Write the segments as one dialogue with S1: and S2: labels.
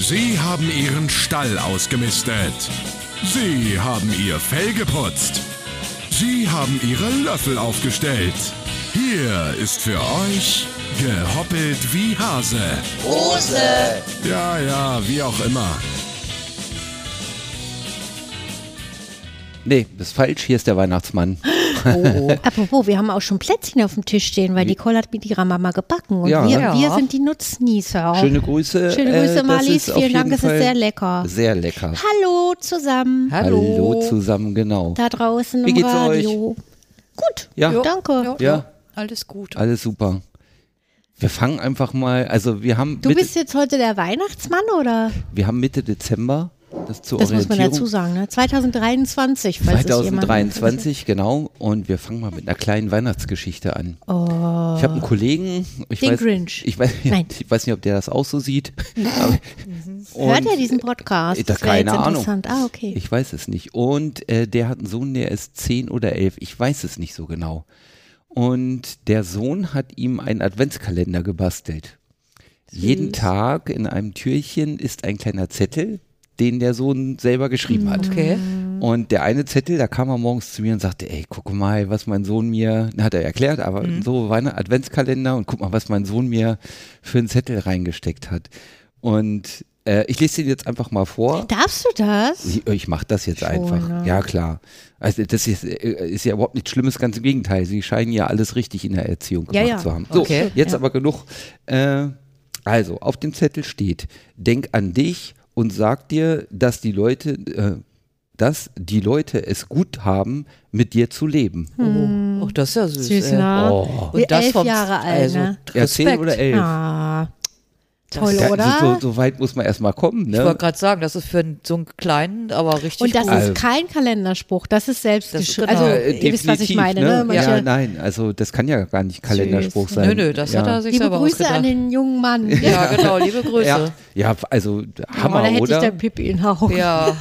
S1: Sie haben Ihren Stall ausgemistet. Sie haben Ihr Fell geputzt. Sie haben Ihre Löffel aufgestellt. Hier ist für euch gehoppelt wie Hase.
S2: Hose.
S1: Ja, ja, wie auch immer.
S3: Nee, das ist falsch. Hier ist der Weihnachtsmann.
S4: Apropos, wir haben auch schon Plätzchen auf dem Tisch stehen, weil die Nicole hat mit ihrer Mama gebacken und
S3: Ja.
S4: wir,
S3: Ja.
S4: wir sind die Nutznießer.
S3: Schöne Grüße.
S4: Oh. Schöne
S3: äh,
S4: Grüße,
S3: das
S4: Marlies.
S3: ist auf
S4: Vielen Dank,
S3: jeden
S4: es ist
S3: Fall
S4: sehr lecker.
S3: Sehr lecker.
S4: Hallo zusammen
S3: Hallo. zusammen, genau.
S4: da draußen
S3: Wie
S4: im
S3: geht's
S4: Radio. Gut,
S3: Ja. Jo.
S4: danke.
S2: Ja. Oh,
S3: Ja.
S2: Alles gut.
S3: Alles super. Wir fangen einfach mal, also wir haben,
S4: Du
S3: Mitte,
S4: bist jetzt heute der Weihnachtsmann oder?
S3: wir haben Mitte Dezember, das zur
S4: Das muss man
S3: Orientierung.
S4: dazu sagen, ne? 2023, falls es jemand- ne?
S3: 2023, genau. Und wir fangen mal mit einer kleinen Weihnachtsgeschichte an. Ich habe einen Kollegen, ich
S4: Oh. Den
S3: weiß,
S4: Grinch.
S3: Ich, weiß,
S4: Nein. Mhm.
S3: ich weiß nicht, ob der das auch so sieht. Aber,
S4: Hört
S3: Und-
S4: er diesen Podcast?
S3: Ich- da
S4: Das wäre
S3: keine
S4: jetzt
S3: Ahnung.
S4: interessant. Ah, okay.
S3: Ich weiß es nicht. Und äh, der hat einen Sohn, der ist zehn oder elf. Ich weiß es nicht so genau. Und der Sohn hat ihm einen Adventskalender gebastelt. Jeden Tag in einem Türchen ist ein kleiner Zettel, den der Sohn selber geschrieben hat.
S2: Okay.
S3: Und der eine Zettel, da kam er morgens zu mir und sagte, ey, guck mal, was mein Sohn mir, hat er erklärt, aber
S4: Mhm.
S3: so war ein Adventskalender und guck mal, was mein Sohn mir für einen Zettel reingesteckt hat. Und äh, ich lese den jetzt einfach mal vor.
S4: Darfst du das?
S3: oh, Ich, ich mache das jetzt einfach.
S4: ne?
S3: Ja, klar. Also das ist, äh, ist ja überhaupt nichts Schlimmes, ganz im Gegenteil. Sie scheinen ja alles richtig in der Erziehung
S4: Ja,
S3: gemacht
S4: ja.
S3: zu haben. So,
S2: Okay.
S3: jetzt aber genug. Äh, also, auf dem Zettel steht, denk an dich und sag dir, dass die Leute, äh, dass die Leute es gut haben, mit dir zu leben.
S2: Oh, oh, das ist ja süß.
S4: Hm. Süß,
S2: ey.
S4: ne?
S3: Oh.
S4: Wie elf Jahre alt,
S2: also,
S4: ne?
S3: Ja, zehn
S2: Respekt.
S3: oder elf.
S4: Ah, toll,
S2: Ja,
S4: Also, oder?
S3: So, so weit muss man erstmal kommen.
S2: Ich
S3: Ne?
S2: wollte gerade sagen, das ist für einen- so einen kleinen, aber richtig
S4: Und das
S2: gut.
S3: Also
S4: ist kein Kalenderspruch, das ist selbst
S2: Das-
S4: geschrieben.
S2: genau.
S4: Also,
S3: Äh,
S4: ihr wisst, was ich
S3: definitiv,
S4: meine. Ne? Manche,
S3: Ja, nein, also das kann ja gar nicht Kalenderspruch
S4: Süß.
S3: sein.
S2: nö, nö, das
S3: ja.
S2: hat er sich
S4: Liebe
S2: selber
S4: Grüße
S2: ausgedacht.
S4: an den jungen Mann.
S2: ja, genau, liebe Grüße.
S3: Ja,
S2: Ja.
S3: ja, also
S4: da
S3: Hammer,
S4: hätte ich
S3: oder?
S4: dann Pippi in den Augen.
S2: Ja,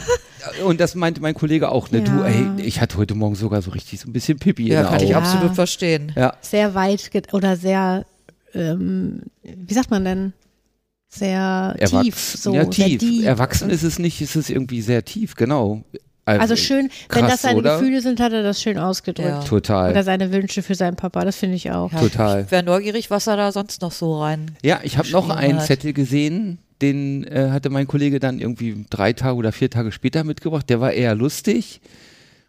S3: Und das meinte mein Kollege auch, ne? Du,
S4: Ja.
S3: ey, ich hatte heute Morgen sogar so richtig so ein bisschen Pipi in den
S2: kann ich
S3: Augen.
S4: ab-
S2: absolut verstehen.
S3: Ja,
S4: Sehr weit ge- oder sehr, ähm, wie sagt man denn? Sehr
S3: erwachsen.
S4: tief. So,
S3: ja,
S4: Sehr
S3: tief.
S4: deep.
S3: Erwachsen ist es nicht, ist es irgendwie sehr tief, genau.
S4: Also schön, wenn
S3: krass,
S4: das seine
S3: oder?
S4: Gefühle sind, hat er das schön ausgedrückt.
S2: Ja.
S4: Oder
S3: Total,
S4: seine Wünsche für seinen Papa, das finde ich auch.
S2: Ja,
S3: total.
S2: Ich wäre neugierig, was er da sonst noch so rein.
S3: Ja, ich habe noch
S2: geschrieben
S3: einen
S2: hat.
S3: Zettel gesehen, den äh, hatte mein Kollege dann irgendwie drei Tage oder vier Tage später mitgebracht. Der war eher lustig.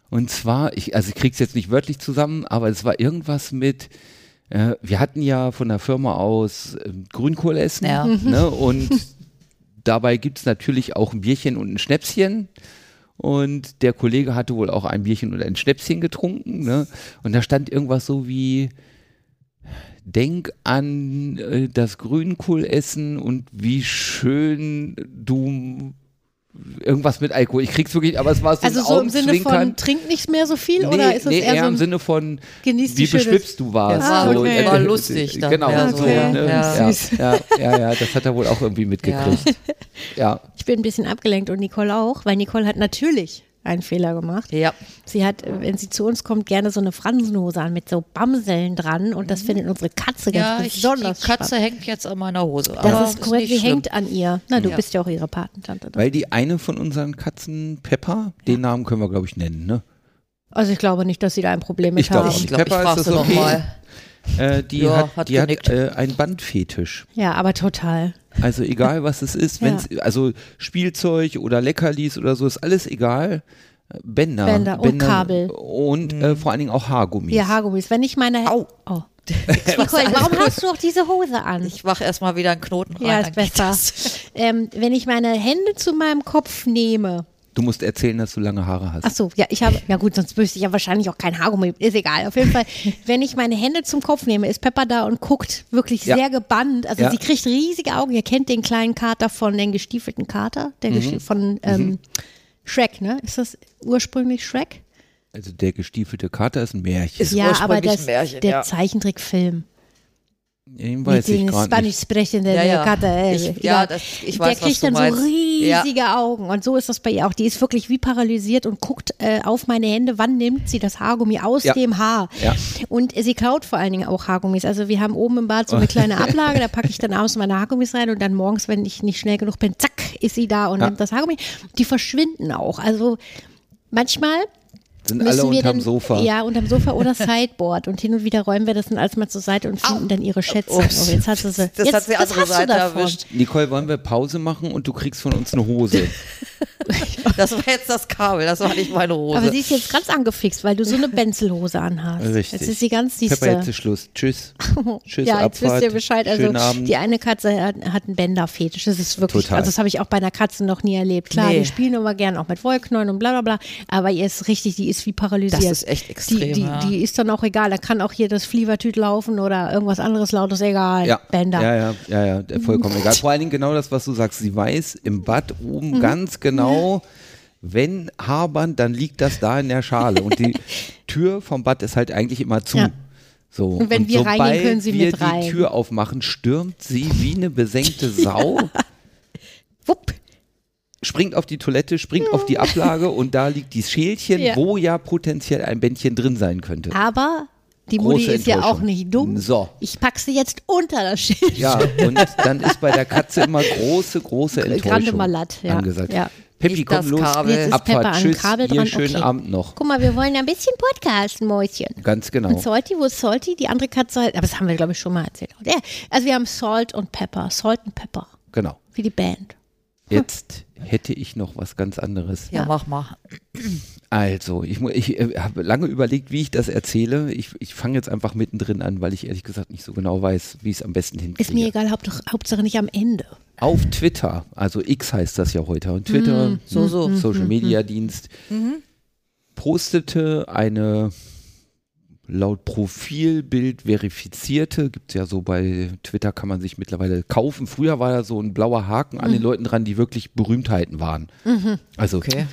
S3: Und zwar, ich, also ich krieg's jetzt nicht wörtlich zusammen, aber es war irgendwas mit, äh, wir hatten ja von der Firma aus äh, Grünkohl essen.
S2: Ja.
S3: Ne? Und dabei gibt's natürlich auch ein Bierchen und ein Schnäpschen. Und der Kollege hatte wohl auch ein Bierchen oder ein Schnäpschen getrunken. Ne? Und da stand irgendwas so wie, denk an äh, das Grünkohlessen und wie schön du irgendwas mit Alkohol. Ich krieg's wirklich, aber es war so
S4: Also
S3: ein
S4: so im Sinne von,
S3: Augenzwinkern.
S4: trink nicht mehr so viel
S3: Nee,
S4: oder ist es
S3: nee,
S4: eher,
S3: eher im
S4: so ein,
S3: Sinne von,
S4: genieß
S3: wie
S4: die schöne-
S3: beschwipst du warst.
S4: Ja,
S3: so,
S4: okay.
S3: äh,
S2: War lustig dann,
S3: Genau,
S2: ja,
S3: so.
S4: so, ja.
S3: Ne?
S2: Ja.
S3: Ja,
S4: Süß.
S3: ja, ja, ja, das hat er wohl auch irgendwie mitgekriegt. Ja,
S4: Ich bin ein bisschen abgelenkt und Nicole auch, weil Nicole hat natürlich einen Fehler gemacht.
S2: Ja,
S4: Sie hat, äh, wenn sie zu uns kommt, gerne so eine Fransenhose an mit so Bamseln dran und das findet unsere Katze ganz
S2: ja ich, die
S4: besonders
S2: Katze
S4: spannend.
S2: hängt jetzt an meiner Hose. aber
S4: Das ist korrekt,
S2: nicht
S4: die
S2: schlimm.
S4: hängt an ihr. Na, du
S2: Ja.
S4: bist ja auch ihre Patentante. ne?
S3: weil die eine von unseren Katzen, Pepper, den Namen können wir, glaube ich, nennen. Ne?
S4: Also ich glaube nicht, dass sie da ein Problem mit
S3: Ich
S4: haben.
S3: glaube auch
S2: Ich
S3: nicht.
S2: glaube, ich
S3: Pepper,
S2: frage
S3: ist
S2: sie
S3: das okay?
S2: nochmal.
S3: Äh, die
S2: Ja,
S3: hat,
S2: hat
S3: die hat
S2: genickt.
S3: äh, einen Bandfetisch.
S4: Ja, aber total.
S3: Also egal, was es ist, wenn's, also Spielzeug oder Leckerlis oder so, ist alles egal. Bänder.
S4: Bänder und Kabel. Mhm.
S3: Und äh, vor allen Dingen auch Haargummis.
S4: Ihr Haargummis, wenn ich meine...
S3: Au.
S4: Oh. Nicole, warum hast du noch diese Hose an?
S2: Ich mache erstmal wieder einen Knoten rein.
S4: ja, ist
S2: dann geht
S4: besser.
S2: das.
S4: Ähm, wenn ich meine Hände zu meinem Kopf nehme,
S3: Du musst erzählen, dass du lange Haare hast.
S4: Ach so, ja, ich habe, ja gut, sonst wüsste ich ja wahrscheinlich auch kein Haargummi. Ist egal. Auf jeden Fall, wenn ich meine Hände zum Kopf nehme, ist Peppa da und guckt wirklich
S3: Ja.
S4: sehr gebannt. Also
S3: Ja.
S4: sie kriegt riesige Augen. Ihr kennt den kleinen Kater von den gestiefelten Kater,
S2: Mhm.
S4: der gestie- von ähm, Shrek, ne? Ist das ursprünglich Shrek?
S3: Also der gestiefelte Kater ist ein Märchen.
S2: Ist-
S4: ja, aber
S2: ursprünglich
S4: das,
S2: Märchen,
S4: der
S2: ja.
S4: Zeichentrickfilm
S3: Den
S4: mit
S3: weiß ich
S4: den
S3: gerade nicht.
S4: spanisch sprechenden
S2: Ja, ja.
S4: Kater. äh,
S2: Ich- ja,
S4: egal.
S2: das- ich
S4: der
S2: weiß, was
S4: kriegt
S2: du
S4: dann so
S2: meinst. Ja.
S4: riesige Augen und so ist das bei ihr auch. Die ist wirklich wie paralysiert und guckt äh, auf meine Hände, wann nimmt sie das Haargummi aus
S3: Ja.
S4: dem Haar.
S3: Ja.
S4: Und sie klaut vor allen Dingen auch Haargummis. Also wir haben oben im Bad so eine kleine Ablage, da packe ich dann abends meine Haargummis rein und dann morgens, wenn ich nicht schnell genug bin, zack, ist sie da und
S3: Ja.
S4: nimmt das Haargummi. Die verschwinden auch. Also manchmal
S3: Sind
S4: müssen
S3: alle
S4: wir
S3: unterm
S4: dann,
S3: Sofa.
S4: Ja, unterm Sofa oder Sideboard. Und hin und wieder räumen wir das dann alles mal zur Seite und finden dann ihre Schätze.
S2: Ups.
S4: Oh, jetzt hast du sie.
S2: Das
S4: jetzt,
S2: hat sie
S4: das
S2: andere
S4: hast du
S2: Seite
S4: davon.
S2: erwischt.
S3: Nicole, wollen wir Pause machen und du kriegst von uns eine Hose?
S2: Das war jetzt das Kabel, das war nicht meine Hose.
S4: Aber sie ist jetzt ganz angefixt, weil du so eine Benzelhose anhast.
S3: Richtig.
S4: Jetzt ist sie ganz
S3: Pepper, jetzt
S4: siehste.
S3: ist Schluss. Tschüss. Tschüss,
S4: ja, jetzt
S3: Abfahrt.
S4: wisst ihr Bescheid. Also
S3: Schönen Abend.
S4: die eine Katze hat, hat einen Bänderfetisch. Das ist wirklich,
S3: Total.
S4: also das habe ich auch bei einer Katze noch nie erlebt. Klar,
S2: Nee.
S4: die spielen immer gern auch mit Wollknäueln und bla bla bla. Aber ihr ist richtig, die ist wie paralysiert.
S2: Das ist echt extrem,
S4: Die, die,
S2: ja.
S4: die ist dann auch egal. Da kann auch hier das Flievertüt laufen oder irgendwas anderes lautes, egal.
S3: ja.
S4: Bänder.
S3: Ja, ja, ja, ja, der- vollkommen egal. Vor allen Dingen genau das, was du sagst. Sie weiß im Bad
S4: Mhm.
S3: oben ganz genau, wenn Habern, dann liegt das da in der Schale. Und die Tür vom Bad ist halt eigentlich immer zu.
S4: Ja.
S3: So. Und
S4: wenn wir reingehen,
S3: sobald
S4: können sie
S3: wir
S4: mit rein.
S3: die Tür aufmachen, stürmt sie wie eine besenkte Sau,
S4: Wupp.
S3: springt auf die Toilette, springt auf die Ablage und da liegt dieses Schälchen,
S4: Ja.
S3: wo ja potenziell ein Bändchen drin sein könnte.
S4: Aber die
S3: Große
S4: Mutti ist ja
S3: Enttäuschung.
S4: auch nicht dumm.
S3: So.
S4: Ich pack sie jetzt unter das Schild.
S3: Ja, und dann ist bei der Katze immer große, große
S4: Grande
S3: Enttäuschung
S4: Malat, ja.
S3: angesagt.
S4: Ja.
S3: Peppi,
S2: Nicht
S3: komm
S2: das
S3: los,
S2: Kabel. Jetzt
S4: ist
S3: Abfahrt,
S4: Pepper an
S3: tschüss,
S4: Kabel
S3: ihr
S4: dran,
S3: schönen
S4: okay.
S3: Abend noch.
S4: Guck mal, wir wollen ein bisschen podcasten, Mäuschen.
S3: Ganz genau.
S4: Und Salty, wo ist Salty? Die andere Katze, aber das haben wir, glaube ich, schon mal erzählt. Und, äh, also wir haben Salt und Pepper, Salt und Pepper,
S3: Genau.
S4: wie die Band. Hm.
S3: Jetzt hätte ich noch was ganz anderes.
S2: ja, mach mal.
S3: Also, ich, mu- ich äh, habe lange überlegt, wie ich das erzähle. Ich, ich fange jetzt einfach mittendrin an, weil ich ehrlich gesagt nicht so genau weiß, wie ich es am besten hinkriege.
S4: Ist mir egal, Hauptsache, Hauptsache nicht am Ende.
S3: Auf Twitter, also X heißt das ja heute, und Twitter, so, so, Social Media Dienst, postete eine laut Profilbild verifizierte, gibt es ja so bei Twitter, kann man sich mittlerweile kaufen. Früher war da so ein blauer Haken an den Leuten dran, die wirklich Berühmtheiten waren. Also,
S2: Okay.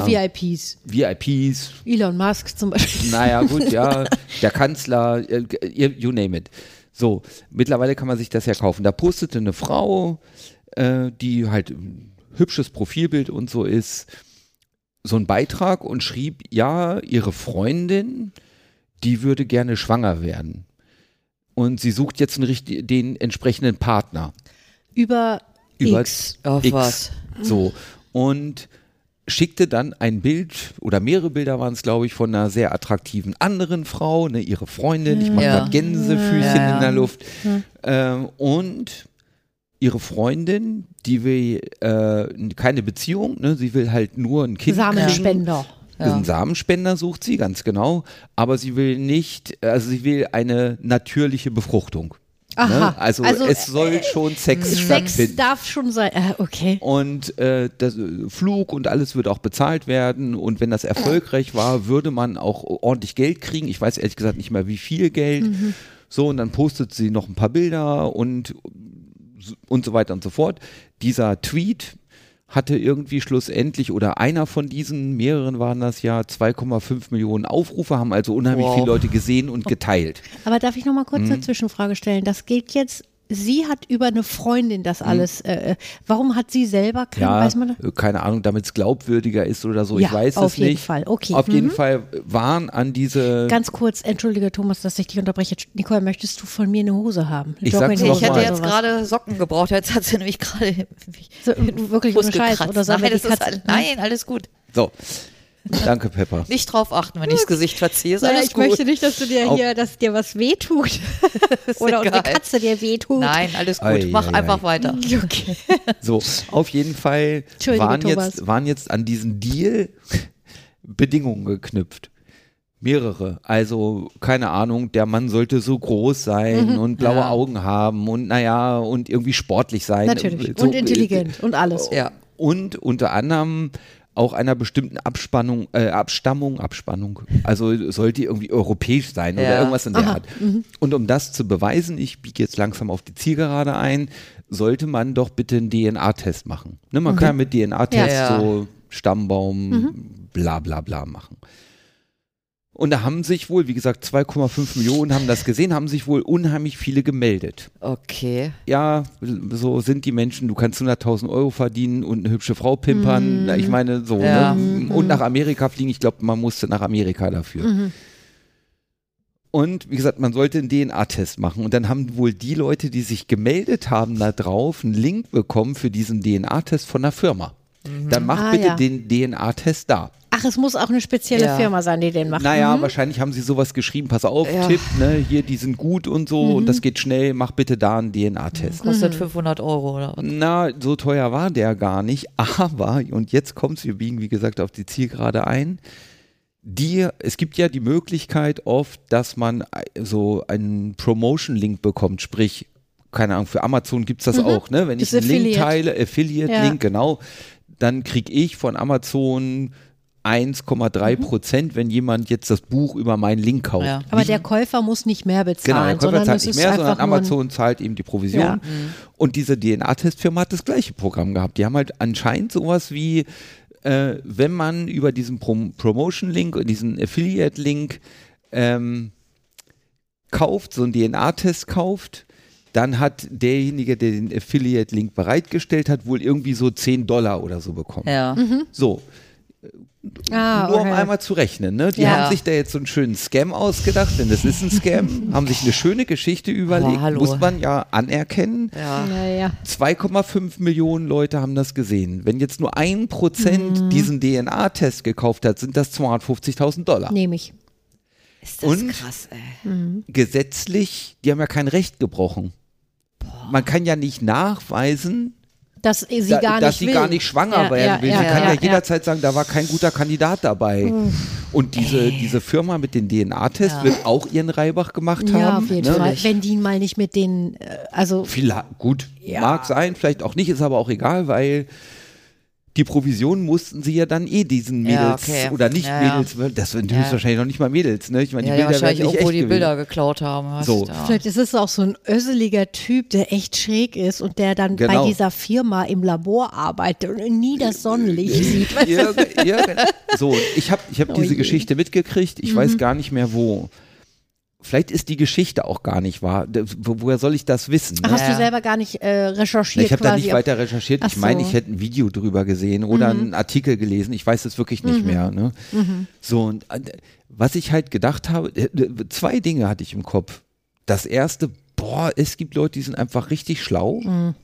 S4: also
S3: Ahnung,
S4: VIPs.
S3: VIPs,
S4: Elon Musk zum Beispiel.
S3: naja, gut, ja. Der Kanzler, äh, ihr- you name it. So, mittlerweile kann man sich das ja kaufen. Da postete eine Frau, äh, die halt ein hübsches Profilbild und so ist, so einen Beitrag und schrieb, ja, ihre Freundin, die würde gerne schwanger werden. Und sie sucht jetzt einen, richtig- den entsprechenden Partner
S4: Über,
S3: über
S4: X.
S2: Auf
S3: X.
S2: was?
S3: So. Und schickte dann ein Bild oder mehrere Bilder waren es, glaube ich, von einer sehr attraktiven anderen Frau, ne, ihre Freundin. Ich mache
S2: Ja.
S3: gerade Gänsefüßchen
S2: Ja. Hm.
S3: in der Luft. Ähm, und ihre Freundin, die will äh, keine Beziehung, ne, sie will halt nur ein Kind. kriegen.
S4: Samenspender.
S3: Einen Samenspender sucht sie, ganz genau. Aber sie will nicht, also sie will eine natürliche Befruchtung.
S4: Aha.
S3: Ne? Also,
S4: Also,
S3: es soll schon Sex
S4: Sex
S3: stattfinden.
S4: darf schon sein. Äh, okay.
S3: Und äh, das äh, Flug und alles wird auch bezahlt werden. Und wenn das erfolgreich war, würde man auch ordentlich Geld kriegen. Ich weiß ehrlich gesagt nicht mehr, wie viel Geld. So, und dann postet sie noch ein paar Bilder und, und so weiter und so fort. Dieser Tweet hatte irgendwie schlussendlich oder einer von diesen mehreren waren das ja 2,5 Millionen Aufrufe, haben also unheimlich
S2: Wow.
S3: viele Leute gesehen und geteilt.
S4: Aber darf ich noch mal kurz
S3: Mhm.
S4: eine Zwischenfrage stellen? Das gilt jetzt. Sie hat über eine Freundin das alles. Äh, äh, warum hat sie selber kein,
S3: Mhm. ja,
S4: Hm, weiß man das?
S3: äh, keine Ahnung, damit es glaubwürdiger ist oder so. ich
S4: Ja,
S3: weiß
S4: auf
S3: es nicht.
S4: jeden Fall. Okay.
S3: Auf
S4: Mhm.
S3: jeden Fall waren an diese.
S4: Ganz kurz, entschuldige Thomas, dass ich dich unterbreche. Nicole, möchtest du von mir eine Hose haben?
S3: Ich
S4: Jogginghose
S3: sag's
S2: Nee, ich
S3: noch
S2: hätte
S3: mal.
S2: jetzt
S4: oder was?
S2: gerade Socken gebraucht, jetzt hat sie nämlich gerade mich
S4: So,
S2: in den
S4: wirklich
S2: Fuß
S4: ohne Scheiß,
S2: gekratzt.
S4: oder sollen wir
S2: nein, das
S4: die
S2: ist,
S4: Katze-
S2: all- nein, alles gut.
S3: So. Danke, Pepper.
S2: Nicht drauf achten, wenn ich das Gesicht verziehe, ist
S4: Naja,
S2: alles
S4: ich
S2: gut.
S4: möchte nicht, dass du dir
S3: Auf-
S4: hier, dass dir was wehtut.
S2: Ist
S4: Oder unsere
S2: egal.
S4: Katze dir wehtut.
S2: Nein, alles gut.
S3: Ei,
S2: Mach
S3: ei,
S2: einfach
S3: ei.
S2: weiter.
S4: Okay.
S3: So, auf jeden Fall
S4: Entschuldige,
S3: waren jetzt,
S4: Thomas.
S3: waren jetzt an diesen Deal Bedingungen geknüpft. Mehrere. Also, keine Ahnung, der Mann sollte so groß
S4: Mhm.
S3: sein und blaue Augen haben und naja, und irgendwie sportlich sein.
S4: Natürlich.
S3: So,
S4: und intelligent und alles.
S2: Ja.
S3: und unter anderem auch einer bestimmten Abspannung, äh, Abstammung, Abspannung. Also sollte irgendwie europäisch sein oder
S2: Ja.
S3: irgendwas in der Art. Und um das zu beweisen, ich biege jetzt langsam auf die Zielgerade ein, sollte man doch bitte einen DNA-Test machen. Ne, man kann mit DNA-Test
S2: Ja.
S3: so Stammbaum, bla bla bla machen. Und da haben sich wohl, wie gesagt, 2,5 Millionen haben das gesehen, haben sich wohl unheimlich viele gemeldet
S2: Okay.
S3: ja, so sind die Menschen, du kannst 100.000 Euro verdienen und eine hübsche Frau pimpern. Na, Ich meine, so.
S2: Ja.
S3: Ne? Und nach Amerika fliegen. Ich glaube, man musste nach Amerika dafür. Und wie gesagt, man sollte einen DNA-Test machen. Und dann haben wohl die Leute, die sich gemeldet haben, da drauf einen Link bekommen für diesen DNA-Test von der Firma. Dann macht
S4: Ah,
S3: bitte
S4: ja.
S3: den DNA-Test da.
S4: Ach, es muss auch eine spezielle
S2: Ja.
S4: Firma sein, die den macht.
S3: Naja, wahrscheinlich haben sie sowas geschrieben, pass auf,
S2: Ja.
S3: Tipp, ne, hier, die sind gut und so und das geht schnell, mach bitte da einen DNA-Test.
S4: Hm.
S2: Kostet 500 Euro oder was?
S3: Na, so teuer war der gar nicht, aber, und jetzt kommt's, wir biegen wie gesagt auf die Zielgerade ein, die, es gibt ja die Möglichkeit oft, dass man äh, so einen Promotion-Link bekommt, sprich, keine Ahnung, für Amazon gibt's das auch, ne? Wenn ich
S4: Mhm. Das
S3: einen Link
S4: Affiliate.
S3: teile, Affiliate-Link,
S4: Ja. Mhm.
S3: genau, dann kriege ich von Amazon 1,3 Prozent, wenn jemand jetzt das Buch über meinen Link kauft.
S2: Ja.
S4: Aber der Käufer muss nicht mehr
S3: Genau, der
S4: bezahlen,
S3: Käufer
S4: sondern
S3: zahlt
S4: es
S3: nicht
S4: ist
S3: mehr, sondern
S4: einfach nur ein,
S3: Amazon zahlt eben die Provision.
S4: Ja. Mhm.
S3: Und diese DNA-Testfirma hat das gleiche Programm gehabt. Die haben halt anscheinend sowas wie, äh, wenn man über diesen Prom Promotion-Link und diesen Affiliate-Link ähm, kauft, so einen DNA-Test kauft, dann hat derjenige, der den Affiliate-Link bereitgestellt hat, wohl irgendwie so 10 Dollar oder so bekommen.
S2: Ja.
S4: Hm. Mhm.
S3: So,
S4: ah,
S3: nur um
S4: okay.
S3: einmal zu rechnen. Ne? Die
S2: Ja.
S3: haben sich da jetzt so einen schönen Scam ausgedacht, denn das ist ein Scam. haben sich eine schöne Geschichte überlegt,
S2: Aber hallo.
S3: muss man ja anerkennen.
S2: Ja.
S4: Ah, Ja, ja.
S3: 2,5 Millionen Leute haben das gesehen. Wenn jetzt nur ein Prozent
S2: Mhm.
S3: diesen DNA-Test gekauft hat, sind das 250.000 Dollar.
S4: Nehme ich.
S2: Ist
S3: Und?
S2: krass, ey.
S3: Gesetzlich, die haben ja kein Recht gebrochen. Man kann ja nicht nachweisen,
S4: Dass sie
S3: da,
S4: gar
S3: dass
S4: nicht
S3: sie
S4: will.
S3: gar nicht schwanger
S4: ja,
S3: werden
S4: ja,
S3: will.
S4: Ja,
S3: sie kann ja,
S4: ja,
S3: jederzeit sagen, da war kein guter Kandidat dabei. Und diese, diese Firma mit den DNA-Tests wird auch ihren Reibach gemacht
S4: Ja,
S3: haben.
S4: auf jeden
S3: ne?
S4: Fall. Wenn die mal nicht mit den, äh, also
S3: Vielleicht, gut, mag sein, vielleicht auch nicht, ist aber auch egal, weil die Provision mussten sie ja dann eh diesen
S2: Ja,
S3: Mädels
S2: okay.
S3: oder nicht
S2: Ja, ja.
S3: Mädels, das sind höchstwahrscheinlich noch nicht mal Mädels, ne? Ich meine,
S2: Ja,
S3: die
S2: die
S3: Bilder werden
S2: wahrscheinlich
S3: nicht echt
S2: irgendwo die
S3: gewesen.
S2: Bilder geklaut haben. was
S3: So.
S2: da.
S4: Vielleicht ist es auch so ein öseliger Typ, der echt schräg ist und der dann
S3: Genau.
S4: bei dieser Firma im Labor arbeitet und nie das
S3: Äh,
S4: Sonnenlicht sieht.
S3: Irg irgend- so, ich habe ich hab diese
S4: Oh je. Mhm.
S3: Geschichte mitgekriegt, ich weiß gar nicht mehr wo. Vielleicht ist die Geschichte auch gar nicht wahr. D- wo- Woher soll ich das wissen? ne?
S4: Hast
S2: Ja.
S4: du selber gar nicht äh, recherchiert
S3: Ich habe da
S4: quasi.
S3: nicht weiter recherchiert. Ich
S4: Ach so. Mhm.
S3: meine, ich hätte ein Video drüber gesehen oder einen Artikel gelesen. Ich weiß es wirklich nicht mehr. Ne? So, und äh, was ich halt gedacht habe, äh, äh, zwei Dinge hatte ich im Kopf. Das erste, boah, es gibt Leute, die sind einfach richtig schlau.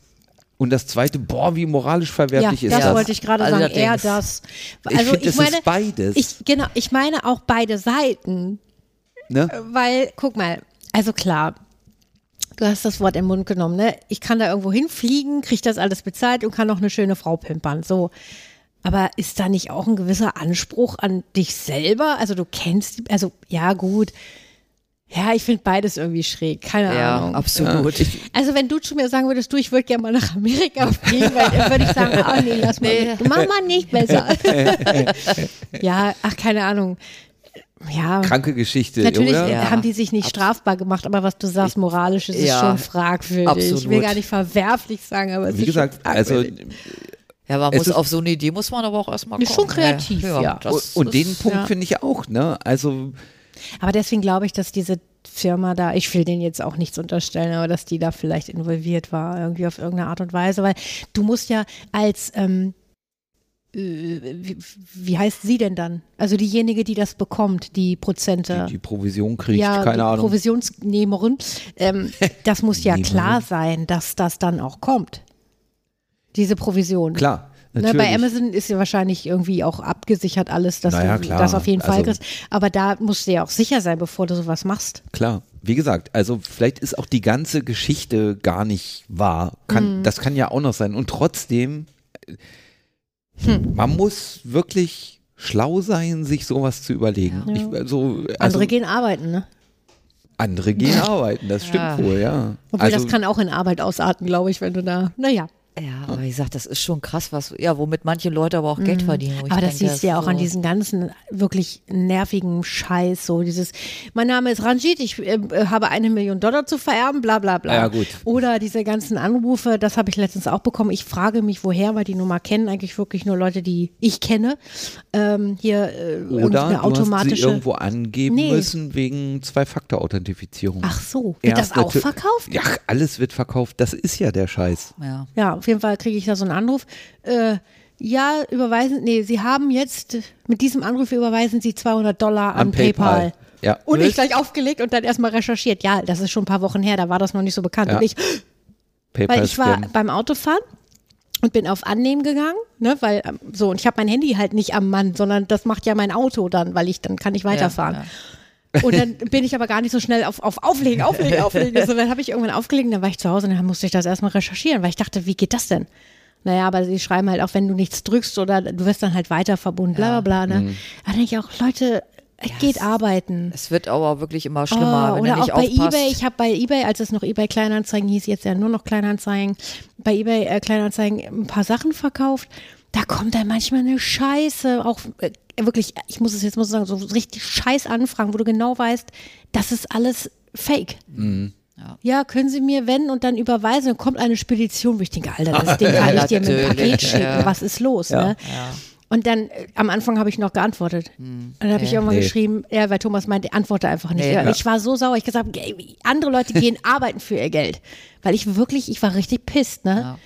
S3: Und das zweite, boah, wie moralisch
S4: Mhm. ja,
S3: verwerflich
S4: das,
S3: ist Also das.
S4: wollte ich gerade sagen.
S2: Allerdings.
S4: Er das.
S3: Ich
S4: Also
S3: find,
S4: ich,
S3: es ist
S4: meine,
S3: beides.
S4: Ich, genau, ich meine auch beide Seiten,
S3: ne?
S4: weil guck mal, also klar. Du hast das Wort in den Mund genommen, ne? Ich kann da irgendwo hinfliegen, krieg das alles bezahlt und kann noch eine schöne Frau pimpern. So. Aber ist da nicht auch ein gewisser Anspruch an dich selber? Also du kennst, die- also ja gut. Ja, ich finde beides irgendwie schräg. Keine
S2: Ja,
S4: Ahnung.
S2: absolut.
S4: Also wenn du zu mir sagen würdest, du, ich würde gerne mal nach Amerika fliegen, weil dann würde ich sagen, ah nee, lass mal, mit. mach mal nicht besser. ja, ach keine Ahnung. Ja,
S3: Kranke Geschichte,
S4: natürlich äh,
S3: oder?
S2: Ja.
S4: haben die sich nicht strafbar gemacht, aber was du sagst, moralisch ist es
S2: Ja,
S4: schon fragwürdig. Ich will
S2: absolut.
S4: gar nicht verwerflich sagen, aber es
S3: Wie
S4: ist
S3: gesagt,
S4: schon
S3: also
S4: fragwürdig.
S2: Ja, man
S3: Es
S2: muss
S3: ist-
S2: auf so eine Idee muss man aber auch erstmal kommen. ne?
S4: Ist schon kreativ, ja.
S2: das
S3: und den
S2: ist-
S3: Punkt
S4: ja.
S3: finde ich auch, ne? Also
S4: Aber deswegen glaube ich, dass diese Firma da, ich will denen jetzt auch nichts unterstellen, aber dass die da vielleicht involviert war, irgendwie auf irgendeine Art und Weise, weil du musst ja als, ähm, äh, wie, wie heißt sie denn dann? Also diejenige, die das bekommt, die Prozente.
S3: die, die Provision kriegt,
S4: ja,
S3: keine
S4: die
S3: Ahnung.
S4: Provisionsnehmerin. Ähm, das muss ja
S3: Nehmerin.
S4: klar sein, dass das dann auch kommt. Diese Provision.
S3: Klar,
S4: Ne,
S3: natürlich.
S4: bei Amazon ist ja wahrscheinlich irgendwie auch abgesichert alles, dass
S3: Naja,
S4: du
S3: klar.
S4: das auf jeden Fall
S3: Also-
S4: kriegst. Aber da musst du ja auch sicher sein, bevor du sowas machst.
S3: Klar, wie gesagt, also vielleicht ist auch die ganze Geschichte gar nicht wahr.
S4: Mhm.
S3: Kann, Das kann ja auch noch sein. Und trotzdem, äh,
S4: Hm.
S3: man muss wirklich schlau sein, sich sowas zu überlegen. Ich, also, also,
S4: Andere gehen arbeiten, ne?
S3: andere gehen arbeiten, das stimmt
S2: Ja.
S3: wohl, ja.
S4: Obwohl
S3: also,
S4: das kann auch in Arbeit ausarten, glaube ich, wenn du da, naja.
S2: Ja, aber wie gesagt, das ist schon krass, was, ja, womit manche Leute aber auch Geld verdienen. wo ich
S4: Mhm. Aber das
S2: denke,
S4: siehst du ja auch
S2: so-
S4: an diesen ganzen wirklich nervigen Scheiß, so dieses, mein Name ist Ranjit, ich äh, äh, habe eine Million Dollar zu vererben, bla bla bla.
S3: Ja, gut.
S4: Oder diese ganzen Anrufe, das habe ich letztens auch bekommen. Ich frage mich, woher, weil die Nummer kennen eigentlich wirklich nur Leute, die ich kenne. Ähm, hier äh,
S3: oder
S4: eine
S3: du hast sie
S4: automatische.
S3: irgendwo angeben
S4: Nee.
S3: müssen wegen Zwei-Faktor-Authentifizierung.
S4: Ach so, wird das
S3: Erst
S4: auch
S3: natür-
S4: verkauft?
S3: Ja, alles wird verkauft. Das ist ja der Scheiß.
S2: Ja.
S4: Ja, auf jeden Fall kriege ich da so einen Anruf. Äh, ja, überweisen, nee, Sie haben jetzt, mit diesem Anruf überweisen Sie 200 Dollar an, PayPal.
S3: Ja.
S4: Und ich gleich aufgelegt und dann erstmal recherchiert. Ja, das ist schon ein paar Wochen her, da war das noch nicht so bekannt.
S3: Ja.
S4: Und ich, weil ich war
S3: Paper-Scam.
S4: beim Autofahren und bin auf Annehmen gegangen, ne, weil ähm, so und ich habe mein Handy halt nicht am Mann, sondern das macht ja mein Auto dann, weil ich dann kann ich weiterfahren. Und dann bin ich aber gar nicht so schnell auf, auf Auflegen, Auflegen, Auflegen. So, dann habe ich irgendwann aufgelegt, und dann war ich zu Hause und dann musste ich das erstmal recherchieren, weil ich dachte, wie geht das denn? Naja, aber sie schreiben halt auch, wenn du nichts drückst oder du wirst dann halt weiter verbunden, bla bla bla. Ne? Da denke ich auch, Leute, es geht arbeiten.
S2: Es wird aber wirklich immer schlimmer,
S4: Oh,
S2: wenn
S4: oder
S2: er nicht
S4: auch bei
S2: aufpasst.
S4: eBay. Ich habe bei eBay, als es noch eBay Kleinanzeigen hieß, jetzt ja nur noch Kleinanzeigen, bei eBay äh, Kleinanzeigen ein paar Sachen verkauft. Da kommt dann manchmal eine Scheiße, auch äh, wirklich, ich muss es jetzt muss sagen, so richtig Scheiß anfragen, wo du genau weißt, das ist alles Fake.
S2: Mhm.
S4: Ja. können Sie mir wenn und dann überweisen, dann kommt eine Spedition, wo ich denke, Alter, das Ding kann ich dir mit einem Paket
S2: Natürlich,
S4: schicken.
S2: ja.
S4: Was ist los? Ne? Und dann äh, am Anfang habe ich noch geantwortet. Dann habe ich irgendwann
S3: Nee.
S4: geschrieben, ja, weil Thomas meinte, antworte einfach nicht.
S2: Hm. Nee,
S4: ja.
S2: ja.
S4: Ich war so sauer. Ich gesagt, hab, ey, andere Leute gehen arbeiten für ihr Geld, weil ich wirklich, ich war richtig pisst. Ne?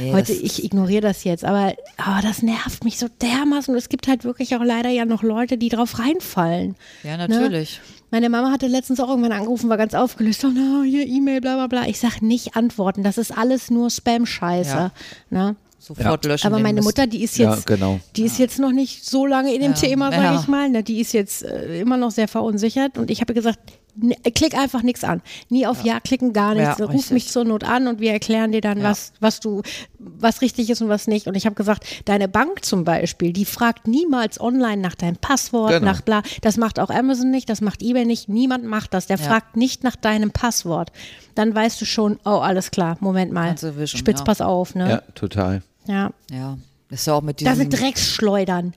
S2: Nee,
S4: Heute
S2: das-
S4: ich ignoriere das jetzt, aber oh, das nervt mich so dermaßen. Und es gibt halt wirklich auch leider ja noch Leute, die drauf reinfallen.
S2: Ja,
S4: Ne?
S2: natürlich.
S4: Meine Mama hatte letztens auch irgendwann angerufen, war ganz aufgelöst. Oh, no, hier E-Mail, bla bla bla. Ich sag nicht antworten. Das ist alles nur Spam-Scheiße.
S2: Ja.
S4: Ne?
S2: Sofort löschen.
S4: Aber
S2: den
S4: meine
S2: Mist.
S4: Mutter, die ist
S3: Ja,
S4: jetzt,
S3: genau.
S4: die ist jetzt noch nicht so lange in dem Thema, sage
S2: Ja.
S4: ich mal. Ne, die ist jetzt äh, immer noch sehr verunsichert und ich habe ihr gesagt, ne, klick einfach nichts an. Nie auf Ja, klicken, gar nichts.
S2: Ja,
S4: Ruf mich
S2: richtig.
S4: zur Not an und wir erklären dir dann, was, was du, was richtig ist und was nicht. Und ich habe gesagt, deine Bank zum Beispiel, die fragt niemals online nach deinem Passwort,
S3: Genau.
S4: nach bla. Das macht auch Amazon nicht, das macht eBay nicht, niemand macht das. Der fragt nicht nach deinem Passwort. Dann weißt du schon, oh, alles klar, Moment mal.
S2: Kannst du wischen,
S4: Spitz,
S2: ja.
S4: pass auf,
S3: Ja,
S4: ne?
S3: total.
S4: ja.
S2: Ja, das ist ja auch mit
S4: Das
S2: diesem.
S4: sind Drecksschleudern.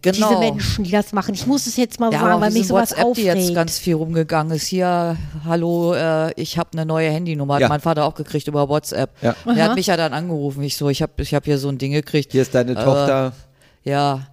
S2: genau.
S4: Diese Menschen, die das machen. Ich muss es jetzt mal
S2: Ja,
S4: sagen,
S2: aber
S4: weil
S2: auf
S4: mich
S2: diesem
S4: sowas
S2: WhatsApp, die
S4: aufregt.
S2: jetzt ganz viel rumgegangen ist. Hier, hallo, äh, ich habe eine neue Handynummer. Hat
S3: Ja.
S2: mein Vater auch gekriegt über WhatsApp.
S3: Ja.
S2: Der hat mich ja dann angerufen. Ich so, ich habe ich hab hier so ein Ding gekriegt.
S3: Hier ist deine
S2: Äh,
S3: Tochter.
S2: Ja.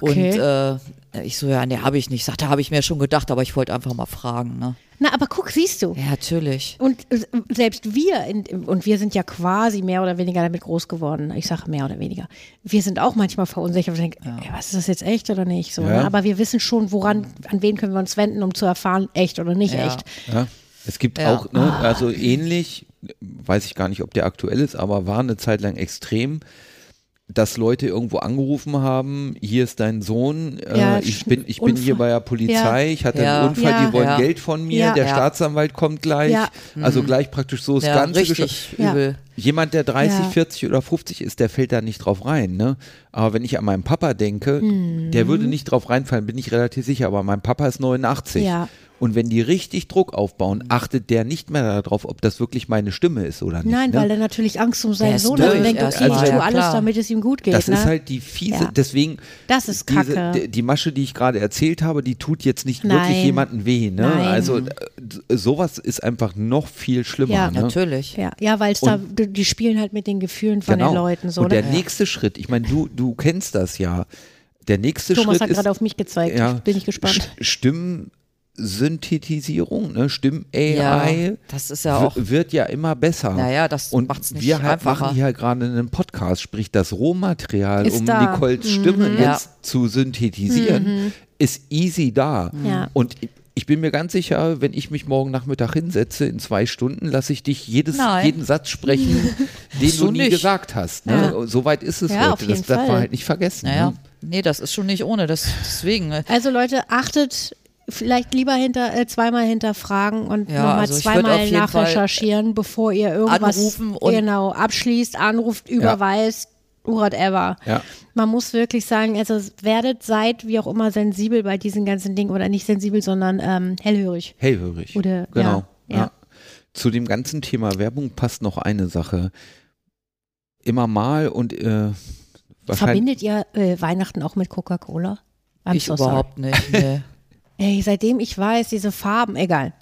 S4: Okay.
S2: Und äh, ich so, ja, nee, habe ich nicht. Sagt, da habe ich mir schon gedacht, aber ich wollte einfach mal fragen. Ne?
S4: Na, aber guck, siehst du.
S2: Ja, natürlich.
S4: Und äh, selbst wir, in, und wir sind ja quasi mehr oder weniger damit groß geworden. Ich sage mehr oder weniger. Wir sind auch manchmal verunsichert und denken, ey, was ist das jetzt echt oder nicht? So,
S3: Ja.
S4: ne? Aber wir wissen schon, woran, an wen können wir uns wenden, um zu erfahren, echt oder nicht
S2: Ja.
S4: echt.
S3: Ja. Es gibt
S2: Ja.
S3: auch, ne,
S4: Ah.
S3: also ähnlich, weiß ich gar nicht, ob der aktuell ist, aber war eine Zeit lang extrem, dass Leute irgendwo angerufen haben, hier ist dein Sohn, äh,
S4: Ja,
S3: ich
S4: sch-
S3: bin, ich bin
S4: Unfall.
S3: hier bei der Polizei,
S4: Ja.
S3: ich hatte
S2: Ja.
S3: einen Unfall,
S4: Ja.
S3: die wollen
S2: Ja.
S3: Geld von mir,
S4: Ja.
S3: der
S2: Ja.
S3: Staatsanwalt kommt gleich,
S4: Ja. Mhm.
S3: also gleich praktisch so das
S2: Ja,
S3: ganze Geschäft.
S2: richtig
S4: Ja.
S2: übel.
S3: Jemand, der 30,
S4: Ja.
S3: 40 oder 50 ist, der fällt da nicht drauf rein. Ne? Aber wenn ich an meinen Papa denke,
S4: Hm.
S3: der würde nicht drauf reinfallen, bin ich relativ sicher. Aber mein Papa ist 89.
S4: Ja.
S3: Und wenn die richtig Druck aufbauen, achtet der nicht mehr darauf, ob das wirklich meine Stimme ist oder nicht.
S4: Nein,
S3: ne?
S4: weil der natürlich Angst um
S2: Der
S4: seinen
S2: ist
S4: Sohn hat und
S2: durch
S4: denkt, okay,
S2: erstmal,
S4: ich tue
S2: ja,
S4: alles,
S2: klar.
S4: damit es ihm gut geht.
S3: das
S4: ne?
S3: ist halt die fiese,
S4: Ja.
S3: deswegen.
S4: Das ist
S3: diese-
S4: Kacke.
S3: d- die Masche, die ich gerade erzählt habe, die tut jetzt nicht wirklich
S4: Nein.
S3: jemanden weh. Ne?
S4: Nein.
S3: Also äh, d- sowas ist einfach noch viel schlimmer.
S4: Ja.
S3: ne?
S2: Natürlich.
S4: ja, ja weil da, die spielen halt mit den Gefühlen von den Leuten. So,
S3: Genau. Und der
S4: ne?
S3: nächste Schritt, ich meine, du, du kennst das ja. Der nächste
S4: Thomas
S3: Schritt
S4: hat
S3: ist.
S4: gerade auf mich gezeigt.
S3: ja,
S4: Bin ich gespannt.
S3: Sch- Stimmsynthetisierung, ne? Stimm-AI
S2: Ja, das ist ja
S3: w-
S2: auch-
S3: wird ja immer besser.
S2: Naja, das
S3: Und
S2: macht's nicht
S3: wir halt
S2: einfacher.
S3: machen hier gerade einen Podcast, sprich das Rohmaterial,
S4: Ist
S3: um
S4: da.
S3: Nicoles Stimme
S2: Ja.
S3: jetzt zu synthetisieren, ist easy da.
S4: Ja.
S3: Und ich- ich bin mir ganz sicher, wenn ich mich morgen Nachmittag hinsetze, in zwei Stunden, lasse ich dich jedes,
S2: Nein.
S3: jeden Satz sprechen, den
S2: So
S3: du nie
S2: nicht.
S3: gesagt hast. Ne? So weit ist es
S4: Ja, auf
S3: heute. Das
S4: jeden
S3: darf man
S4: Fall.
S3: halt nicht vergessen.
S2: Naja.
S3: Ne?
S2: Nee, das ist schon nicht ohne. Das, deswegen. äh,
S4: Also Leute, achtet vielleicht lieber hinter äh, zweimal hinterfragen und
S2: Ja,
S4: nochmal
S2: also ich würd auf
S4: zweimal
S2: jeden Fall
S4: nachrecherchieren, bevor ihr irgendwas
S2: anrufen und-
S4: genau abschließt, anruft, überweist. Whatever.
S3: Ja.
S4: Man muss wirklich sagen, also werdet, seid wie auch immer sensibel bei diesen ganzen Dingen oder nicht sensibel, sondern ähm, hellhörig.
S3: Hellhörig.
S4: Oder-
S3: genau.
S4: ja, ja.
S3: Zu dem ganzen Thema Werbung passt noch eine Sache. Immer mal und äh, wahrscheinlich.
S4: Verbindet ihr äh, Weihnachten auch mit Coca-Cola? I'm
S2: ich
S4: so sorry.
S2: überhaupt nicht. Nee.
S4: Ey, seitdem ich weiß, diese Farben, egal.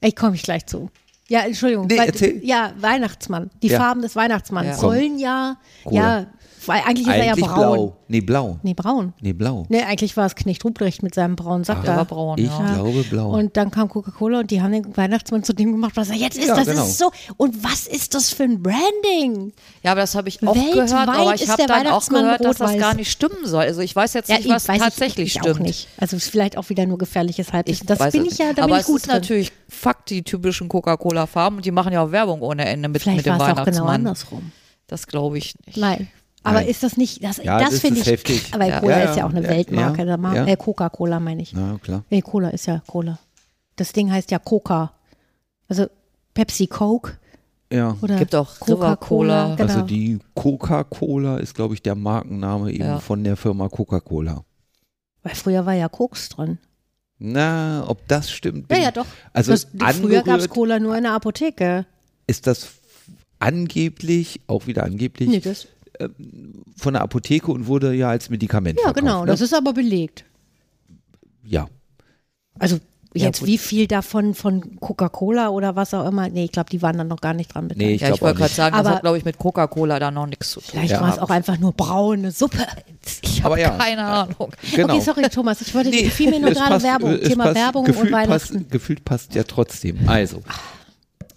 S4: Ich komme ich gleich zu. Ja, Entschuldigung.
S3: Nee,
S4: Wei-
S3: erzähl.
S4: Ja, Weihnachtsmann. Die
S3: Ja.
S4: Farben des Weihnachtsmanns
S2: Ja.
S4: sollen ja,
S3: Kohle.
S4: ja, weil eigentlich ist er ja
S3: Eigentlich
S4: braun.
S3: blau. Nee, blau.
S4: Nee, braun.
S3: Nee, blau.
S4: Nee, eigentlich war es Knecht Ruprecht mit seinem braunen Sack
S2: Der
S4: da.
S2: war braun,
S3: Ich
S2: ja.
S3: glaube blau.
S4: Und dann kam Coca-Cola und die haben den Weihnachtsmann zu dem gemacht, was er jetzt ist.
S3: Ja,
S4: das
S3: genau.
S4: ist so. Und was ist das für ein Branding?
S2: Ja, aber das habe ich oft
S4: Weltweit
S2: gehört, aber ich
S4: ist
S2: habe
S4: der
S2: dann auch
S4: Weihnachtsmann
S2: gehört, dass das
S4: rot-weiß.
S2: gar nicht stimmen soll. Also ich weiß jetzt nicht, was
S4: weiß
S2: tatsächlich
S4: ich, ich
S2: stimmt.
S4: Auch nicht. Also ist vielleicht auch wieder nur gefährliches Halbwissen.
S2: Ich
S4: Das
S2: weiß
S4: bin
S2: es
S4: ich ja,
S2: nicht.
S4: da
S2: aber
S4: bin ich
S2: es
S4: gut
S2: ist
S4: drin.
S2: natürlich Fakt, die typischen Coca-Cola-Farben und die machen ja auch Werbung ohne Ende mit, mit
S4: vielleicht
S2: dem
S4: war es auch
S2: Weihnachtsmann.
S4: genau andersrum.
S2: Das glaube ich nicht.
S4: Nein. Aber
S3: Nein.
S4: ist das nicht, das,
S3: Ja, das
S4: das
S3: ist
S4: finde ich,
S3: heftig.
S4: aber
S3: Ja.
S4: Cola
S3: Ja,
S4: ist ja auch eine
S3: ja,
S4: Weltmarke,
S3: ja,
S4: da ma-
S3: ja.
S4: äh, Coca-Cola meine ich.
S3: Na klar.
S4: Nee, Cola ist ja Cola. Das Ding heißt ja Coca. Also Pepsi Coke
S3: Ja.
S4: oder
S2: Gibt auch
S4: Coca-Cola.
S2: River-Cola.
S4: Genau.
S3: Also die Coca-Cola ist, glaube ich, der Markenname eben
S2: Ja.
S3: von der Firma Coca-Cola.
S4: Weil früher war ja Koks drin.
S3: Na, ob das stimmt?
S4: Ja,
S3: bin-
S4: ja, doch.
S3: Also
S4: das, früher gab es
S3: angerührt
S4: Cola nur in der Apotheke.
S3: ist das f- angeblich, auch wieder angeblich,
S4: Nee, das,
S3: von der Apotheke und wurde ja als Medikament
S4: ja,
S3: verkauft.
S4: genau.
S3: Ne?
S4: Das ist aber belegt.
S3: ja.
S4: Also
S2: Ja,
S4: jetzt
S2: gut.
S4: wie viel davon von Coca-Cola oder was auch immer. Nee, ich glaube, die waren dann noch gar nicht dran beteiligt.
S3: Nee, ich
S2: ja, ich
S3: glaube auch
S2: wollte gerade
S3: nicht.
S2: sagen, das
S4: Aber-
S2: hat, glaube ich, mit Coca-Cola da noch nichts zu tun.
S4: Vielleicht war es auch einfach nur braune Suppe.
S2: Ich
S3: Aber
S2: habe
S3: ja.
S2: keine Ahnung.
S3: Genau.
S4: Okay, sorry, Thomas. Ich wollte
S3: Nee,
S4: fiel mir nur
S3: es
S4: gerade
S3: passt-
S4: Werbung,
S3: es
S4: Thema
S3: passt-
S4: Weihnachten und
S3: gefühlt
S4: Weihnachten.
S3: Passt, gefühlt passt ja trotzdem. Also,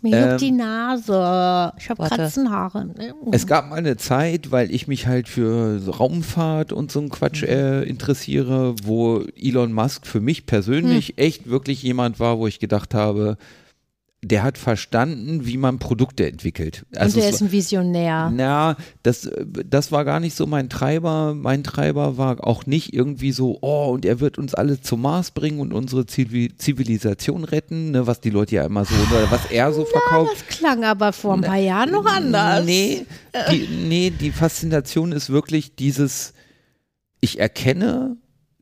S4: Mir
S3: ähm,
S4: juckt die Nase. Ich habe
S2: Warte.
S4: Katzenhaare.
S3: Also
S4: Äh,
S3: es gab mal eine Zeit, weil ich mich halt für so Raumfahrt und so einen Quatsch
S4: Mhm.
S3: äh, interessiere, wo Elon Musk für mich persönlich
S4: Hm.
S3: echt wirklich jemand war, wo ich gedacht habe, der hat verstanden, wie man Produkte entwickelt. Also
S4: und er
S3: es
S4: ist
S3: war-
S4: ein Visionär.
S3: Na, das, äh, das war gar nicht so mein Treiber. Mein Treiber war auch nicht irgendwie so, oh, und er wird uns alle zum Mars bringen und unsere Zivi- Zivilisation retten, ne, was die Leute ja immer so, oder was er so verkauft.
S4: Das klang aber vor ein paar Jahren noch anders.
S3: Nee, die, nee, die Faszination ist wirklich dieses, ich erkenne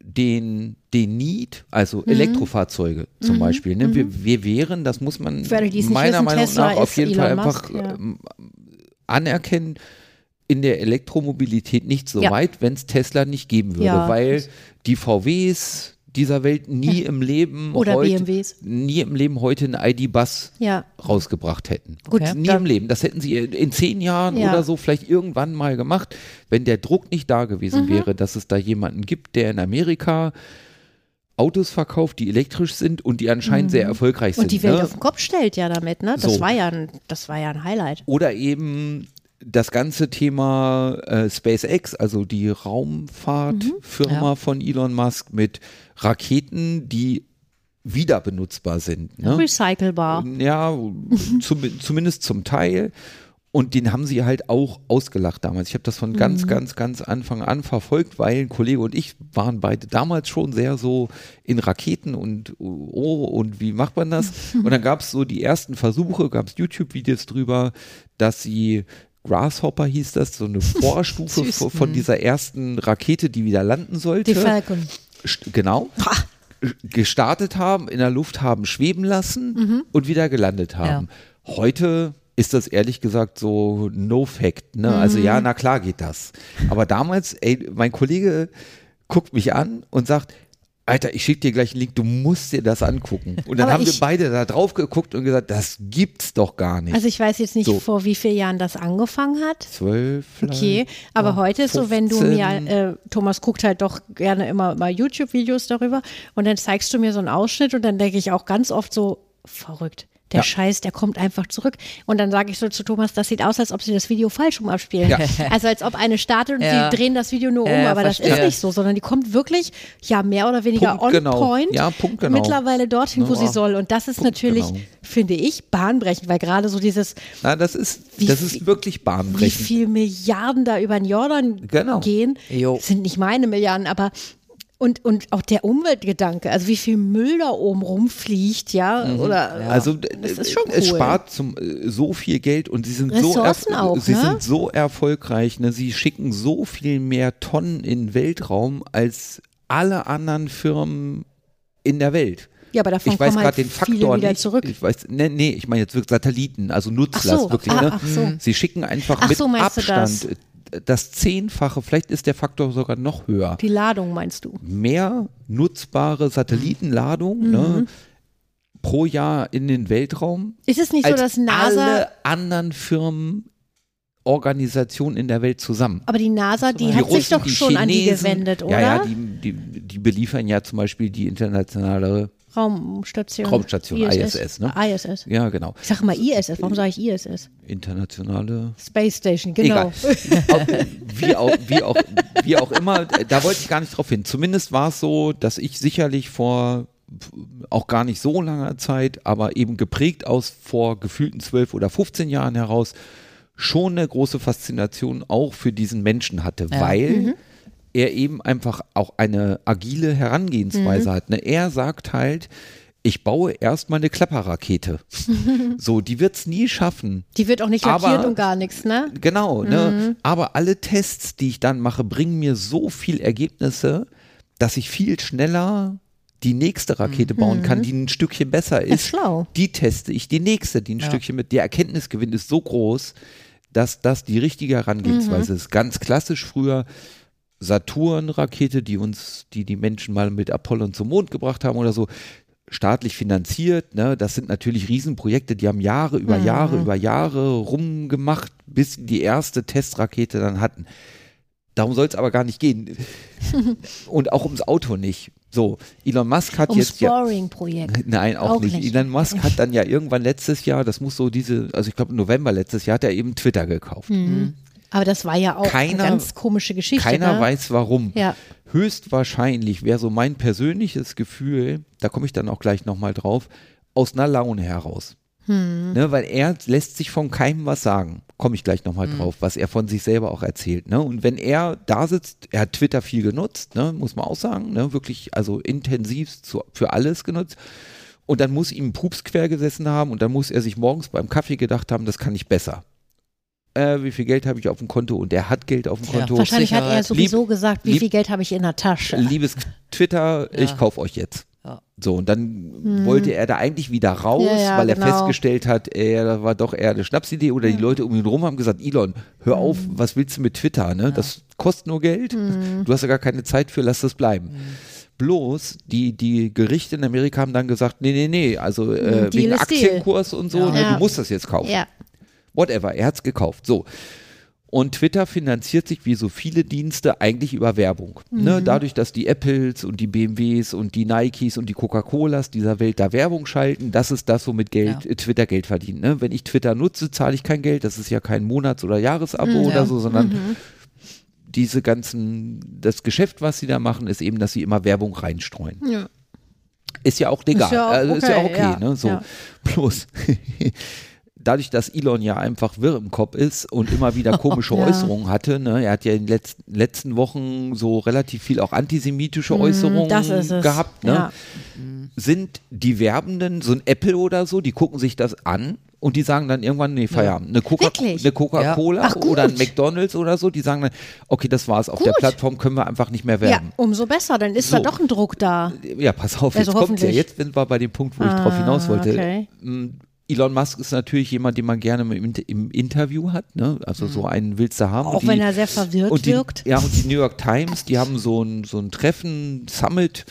S3: den, den Need, also
S4: Mhm.
S3: Elektrofahrzeuge zum Beispiel. Ne? Wir, wir wären, das muss man
S4: Für alle, die es nicht
S3: meiner
S4: wissen,
S3: Meinung
S4: Tesla
S3: nach auf
S4: ist
S3: jeden Fall
S4: Elon
S3: einfach
S4: Musk, ja.
S3: ähm, anerkennen, in der Elektromobilität nicht so
S4: Ja.
S3: weit, wenn es Tesla nicht geben würde,
S4: Ja.
S3: weil die VWs dieser Welt nie im Leben
S4: Oder
S3: heute,
S4: BMWs.
S3: nie im Leben heute einen ID-Bus
S4: Ja.
S3: rausgebracht hätten.
S2: Gut,
S3: nie
S2: dann-
S3: im Leben. Das hätten sie in zehn Jahren
S4: Ja.
S3: oder so vielleicht irgendwann mal gemacht, wenn der Druck nicht da
S4: Mhm.
S3: gewesen wäre, dass es da jemanden gibt, der in Amerika Autos verkauft, die elektrisch sind und die anscheinend sehr erfolgreich sind.
S4: Mhm. Und die Welt
S3: ne?
S4: auf den Kopf stellt ja damit, ne? Das
S3: So.
S4: war ja ein, das war ja ein Highlight.
S3: Oder eben das ganze Thema äh, SpaceX, also die Raumfahrtfirma
S4: Mhm.
S2: Ja.
S3: von Elon Musk mit Raketen, die wieder benutzbar sind. Ne?
S4: Recycelbar.
S3: Ja, zum, zumindest zum Teil. Und den haben sie halt auch ausgelacht damals. Ich habe das von ganz, ganz, ganz Anfang an verfolgt, weil ein Kollege und ich waren beide damals schon sehr so in Raketen und oh, und wie macht man das? Und dann gab es so die ersten Versuche, gab es YouTube-Videos drüber, dass sie Grasshopper hieß das, so eine Vorstufe
S2: Süß.
S3: von- von dieser ersten Rakete, die wieder landen sollte.
S4: Die Falcon.
S3: St- genau, gestartet haben, in der Luft haben schweben lassen
S4: Mhm.
S3: und wieder gelandet haben. Heute ist das ehrlich gesagt so no fact.
S4: Mhm.
S3: Ne? Also ja, na klar geht das. Aber damals, ey, mein Kollege guckt mich an und sagt, Alter, ich schicke dir gleich einen Link, du musst dir das angucken. Und dann
S4: Aber
S3: haben wir
S4: ich-
S3: beide da drauf geguckt und gesagt, das gibt's doch gar nicht.
S4: Also ich weiß jetzt nicht,
S3: So.
S4: vor wie vielen Jahren das angefangen hat.
S3: Zwölf. vielleicht.
S4: Okay, aber heute ist so, wenn du
S3: 15.
S4: mir, äh, Thomas guckt halt doch gerne immer mal YouTube-Videos darüber und dann zeigst du mir so einen Ausschnitt und dann denke ich auch ganz oft so, verrückt, der
S3: Ja.
S4: Scheiß, der kommt einfach zurück. Und dann sage ich so zu Thomas, das sieht aus, als ob sie das Video falsch rum abspielen.
S3: Ja.
S4: Also als ob eine startet und
S2: Ja.
S4: sie drehen das Video nur um,
S2: Ja,
S4: aber das ist
S2: verstehe.
S4: nicht so, sondern die kommt wirklich, ja, mehr oder weniger
S3: Punkt
S4: on
S3: genau.
S4: point,
S3: Ja, Punkt genau.
S4: mittlerweile dorthin, wo
S3: Ja.
S4: sie soll. Und das ist
S3: Punkt
S4: natürlich,
S3: genau.
S4: finde ich, bahnbrechend, weil gerade so dieses,
S3: Na, das ist,
S4: Wie
S3: das
S4: viel-
S3: ist wirklich
S4: wie
S3: bahnbrechend.
S4: viel Milliarden da über den Jordan
S3: Genau.
S4: gehen,
S2: Jo.
S4: sind nicht meine Milliarden, aber und, und auch der Umweltgedanke, also wie viel Müll da oben rumfliegt, ja, oder
S3: Also
S4: das ist schon cool.
S3: es spart zum, äh, so viel Geld und sie sind so
S4: Ressourcen
S3: erf- äh,
S4: auch,
S3: sie
S4: ne?
S3: sind so erfolgreich, ne? Sie schicken so viel mehr Tonnen in den Weltraum als alle anderen Firmen in der Welt.
S4: Ja, aber davon
S3: ich weiß
S4: kommen
S3: gerade
S4: halt
S3: den
S4: viele
S3: Faktor
S4: wieder
S3: nicht.
S4: zurück.
S3: Ich weiß, nee, nee, ich meine jetzt wirklich Satelliten, also
S4: Ach
S3: Nutzlast
S4: so,
S3: wirklich.
S4: ah,
S3: ne?
S4: ach so.
S3: Sie schicken einfach
S4: Ach
S3: mit
S4: so, meinst du das?
S3: Abstand äh, das? Zehnfache, vielleicht ist der Faktor sogar noch höher
S4: die Ladung meinst du? Mhm.
S3: mehr nutzbare Satellitenladung ne, pro Jahr in den Weltraum,
S4: Ist es nicht so,
S3: als
S4: dass NASA.
S3: alle anderen Firmen, Organisationen in der Welt zusammen.
S4: aber die NASA, die,
S3: Die
S4: hat sich
S3: Russen,
S4: doch schon an die
S3: Chinesen,
S4: gewendet, oder?
S3: Ja, ja, die, die, die beliefern ja zum Beispiel die internationale,
S4: Raumstation.
S3: Raumstation, ISS, ne?
S4: ISS.
S3: ja genau,
S4: Ich sage mal ISS, warum sage ich ISS?
S3: internationale
S4: Space Station, genau.
S3: Egal. wie, auch, wie, auch, wie auch immer, da wollte ich gar nicht drauf hin. Zumindest war es so, dass ich sicherlich vor auch gar nicht so langer Zeit, aber eben geprägt aus vor gefühlten zwölf oder 15 Jahren heraus schon eine große Faszination auch für diesen Menschen hatte, weil er eben einfach auch eine agile Herangehensweise hat. Ne? Er sagt halt, ich baue erstmal eine Klapperrakete. so, die wird es nie schaffen.
S4: Die wird auch nicht lackiert
S3: Aber-
S4: und gar nichts, ne?
S3: Genau, ne? aber alle Tests, die ich dann mache, bringen mir so viel Ergebnisse, dass ich viel schneller die nächste Rakete bauen kann, die ein Stückchen besser ist.
S4: schlau.
S3: Die teste ich, die nächste, die ein Stückchen mit. Der Erkenntnisgewinn ist so groß, dass das die richtige Herangehensweise ist. Ganz klassisch früher Saturn-Rakete, die uns, die die Menschen mal mit Apollo zum Mond gebracht haben oder so, staatlich finanziert. Ne? Das sind natürlich Riesenprojekte, die haben Jahre über
S4: Mhm.
S3: Jahre über Jahre rumgemacht, bis die erste Testrakete dann hatten. Darum soll es aber gar nicht gehen. Und auch ums Auto nicht. So, Elon Musk hat
S4: Um
S3: jetzt ja.
S4: Boring-Projekt.
S3: Nein, auch,
S4: Auch
S3: nicht.
S4: nicht.
S3: Elon Musk hat dann ja irgendwann letztes Jahr, das muss so diese, also ich glaube im November letztes Jahr, hat er eben Twitter gekauft.
S4: Hm. Aber das war ja auch
S3: Keiner-
S4: eine ganz komische Geschichte.
S3: Keiner
S4: ne?
S3: weiß warum.
S4: Ja.
S3: Höchstwahrscheinlich wäre so mein persönliches Gefühl, da komme ich dann auch gleich nochmal drauf, aus einer Laune heraus.
S4: Hm.
S3: Ne, weil er lässt sich von keinem was sagen. Komme ich gleich
S4: Hm.
S3: nochmal drauf, was er von sich selber auch erzählt. Ne? Und wenn er da sitzt, er hat Twitter viel genutzt, ne? muss man auch sagen, ne? wirklich also intensiv zu, für alles genutzt. Und dann muss ihm Pups quer gesessen haben und dann muss er sich morgens beim Kaffee gedacht haben, das kann ich besser. Äh, wie viel Geld habe ich auf dem Konto? Und er hat Geld auf dem
S2: Ja,
S3: Konto.
S4: Wahrscheinlich hat er
S2: Sicherheit.
S4: sowieso
S3: Lieb-
S4: gesagt, wie
S3: lieb-
S4: viel Geld habe ich in der Tasche.
S3: Liebes Twitter,
S2: Ja.
S3: ich kauf euch jetzt.
S2: Ja.
S3: So, und dann wollte er da eigentlich wieder raus,
S4: Hm. Ja, ja,
S3: weil er
S4: genau. Hm.
S3: festgestellt hat, er war doch eher eine Schnapsidee oder die Leute um ihn rum haben gesagt, Elon, hör auf, was willst du mit Twitter? Ne? Das kostet nur Geld,
S4: Hm.
S3: du hast ja gar keine Zeit für, lass das bleiben. Bloß, die, die Gerichte in Amerika haben dann gesagt, nee, nee, nee, also äh,
S4: Hm, Deal
S3: wegen
S4: ist Deal.
S3: Aktienkurs und so,
S2: Ja.
S3: ne,
S4: Ja.
S3: du musst das jetzt kaufen.
S4: Ja,
S3: Whatever, er hat's gekauft. So. Und Twitter finanziert sich wie so viele Dienste eigentlich über Werbung. Ne?
S4: Mhm.
S3: Dadurch, dass die Apples und die BMWs und die Nikes und die Coca-Colas dieser Welt da Werbung schalten, das ist das, womit Geld,
S2: Ja.
S3: äh, Twitter Geld verdient. Ne? Wenn ich Twitter nutze, zahle ich kein Geld. Das ist ja kein Monats- oder Jahresabo
S4: Mhm.
S3: oder
S2: ja.
S3: so, sondern diese ganzen, das Geschäft, was sie da machen, ist eben, dass sie immer Werbung reinstreuen.
S4: Ja.
S3: Ist ja auch legal.
S4: Ist ja auch
S3: also ist ja auch
S4: okay,
S3: okay.
S4: ja,
S3: Ne? So.
S4: ja.
S3: Bloß dadurch, dass Elon ja einfach wirr im Kopf ist und immer wieder komische
S4: Ja.
S3: Äußerungen hatte, ne? er hat ja in den letzten, letzten Wochen so relativ viel auch antisemitische Äußerungen
S4: Mhm, das ist es.
S3: gehabt. Ne?
S4: Ja.
S3: Sind die Werbenden, so ein Apple oder so, die gucken sich das an und die sagen dann irgendwann, nee, Feierabend. Eine Coca-
S4: Wirklich?
S3: eine Coca-Cola
S4: Ja. Ach, gut.
S3: oder ein McDonalds oder so, die sagen dann, okay, das war's, auf der
S4: Gut.
S3: Plattform können wir einfach nicht mehr
S4: ja,
S3: werben
S4: umso besser, dann ist
S3: So.
S4: da doch ein Druck da.
S3: ja, pass auf,
S4: Also
S3: jetzt kommt ja.
S4: hoffentlich. Ah,
S3: Jetzt sind wir bei dem Punkt, wo ich drauf hinaus wollte.
S4: okay.
S3: Mm, Elon Musk ist natürlich jemand, den man gerne im, Inter- im Interview hat, ne? Also so einen willst du haben.
S4: Mhm. Auch
S3: Und die-
S4: wenn er sehr verwirrt
S3: und die,
S4: wirkt.
S3: Ja, und die New York Times, die haben so ein, so ein Treffen, Summit.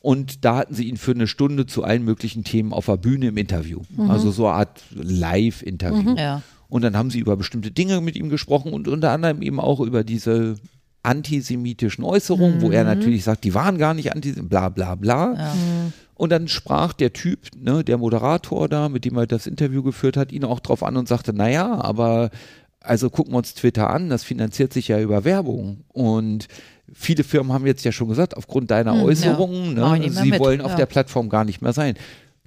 S3: Und da hatten sie ihn für eine Stunde zu allen möglichen Themen auf der Bühne im Interview.
S4: Mhm.
S3: Also so eine Art Live-Interview.
S2: Ja.
S3: Und dann haben sie über bestimmte Dinge mit ihm gesprochen und unter anderem eben auch über diese antisemitischen Äußerungen, wo er natürlich sagt, die waren gar nicht antisemitisch, bla bla bla. Und dann sprach der Typ, ne, der Moderator da, mit dem er das Interview geführt hat, ihn auch drauf an und sagte, naja, aber also gucken wir uns Twitter an, das finanziert sich ja über Werbung. Und viele Firmen haben jetzt ja schon gesagt, aufgrund deiner Äußerungen,
S2: Mach ich
S3: ne,
S2: nicht mehr
S3: sie
S2: mit,
S3: wollen auf
S2: ja.
S3: der Plattform gar nicht mehr sein.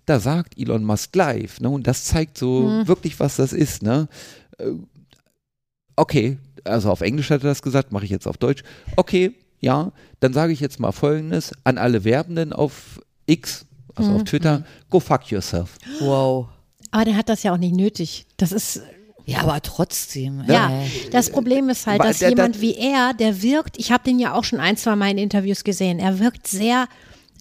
S3: Da sagt Elon Musk live, ne, und das zeigt so
S4: Mhm.
S3: wirklich, was das ist, ne? Äh, Okay, also auf Englisch hat er das gesagt, mache ich jetzt auf Deutsch. Okay, ja, dann sage ich jetzt mal folgendes an alle Werbenden auf X, also
S4: Mhm,
S3: auf Twitter, go fuck yourself.
S2: Wow.
S4: Aber der hat das ja auch nicht nötig. Das ist
S2: Ja, aber trotzdem.
S4: Ja,
S2: ey.
S4: das Problem ist halt,
S3: Weil
S4: dass
S3: der- der-
S4: jemand wie er, der wirkt, ich habe den ja auch schon ein, zwei Mal in Interviews gesehen, er wirkt sehr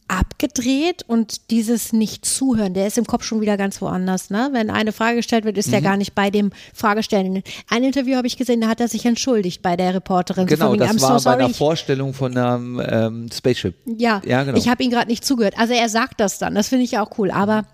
S4: abgedreht und dieses Nicht-Zuhören, der ist im Kopf schon wieder ganz woanders. Ne? Wenn eine Frage gestellt wird,
S3: Mhm.
S4: ist der gar nicht bei dem Fragestellenden. Ein Interview habe ich gesehen, da hat er sich entschuldigt bei der Reporterin. so
S3: Genau,
S4: Also von wegen,
S3: das
S4: I'm
S3: war
S4: so
S3: bei
S4: sorry,
S3: einer
S4: ich-
S3: Vorstellung von einem ähm, Spaceship.
S4: ja,
S3: ja genau.
S4: ich habe ihm gerade nicht zugehört. Also er sagt das dann, das finde ich ja auch cool, aber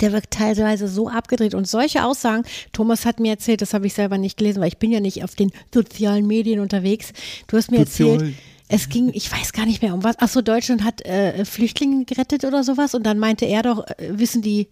S4: Der wirkt teilweise so abgedreht und solche Aussagen, Thomas hat mir erzählt, das habe ich selber nicht gelesen, weil ich bin ja nicht auf den sozialen Medien unterwegs. Du hast mir erzählt,
S3: Sozial.
S4: es ging, ich weiß gar nicht mehr um was. Ach so, Deutschland hat äh, Flüchtlinge gerettet oder sowas und dann meinte er doch, äh, wissen die,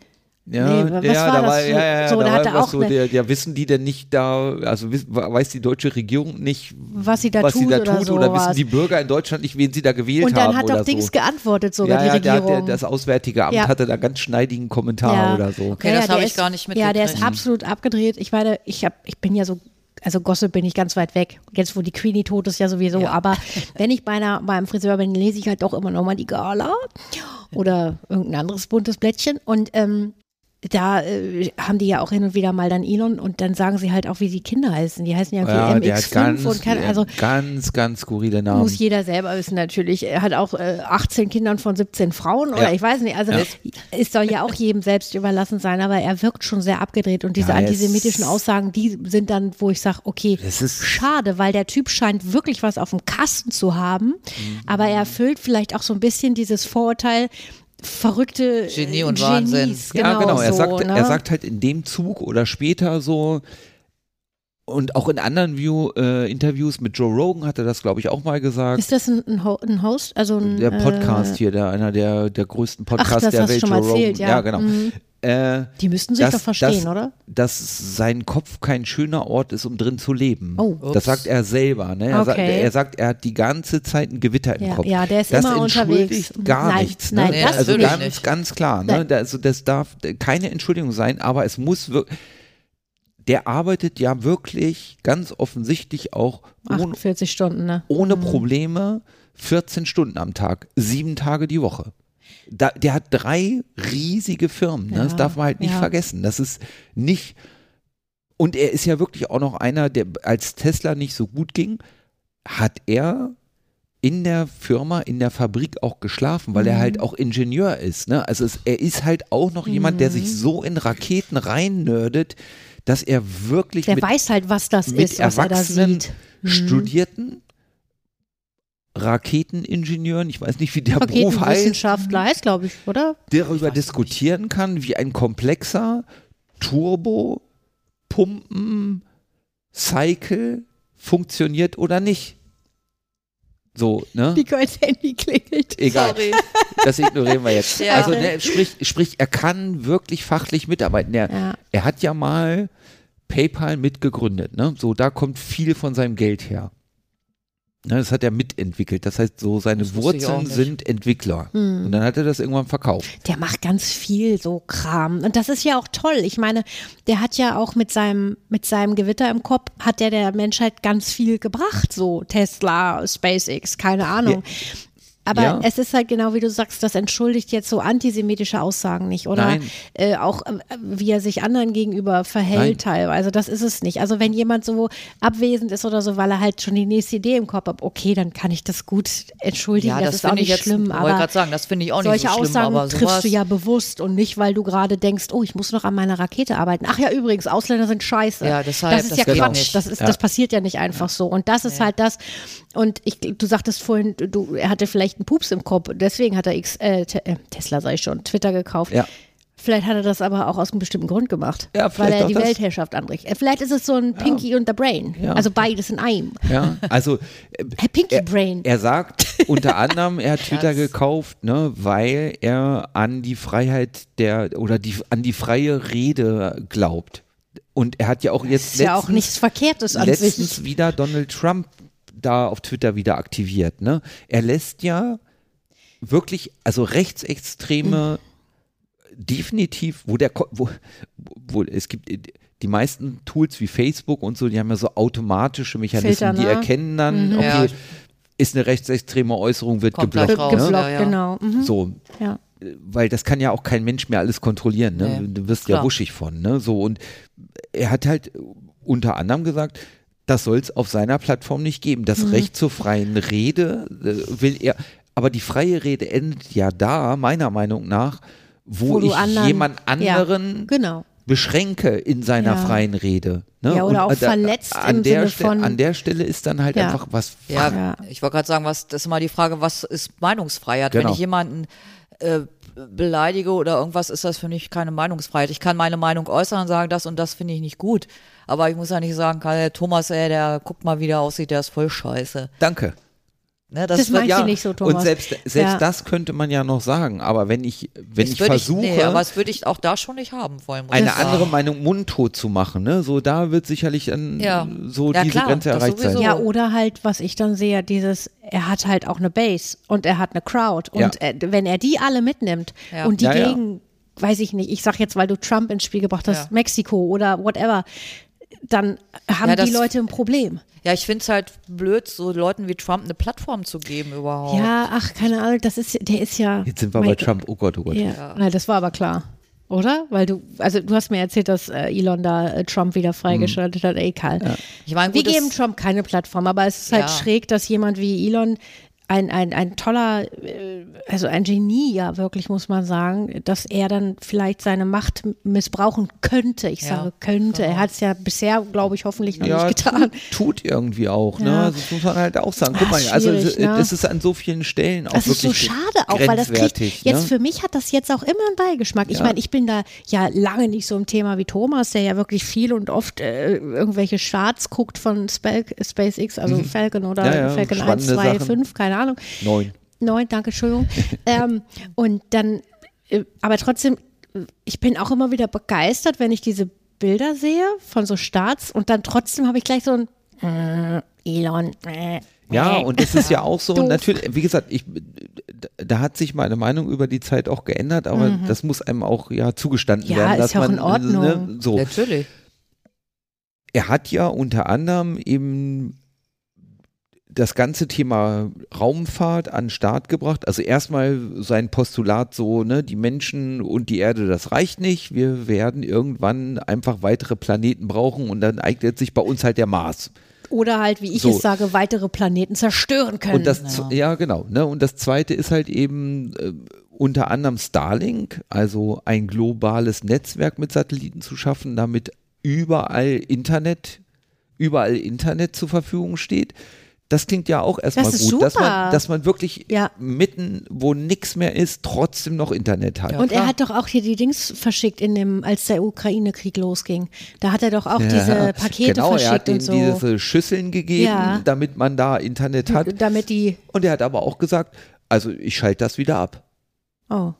S3: Ja,
S4: nee, wa- was
S3: ja,
S4: war
S3: da
S4: das?
S3: war, ja, ja, ja,
S4: so,
S3: da
S4: da
S3: war
S4: hat er
S3: irgendwas
S4: auch
S3: so,
S4: eine-
S3: der, ja, wissen die denn nicht da, also wiss- weiß die deutsche Regierung nicht,
S4: Was sie da
S3: was sie
S4: tut
S3: da
S4: oder
S3: tut oder wissen
S4: sowas.
S3: die Bürger in Deutschland nicht, wen sie da gewählt
S4: und
S3: haben
S4: dann hat
S3: oder
S4: auch Dings
S3: so.
S4: geantwortet sogar,
S3: ja, ja,
S4: die
S3: der,
S4: Regierung.
S3: der, das Auswärtige Amt
S4: Ja.
S3: hatte da ganz schneidigen Kommentar
S4: Ja.
S3: oder so.
S2: Okay, das
S4: der
S2: habe ich
S4: ist-
S2: gar nicht
S4: Ja, der ist
S2: mitgekriegt.
S4: absolut abgedreht. Ich meine, ich, hab, ich bin ja so, also Gossip bin ich ganz weit weg. Jetzt, wo die Queenie tot ist, ja sowieso. Aber wenn ich bei einer, beim Friseur bin, lese ich halt auch immer nochmal die Gala oder irgendein anderes buntes Blättchen. Und ähm, da äh, haben die ja auch hin und wieder mal dann Elon und dann sagen sie halt auch, wie die Kinder heißen. Die heißen ja
S3: Ja,
S4: irgendwie
S3: der hat
S4: MX5
S3: ganz,
S4: und keine, also
S3: ganz, ganz skurrile Namen.
S4: muss jeder selber wissen, natürlich. Er hat auch äh, 18 Kindern von 17 Frauen oder
S3: Ja.
S4: ich weiß nicht. Also
S3: Ja.
S4: es soll ja auch jedem selbst überlassen sein, aber er wirkt schon sehr abgedreht und diese
S3: Ja, er ist-
S4: antisemitischen Aussagen, die sind dann, wo ich sage, okay,
S3: Das ist-
S4: schade, weil der Typ scheint wirklich was auf dem Kasten zu haben,
S3: Mhm.
S4: aber er erfüllt vielleicht auch so ein bisschen dieses Vorurteil, verrückte äh,
S2: Genie und
S4: Genies,
S2: Wahnsinn.
S4: Genau,
S3: ja, genau. Er,
S4: so,
S3: sagt,
S4: ne?
S3: er sagt halt in dem Zug oder später so. Und auch in anderen View, äh, Interviews mit Joe Rogan hat er das, glaube ich, auch mal gesagt.
S4: ist das ein, ein, Ho ein Host? Also ein,
S3: Der Podcast
S4: äh,
S3: hier, der, einer der, der größten
S4: Ach,
S3: Podcasts
S4: das
S3: der
S4: hast du
S3: Welt,
S4: schon mal
S3: Joe Rogan.
S4: erzählt, ja.
S3: genau.
S4: Mhm.
S3: Äh,
S4: Die müssten sich
S3: dass-
S4: doch verstehen,
S3: dass,
S4: oder?
S3: Dass sein Kopf kein schöner Ort ist, um drin zu leben.
S4: Oh.
S3: Das sagt er selber. Ne? Er, sagt,
S4: Okay.
S3: er sagt, er hat die ganze Zeit ein Gewitter im
S4: Ja,
S3: Kopf.
S4: ja, der ist
S3: das
S4: immer
S3: entschuldigt
S4: unterwegs.
S3: gar
S4: Nein,
S3: nichts. Ne?
S4: nein,
S2: Nee, das
S3: also
S2: natürlich
S3: ganz,
S2: nicht.
S3: ganz klar. Ne?
S4: Nein.
S3: Da- Also das darf keine Entschuldigung sein, aber es muss wirklich. Der arbeitet ja wirklich ganz offensichtlich auch ohne,
S4: 48 Stunden, ne?
S3: ohne Probleme 14 Stunden am Tag, sieben Tage die Woche. Da, der hat drei riesige Firmen, ne? das
S4: Ja,
S3: darf man halt nicht
S4: ja.
S3: vergessen. Das ist nicht. Und er ist ja wirklich auch noch einer, der als Tesla nicht so gut ging, hat er in der Firma, in der Fabrik auch geschlafen, weil er halt
S4: Mhm.
S3: auch Ingenieur ist. Ne? Also es, er ist halt auch noch jemand, der
S4: Mhm.
S3: sich so in Raketen reinnördet, dass er wirklich
S4: Der
S3: mit
S4: weiß halt, was das
S3: mit
S4: ist, was er da
S3: erwachsenen
S4: sieht. Mhm.
S3: Studierten, Raketeningenieuren, ich weiß nicht, wie der Beruf heißt,
S4: Raketenwissenschaftler heißt, glaube ich, oder?
S3: darüber diskutieren kann, wie ein komplexer Turbo, Pumpen, Cycle funktioniert oder nicht. So, ne?
S4: Nicole's Handy klingelt.
S3: Egal.
S2: Sorry.
S3: Das ignorieren wir jetzt.
S2: Ja.
S3: Also, ne, sprich, sprich, er kann wirklich fachlich mitarbeiten. Er,
S4: Ja.
S3: er hat ja mal PayPal mitgegründet. Ne? So, da kommt viel von seinem Geld her. Ne, das hat er mitentwickelt. Das heißt, so seine
S2: Das wusste ich auch
S3: Wurzeln
S2: nicht. Hm.
S3: sind Entwickler. Und dann hat er das irgendwann verkauft.
S4: Der macht ganz viel so Kram. Und das ist ja auch toll. Ich meine, der hat ja auch mit seinem, mit seinem Gewitter im Kopf, hat der der Menschheit ganz viel gebracht. So Tesla, SpaceX, keine Ahnung. Aber
S3: Ja.
S4: es ist halt genau wie du sagst, das entschuldigt jetzt so antisemitische Aussagen nicht. Oder
S3: Nein.
S4: äh, auch, äh, wie er sich anderen gegenüber verhält teilweise. Das ist es nicht. Also wenn jemand so abwesend ist oder so, weil er halt schon die nächste Idee im Kopf hat, okay, dann kann ich das gut entschuldigen.
S2: Ja,
S4: das,
S2: das
S4: ist auch
S2: finde
S4: nicht
S2: ich jetzt,
S4: schlimm.
S2: wollte
S4: Aber
S2: gerade sagen, das finde ich auch nicht
S4: solche
S2: so schlimm,
S4: Aussagen
S2: aber sowas-
S4: triffst du ja bewusst und nicht, weil du gerade denkst, oh, ich muss noch an meiner Rakete arbeiten. Ach ja, übrigens, Ausländer sind scheiße.
S2: Ja, deshalb,
S4: das ist
S2: das
S4: ja
S2: geht
S4: Quatsch.
S2: nicht.
S4: Das, ist, das passiert ja nicht einfach so. Und das ist halt das. Und ich, du sagtest vorhin, du, er hatte vielleicht einen Pups im Kopf. Deswegen hat er X, äh, Te äh, Tesla, sei ich schon, Twitter gekauft.
S3: Ja.
S4: Vielleicht hat er das aber auch aus einem bestimmten Grund gemacht,
S3: Ja,
S4: weil
S3: vielleicht
S4: er
S3: auch
S4: die
S3: das.
S4: Weltherrschaft anrichtet. Äh, Vielleicht ist es so ein Pinky und the Brain.
S3: Ja.
S4: Also beides in einem.
S3: Ja? Also, äh,
S4: Hey, Pinky
S3: er,
S4: Brain.
S3: er sagt unter anderem, er hat Twitter gekauft, ne, weil er an die Freiheit der oder die, an die freie Rede glaubt. Und er hat ja auch jetzt
S4: ist ja auch
S3: letztens-
S4: nichts Verkehrtes an sich.
S3: letztens wieder Donald Trump da auf Twitter wieder aktiviert. Ne? Er lässt ja wirklich, also rechtsextreme, definitiv, wo der, Ko- wo, wo es gibt äh, die meisten Tools wie Facebook und so, die haben ja so automatische Mechanismen,
S4: Filter,
S3: die
S4: ne?
S3: erkennen dann, okay,
S2: Ja.
S3: ist eine rechtsextreme Äußerung, wird
S2: Kommt ne? gleich
S3: geblockt.
S2: raus.
S3: Ne?
S4: Geblockt,
S2: Ja, ja.
S4: genau. Mhm.
S3: So,
S4: Ja.
S3: weil das kann ja auch kein Mensch mehr alles kontrollieren. Ne?
S2: Nee,
S3: Du wirst ja
S2: klar.
S3: wuschig von. Ne? So und er hat halt unter anderem gesagt, das soll es auf seiner Plattform nicht geben. Das
S4: Mhm.
S3: Recht zur freien Rede äh, will er. Aber die freie Rede endet ja da, meiner Meinung nach, wo,
S4: du
S3: ich
S4: anderen-
S3: jemand anderen
S4: Ja, genau.
S3: beschränke in seiner
S4: Ja.
S3: freien Rede. Ne?
S4: Ja, oder
S3: Und
S4: auch
S3: an der-
S4: verletzt
S3: an
S4: im
S3: der
S4: Sinne
S3: Stelle-
S4: von-
S3: An der Stelle ist dann halt
S4: Ja.
S3: einfach was.
S2: Ja,
S4: Ja.
S2: ich wollte gerade sagen, was, das ist mal die Frage, was ist Meinungsfreiheit?
S3: Genau.
S2: Wenn ich jemanden äh, beleidige oder irgendwas, ist das für mich keine Meinungsfreiheit. Ich kann meine Meinung äußern und sagen, das und das finde ich nicht gut. Aber ich muss ja nicht sagen, Karl, der Thomas, ey, der guckt mal, wie der aussieht, der ist voll scheiße.
S3: Danke.
S2: Ne,
S4: Das
S2: wird-
S4: meinst du nicht so, Thomas.
S3: Und selbst, selbst
S4: Ja.
S3: das könnte man ja noch sagen, aber wenn ich, wenn ich,
S2: würd
S3: versuche,
S2: nee, aber das würde ich auch da schon nicht haben wollen. muss ich
S3: eine
S2: sagen.
S3: andere Meinung mundtot zu machen, ne? so da wird sicherlich dann
S2: Ja.
S3: so
S2: Ja,
S3: diese
S2: klar,
S3: Grenze
S2: das
S3: erreicht sein.
S2: sowieso.
S4: Ja, oder halt, was ich dann sehe, dieses, er hat halt auch eine Base und er hat eine Crowd. Und
S3: Ja.
S4: äh, wenn er die alle mitnimmt
S2: Ja.
S4: und die
S3: Ja, ja.
S4: gegen, weiß ich nicht, ich sag jetzt, weil du Trump ins Spiel gebracht hast,
S2: Ja.
S4: Mexiko oder whatever, dann haben
S2: Ja, das-
S4: die Leute ein Problem.
S2: Ja, ich finde es halt blöd, so Leuten wie Trump eine Plattform zu geben überhaupt.
S4: Ja, ach, keine Ahnung, das ist, der ist ja.
S3: Oh. Jetzt sind wir
S4: mein
S3: bei
S4: Gott.
S3: Trump, oh Gott, oh Gott.
S4: Ja, Na, das war aber klar. Oder? Weil du, also du hast mir erzählt, dass äh, Elon da äh, Trump wieder freigeschaltet hat. Ey, Karl.
S2: Ich meine,
S4: Wir
S2: gut, das-
S4: geben Trump keine Plattform, aber es ist halt
S2: Ja.
S4: schräg, dass jemand wie Elon, ein, ein, ein toller, äh, also ein Genie ja wirklich, muss man sagen, dass er dann vielleicht seine Macht m- missbrauchen könnte. Ich
S2: Ja, genau.
S4: sage könnte. Er hat es ja bisher, glaube ich, hoffentlich noch
S3: Ja,
S4: nicht getan.
S3: tut, tut irgendwie auch, ne?
S4: Ja.
S3: Das muss man halt auch sagen. Guck
S4: Ach,
S3: mal, also es,
S4: schwierig, ne?
S3: es ist an so vielen Stellen auch
S4: Das ist
S3: wirklich
S4: so schade auch, weil das kriegt,
S3: grenzwertig,
S4: jetzt
S3: ne?
S4: für mich hat das jetzt auch immer einen Beigeschmack. Ich
S3: Ja.
S4: meine, ich bin da ja lange nicht so im Thema wie Thomas, der ja wirklich viel und oft äh, irgendwelche Charts guckt von Spal SpaceX, also Falcon oder
S3: Mhm. Ja, ja,
S4: Falcon 1,
S3: spannende
S4: 2,
S3: Sachen.
S4: 5, keine Ahnung.
S3: Neun.
S4: Neun, danke, Entschuldigung. ähm, und dann, äh, aber trotzdem, ich bin auch immer wieder begeistert, wenn ich diese Bilder sehe von so Starts und dann trotzdem habe ich gleich so ein äh, Elon. Äh,
S3: Ja,
S4: äh.
S3: und das ist ja auch so.
S4: Doof.
S3: Natürlich, wie gesagt, ich, da hat sich meine Meinung über die Zeit auch geändert, aber das muss einem auch ja zugestanden
S4: Mhm. Ja,
S3: werden.
S4: ist
S3: dass
S4: ja auch
S3: man,
S4: in Ordnung.
S3: Ne, so.
S2: Natürlich.
S3: er hat ja unter anderem eben das ganze Thema Raumfahrt an den Start gebracht. Also erstmal sein Postulat so, ne, die Menschen und die Erde, das reicht nicht. Wir werden irgendwann einfach weitere Planeten brauchen und dann eignet sich bei uns halt der Mars.
S4: Oder halt, wie ich
S3: So.
S4: es sage, weitere Planeten zerstören können.
S3: Und das, z- ja, genau. Ne? Und das zweite ist halt eben äh, unter anderem Starlink, also ein globales Netzwerk mit Satelliten zu schaffen, damit überall Internet, überall Internet zur Verfügung steht. Das klingt ja auch erstmal
S4: Das
S3: gut,
S4: ist
S3: dass
S4: super.
S3: man, dass man wirklich
S4: Ja.
S3: mitten, wo nichts mehr ist, trotzdem noch Internet hat.
S4: und er
S2: klar.
S4: hat doch auch hier die Dings verschickt, in dem, als der Ukraine-Krieg losging. Da hat er doch auch
S3: Ja,
S4: diese Pakete
S3: genau, er
S4: verschickt
S3: hat ihnen
S4: und so.
S3: diese Schüsseln gegeben,
S4: Ja.
S3: damit man da Internet hat.
S4: damit die.
S3: Und er hat aber auch gesagt, also ich schalte das wieder ab.
S4: Oh.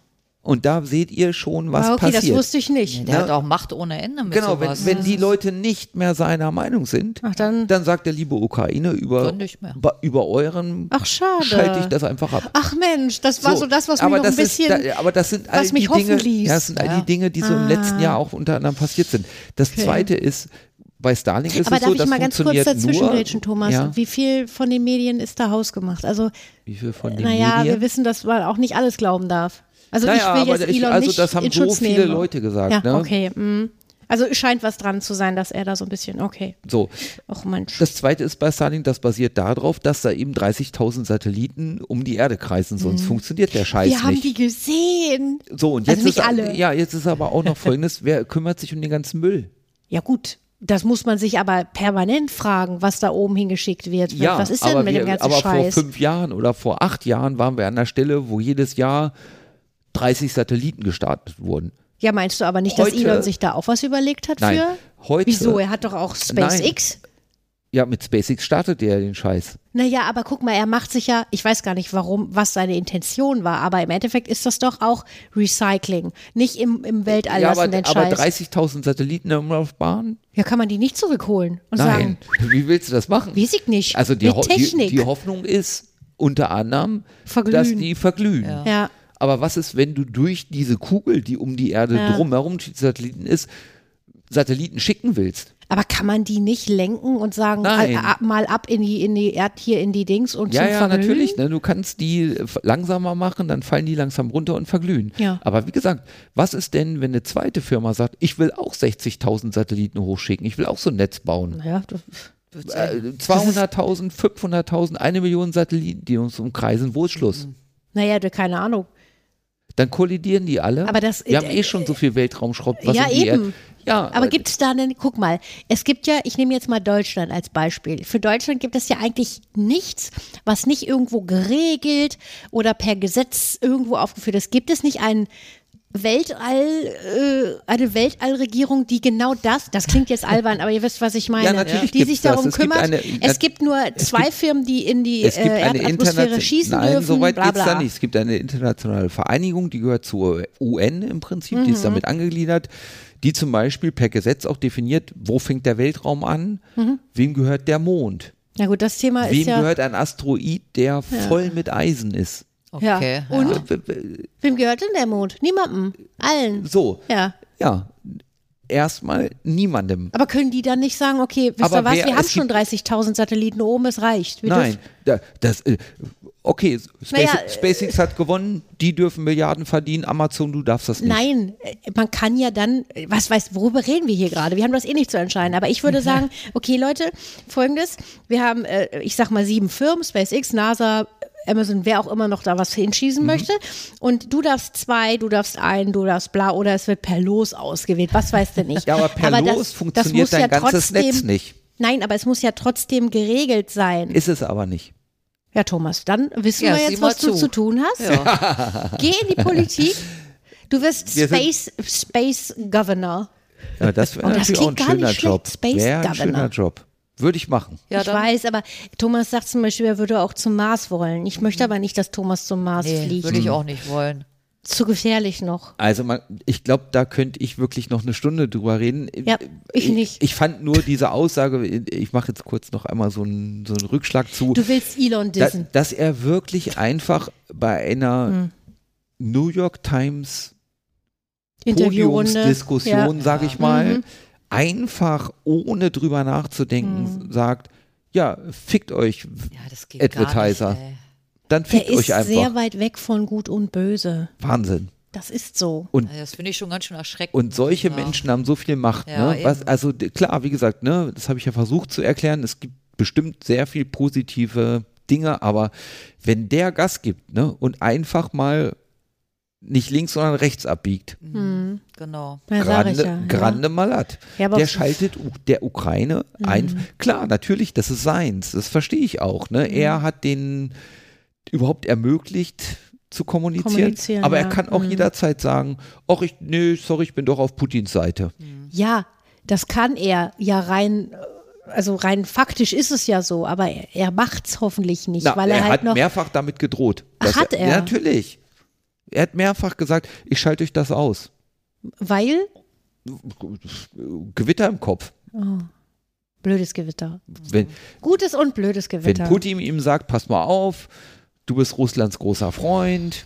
S3: Und da seht ihr schon, was
S4: Ah, okay, das
S3: passiert.
S4: wusste ich nicht.
S2: Der hat auch Macht ohne Ende mit
S3: genau,
S2: sowas.
S3: wenn, wenn die Leute nicht mehr seiner Meinung sind,
S4: Ach, dann-
S3: sagt der liebe Ukraine über,
S2: Dann nicht mehr.
S3: ba- über euren
S4: Ach, schade.
S3: schalte ich das einfach ab.
S4: Ach Mensch, das war so, das, was
S3: aber
S4: mir noch ein
S3: das ist-
S4: bisschen.
S3: da, aber das sind all
S4: was mich
S3: die Dinge,
S4: hoffen ließ. Ah.
S3: Ja, das sind all
S2: Ja.
S3: die Dinge, die so im letzten Jahr auch unter anderem passiert sind. Das zweite ist, bei Starlink ist
S4: aber
S3: es
S4: darf
S3: so,
S4: ich
S3: das
S4: mal ganz kurz
S3: funktioniert
S4: dazwischen
S3: nur,
S4: grätschen, Thomas?
S3: Ja, wie,
S4: Wie viel von den Medien ist da hausgemacht? Also,
S3: viel von den
S4: naja, wir
S3: Medien?
S4: wissen, dass man auch nicht alles glauben darf. Also,
S3: naja,
S4: ich will
S3: aber
S4: jetzt
S3: ich,
S4: Elon
S3: also
S4: nicht
S3: das haben
S4: in
S3: so
S4: Schutz
S3: viele
S4: nehmen.
S3: Leute gesagt.
S4: Ja,
S3: ne?
S4: okay. mm. Also es scheint was dran zu sein, dass er da so ein bisschen, okay.
S3: So,
S4: Och Mensch.
S3: Das zweite ist bei Starlink, das basiert darauf, dass da eben 30.000 Satelliten um die Erde kreisen, sonst funktioniert der Scheiß
S4: Mhm. Wir haben
S3: nicht.
S4: die gesehen.
S3: so, und jetzt
S4: also nicht
S3: ist,
S4: alle.
S3: Ja, jetzt ist aber auch noch folgendes, wer kümmert sich um den ganzen Müll?
S4: Ja gut, das muss man sich aber permanent fragen, was da oben hingeschickt wird.
S3: Ja,
S4: was ist denn
S3: aber,
S4: mit
S3: wir,
S4: dem ganzen
S3: aber
S4: Scheiß?
S3: vor fünf Jahren oder vor acht Jahren waren wir an der Stelle, wo jedes Jahr 30 Satelliten gestartet wurden.
S4: ja, meinst du aber nicht, dass
S3: Heute-
S4: Elon sich da auch was überlegt hat
S3: Nein,
S4: für?
S3: heute,
S4: Wieso? Er hat doch auch SpaceX.
S3: ja, mit SpaceX startet der den Scheiß.
S4: Naja, aber guck mal, er macht sich ja, ich weiß gar nicht warum, was seine Intention war, aber im Endeffekt ist das doch auch Recycling. Nicht im, im Weltall
S3: ja,
S4: lassen
S3: aber,
S4: den
S3: aber
S4: Scheiß.
S3: 30.000 Satelliten in Umlaufbahn?
S4: ja, kann man die nicht zurückholen und sagen,
S3: Nein. Wie willst du das machen?
S4: Weiß ich nicht.
S3: Also die,
S4: Mit
S3: Ho die,
S4: Technik.
S3: die Hoffnung ist unter anderem,
S4: Verglühen.
S3: dass die verglühen.
S4: ja.
S3: Aber was ist, wenn du durch diese Kugel, die um die Erde
S4: Ja.
S3: drumherum die Satelliten ist, Satelliten schicken willst?
S4: Aber kann man die nicht lenken und sagen,
S3: Nein.
S4: a- a- mal ab in die, in die Erd, hier in die Dings und
S3: Ja,
S4: zum
S3: ja,
S4: Verglühen?
S3: natürlich. Ne? Du kannst die äh, langsamer machen, dann fallen die langsam runter und verglühen.
S4: Ja.
S3: Aber wie gesagt, was ist denn, wenn eine zweite Firma sagt, ich will auch 60.000 Satelliten hochschicken, ich will auch so ein Netz bauen?
S4: Ja, das-
S3: Äh, 200.000,
S4: Mhm.
S3: 500.000, eine Million Satelliten, die uns umkreisen, wo ist Schluss?
S4: naja, du, keine Ahnung.
S3: Dann kollidieren die alle.
S4: Aber das-
S3: Wir haben
S4: äh,
S3: eh schon so viel Weltraumschrott. was
S4: ja,
S3: um die
S4: eben.
S3: Erde- Ja, äh,
S4: Aber gibt es da denn, guck mal, es gibt ja, ich nehme jetzt mal Deutschland als Beispiel. Für Deutschland gibt es ja eigentlich nichts, was nicht irgendwo geregelt oder per Gesetz irgendwo aufgeführt ist. Gibt es nicht einen Weltall, äh, eine Weltallregierung, die genau das, das klingt jetzt albern, aber ihr wisst, was ich meine,
S3: Ja, natürlich
S4: die
S3: gibt's
S4: sich darum
S3: das. Es gibt
S4: kümmert.
S3: eine-
S4: es gibt nur zwei Firmen, die in die
S3: es gibt
S4: äh,
S3: eine
S4: Erdatmosphäre
S3: internationale,
S4: schießen
S3: nein,
S4: dürfen,
S3: so weit
S4: bla
S3: geht's da
S4: bla.
S3: nicht. Es gibt eine internationale Vereinigung, die gehört zur UN im Prinzip, die
S4: Mhm.
S3: ist damit angegliedert, die zum Beispiel per Gesetz auch definiert, wo fängt der Weltraum an, wem gehört der Mond,
S4: Na gut, das Thema
S3: wem
S4: Mhm. ist ja,
S3: gehört ein Asteroid, der voll mit Eisen ist.
S2: Okay.
S4: ja. Und
S2: ja.
S4: wem gehört denn der Mond? Niemandem, allen.
S3: So,
S4: Ja.
S3: ja, erstmal niemandem.
S4: Aber können die dann nicht sagen, okay, wisst ihr
S3: Aber
S4: was,
S3: wer-
S4: wir haben
S3: es
S4: schon 30.000 Satelliten oben, es reicht. Wir
S3: Nein,
S4: dürfen-
S3: da, das, äh, okay, Space,
S4: Naja, äh,
S3: SpaceX hat gewonnen, die dürfen Milliarden verdienen, Amazon, du darfst das nicht.
S4: Nein, äh, man kann ja dann, äh, was weiß, worüber reden wir hier gerade? Wir haben das eh nicht zu entscheiden. Aber ich würde
S3: Mhm.
S4: sagen, okay, Leute, folgendes: Wir haben, äh, ich sag mal, sieben Firmen, SpaceX, NASA, Amazon, wer auch immer noch da was
S3: Mhm.
S4: hinschießen möchte. Und du darfst zwei, du darfst einen, du darfst bla, oder es wird per Los ausgewählt. Was weiß denn ich?
S3: Ja, aber per Los funktioniert
S4: muss
S3: dein ganzes Netz nicht.
S4: Nein, aber es muss ja trotzdem geregelt sein.
S3: Ist es aber nicht.
S4: Ja, Thomas, dann wissen
S2: Ja,
S4: wir
S2: sieh
S4: jetzt,
S2: mal
S4: was du
S2: zu.
S4: zu tun hast. Geh in die Politik. Du wirst
S3: Wir
S4: Space, Space Governor.
S3: Ja, das wäre
S4: Und das
S3: natürlich auch ein
S4: klingt gar nicht
S3: schöner
S4: schlecht,
S3: Job.
S4: Space
S3: Wäre ein
S4: Governor.
S3: schöner Job. Würde ich machen.
S2: Ja,
S4: ich
S2: dann-
S4: weiß, aber Thomas sagt zum Beispiel, er würde auch zum Mars wollen. Ich möchte aber nicht, dass Thomas zum Mars
S2: Nee, würde
S4: fliegt.
S2: ich auch nicht wollen.
S4: Zu gefährlich noch.
S3: Also man, ich glaube, da könnte ich wirklich noch eine Stunde drüber reden.
S4: Ja, ich nicht.
S3: Ich fand nur diese Aussage, ich mache jetzt kurz noch einmal so einen, so einen Rückschlag zu.
S4: Du willst Elon
S3: da,
S4: dissen.
S3: dass er wirklich einfach bei einer
S4: Hm.
S3: New York Times
S4: Interviewrunde. Mhm.
S3: Podiumsdiskussion, sage ich mal, einfach ohne drüber nachzudenken
S4: Mhm.
S3: sagt, ja, fickt euch,
S2: Ja, das geht
S3: Advertiser.
S2: gar nicht.
S3: dann
S4: Der
S3: fickt
S4: ist
S3: euch
S4: sehr
S3: einfach.
S4: weit weg von Gut und Böse.
S3: Wahnsinn.
S4: Das ist so.
S2: Ey. Also Das finde ich schon ganz schön erschreckend.
S3: Und solche
S2: Ja.
S3: Menschen haben so viel Macht.
S2: Ja,
S3: ne? Was,
S2: eben.
S3: also d- klar, wie gesagt, ne, das habe ich ja versucht zu erklären. Es gibt bestimmt sehr viel positive Dinge, aber wenn der Gas gibt ne, und einfach mal nicht links, sondern rechts abbiegt,
S2: Genau.
S4: Ja, sag
S3: Grande,
S4: ich ja.
S3: Grande Malat.
S4: Ja, aber
S3: der
S4: f- Mhm.
S3: schaltet U der Ukraine ein. Klar, natürlich, das ist seins. Das verstehe ich auch. Ne?
S4: Mhm.
S3: Er hat den überhaupt ermöglicht zu kommunizieren.
S4: Kommunizieren,
S3: aber er
S4: ja. Mhm.
S3: kann auch jederzeit sagen, ach, ich, nee, sorry, ich bin doch auf Putins Seite.
S4: ja. ja, das kann er ja rein. äh, Also rein faktisch ist es ja so, aber er, er macht's hoffentlich nicht,
S3: Na,
S4: weil
S3: er
S4: er, halt
S3: hat
S4: noch
S3: mehrfach damit gedroht.
S4: Ach,
S3: dass
S4: hat er?
S3: Ja, natürlich. Er hat mehrfach gesagt, ich schalte euch das aus.
S4: Weil?
S3: Gewitter im Kopf.
S4: Blödes Gewitter.
S3: Wenn,
S4: Gutes und blödes
S3: wenn
S4: Gewitter.
S3: Putin ihm sagt, pass mal auf, du bist Russlands großer Freund,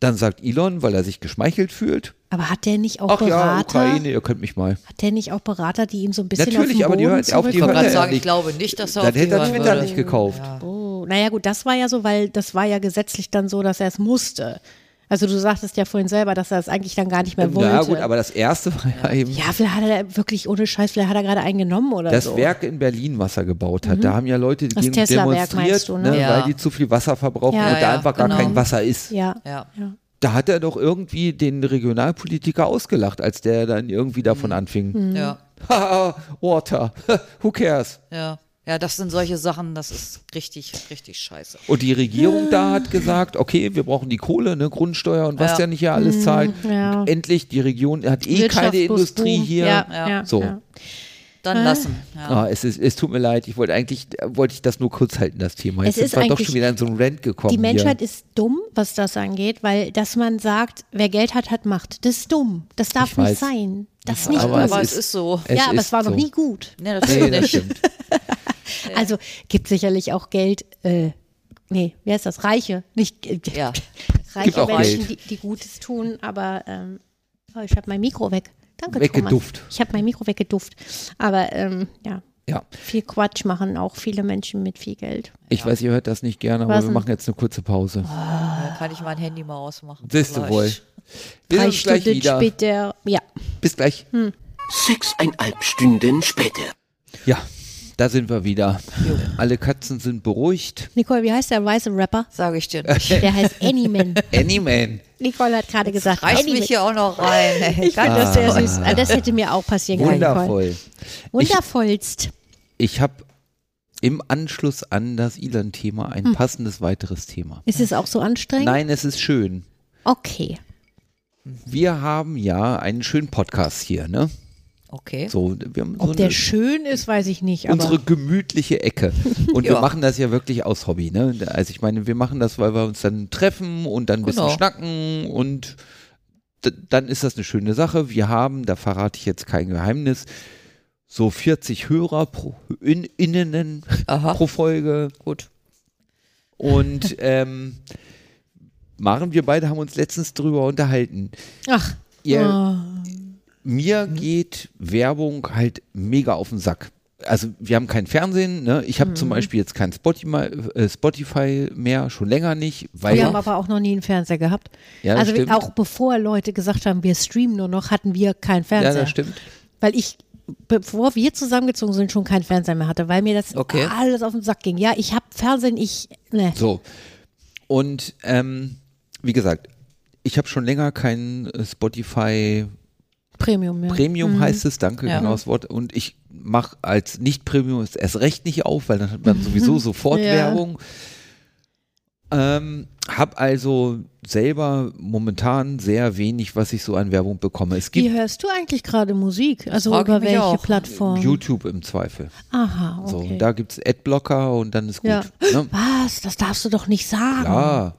S3: dann sagt Elon, weil er sich geschmeichelt fühlt,
S4: aber hat der nicht auch
S3: ach ja,
S4: Berater?
S3: Ukraine, ihr könnt mich mal.
S4: Hat der nicht auch Berater, die ihm so ein bisschen
S3: Natürlich,
S4: auf
S3: aber
S4: den
S3: die
S4: Boden
S3: hört- auf die
S2: Ich
S4: zurück-
S2: wollte gerade
S3: er
S2: sagen, ich
S3: nicht.
S2: glaube nicht, dass er
S3: Dann
S2: auf die
S3: hätte er
S2: hören
S3: Twitter
S2: würde.
S3: nicht gekauft.
S4: Oh, naja gut, das war ja so, weil das war ja gesetzlich dann so, dass er es musste. Also du sagtest ja vorhin selber, dass er es eigentlich dann gar nicht mehr wollte.
S3: Na gut, aber das erste war ja eben
S4: ja, vielleicht hat er wirklich ohne Scheiß, vielleicht hat er gerade einen genommen oder
S3: das
S4: so. Mhm.
S3: Werk in Berlin, was er gebaut hat. Da haben ja Leute
S4: Das
S3: gegen
S4: Tesla-Werk
S3: demonstriert,
S4: meinst du, ne?
S3: ne,
S2: Ja.
S3: weil die zu viel Wasser verbrauchen
S4: Ja,
S3: und da
S2: ja,
S3: einfach gar
S2: genau.
S3: kein Wasser ist.
S4: ja.
S2: Ja.
S3: Da hat er doch irgendwie den Regionalpolitiker ausgelacht, als der dann irgendwie davon
S4: Mhm.
S3: anfing.
S2: Ja.
S3: Haha, Water, who cares?
S2: Ja. Ja, das sind solche Sachen, das ist richtig, richtig scheiße.
S3: Und die Regierung da hat gesagt, okay, wir brauchen die Kohle, ne, Grundsteuer und was
S2: Ja.
S3: der nicht hier alles zahlt.
S4: Mhm. ja.
S3: Und endlich, die Region hat eh
S4: Wirtschaft
S3: keine
S4: plus
S3: Industrie
S4: Boom.
S3: hier.
S4: Ja, ja, ja.
S3: so.
S2: Dann lassen. Ja.
S3: Ah, es, ist, es tut mir leid, ich wollte eigentlich, äh, wollte ich das nur kurz halten, das Thema.
S4: Es
S3: Jetzt
S4: ist
S3: sind wir doch
S4: eigentlich-
S3: schon wieder in so einen Rant gekommen.
S4: Die Menschheit
S3: hier.
S4: ist dumm, was das angeht, weil dass man sagt, wer Geld hat, hat Macht. Das ist dumm. Das darf
S3: Ich
S4: nicht
S3: weiß.
S4: sein. Das ist nicht
S2: aber
S4: gut.
S2: es ist so.
S4: ja, aber es
S3: ist
S4: war noch
S3: so.
S4: nie gut.
S2: Nee,
S3: Nee,
S2: natürlich
S3: das
S2: nicht.
S3: stimmt.
S4: Also gibt sicherlich auch Geld, äh, nee, wie heißt das? Reiche, nicht äh,
S2: Ja.
S3: Gibt
S4: reiche
S3: auch
S4: Menschen, die,
S3: Geld.
S4: die Gutes tun, aber ähm, oh, ich habe mein Mikro weg. Danke,
S3: Weggeduft.
S4: Thomas. Ich habe mein Mikro weggeduft. Aber ähm, ja,
S3: Ja.
S4: viel Quatsch machen auch viele Menschen mit viel Geld.
S3: Ich weiß, ihr hört das nicht gerne, aber
S4: Was
S3: wir
S4: denn? Oh,
S3: machen jetzt eine kurze Pause.
S2: Dann kann ich mein Handy mal ausmachen.
S3: Siehst du
S2: Vielleicht.
S3: wohl. Wir
S4: Drei Hm.
S3: sind gleich
S4: Stunden
S3: wieder.
S4: später, ja.
S3: Bis gleich.
S5: Sechseinhalb Stunden später.
S3: Ja, da sind wir wieder. Alle Katzen sind beruhigt.
S4: Nicole, wie heißt der weiße Rapper?
S2: Sage ich dir nicht.
S4: Der heißt Anyman.
S3: Anyman.
S4: Nicole hat gerade gesagt,
S2: Reiß
S4: Andy
S2: mich
S4: mit-
S2: hier auch noch rein. ey.
S4: ich finde
S2: Ganz
S4: das sehr süß. Also das hätte mir auch passieren können. Nicole.
S3: Wundervoll.
S4: Wundervollst.
S3: Ich habe im Anschluss an das Ilan-Thema ein passendes weiteres Thema.
S4: Ist es auch so anstrengend?
S3: Nein, es ist schön.
S4: Okay.
S3: Wir haben ja einen schönen Podcast hier, ne?
S2: Okay.
S3: So, wir haben so
S4: Ob der
S3: eine-
S4: schön ist, weiß ich nicht. Aber
S3: unsere gemütliche Ecke. Und wir
S2: Ja.
S3: machen das ja wirklich aus Hobby, ne? Also ich meine, wir machen das, weil wir uns dann treffen und dann ein bisschen
S2: Genau.
S3: schnacken und d- dann ist das eine schöne Sache. Wir haben, da verrate ich jetzt kein Geheimnis, so 40 Hörer pro in, innen
S2: Aha.
S3: pro Folge.
S2: Gut.
S3: Und ähm, Maren, wir beide haben uns letztens drüber unterhalten.
S4: ach,
S3: Ihr,
S4: oh,
S3: mir geht Werbung halt mega auf den Sack. Also wir haben kein Fernsehen, ne? Ich habe
S4: Mhm.
S3: zum Beispiel jetzt kein Spotify, äh, Spotify mehr, schon länger nicht, weil
S4: wir haben aber auch noch nie einen Fernseher gehabt.
S3: Ja, das
S4: also wir,
S3: stimmt.
S4: auch bevor Leute gesagt haben, wir streamen nur noch, hatten wir keinen
S3: ja,
S4: Fernseher.
S3: das stimmt.
S4: Weil ich, bevor wir zusammengezogen sind, schon keinen Fernseher mehr hatte, weil mir das
S2: Okay.
S4: alles auf den Sack ging. Ja, ich habe Fernsehen, ich, ne.
S3: So. Und ähm, wie gesagt, ich habe schon länger kein äh, Spotify
S4: Premium, ja.
S3: Premium heißt es, danke,
S2: Ja.
S3: genau das Wort. Und ich mache als Nicht-Premium es erst recht nicht auf, weil dann hat man sowieso sofort
S4: Ja.
S3: Werbung. Ähm, hab also selber momentan sehr wenig, was ich so an Werbung bekomme. Es
S4: Wie
S3: gibt
S4: hörst du eigentlich gerade Musik? Also
S2: frag ich
S4: über
S2: mich
S4: welche
S2: auch.
S4: Plattform?
S3: YouTube im Zweifel.
S4: Aha, okay.
S3: So, und da gibt es Adblocker und dann ist gut.
S4: Ja.
S3: Ne?
S4: Was? Das darfst du doch nicht sagen.
S3: Ja.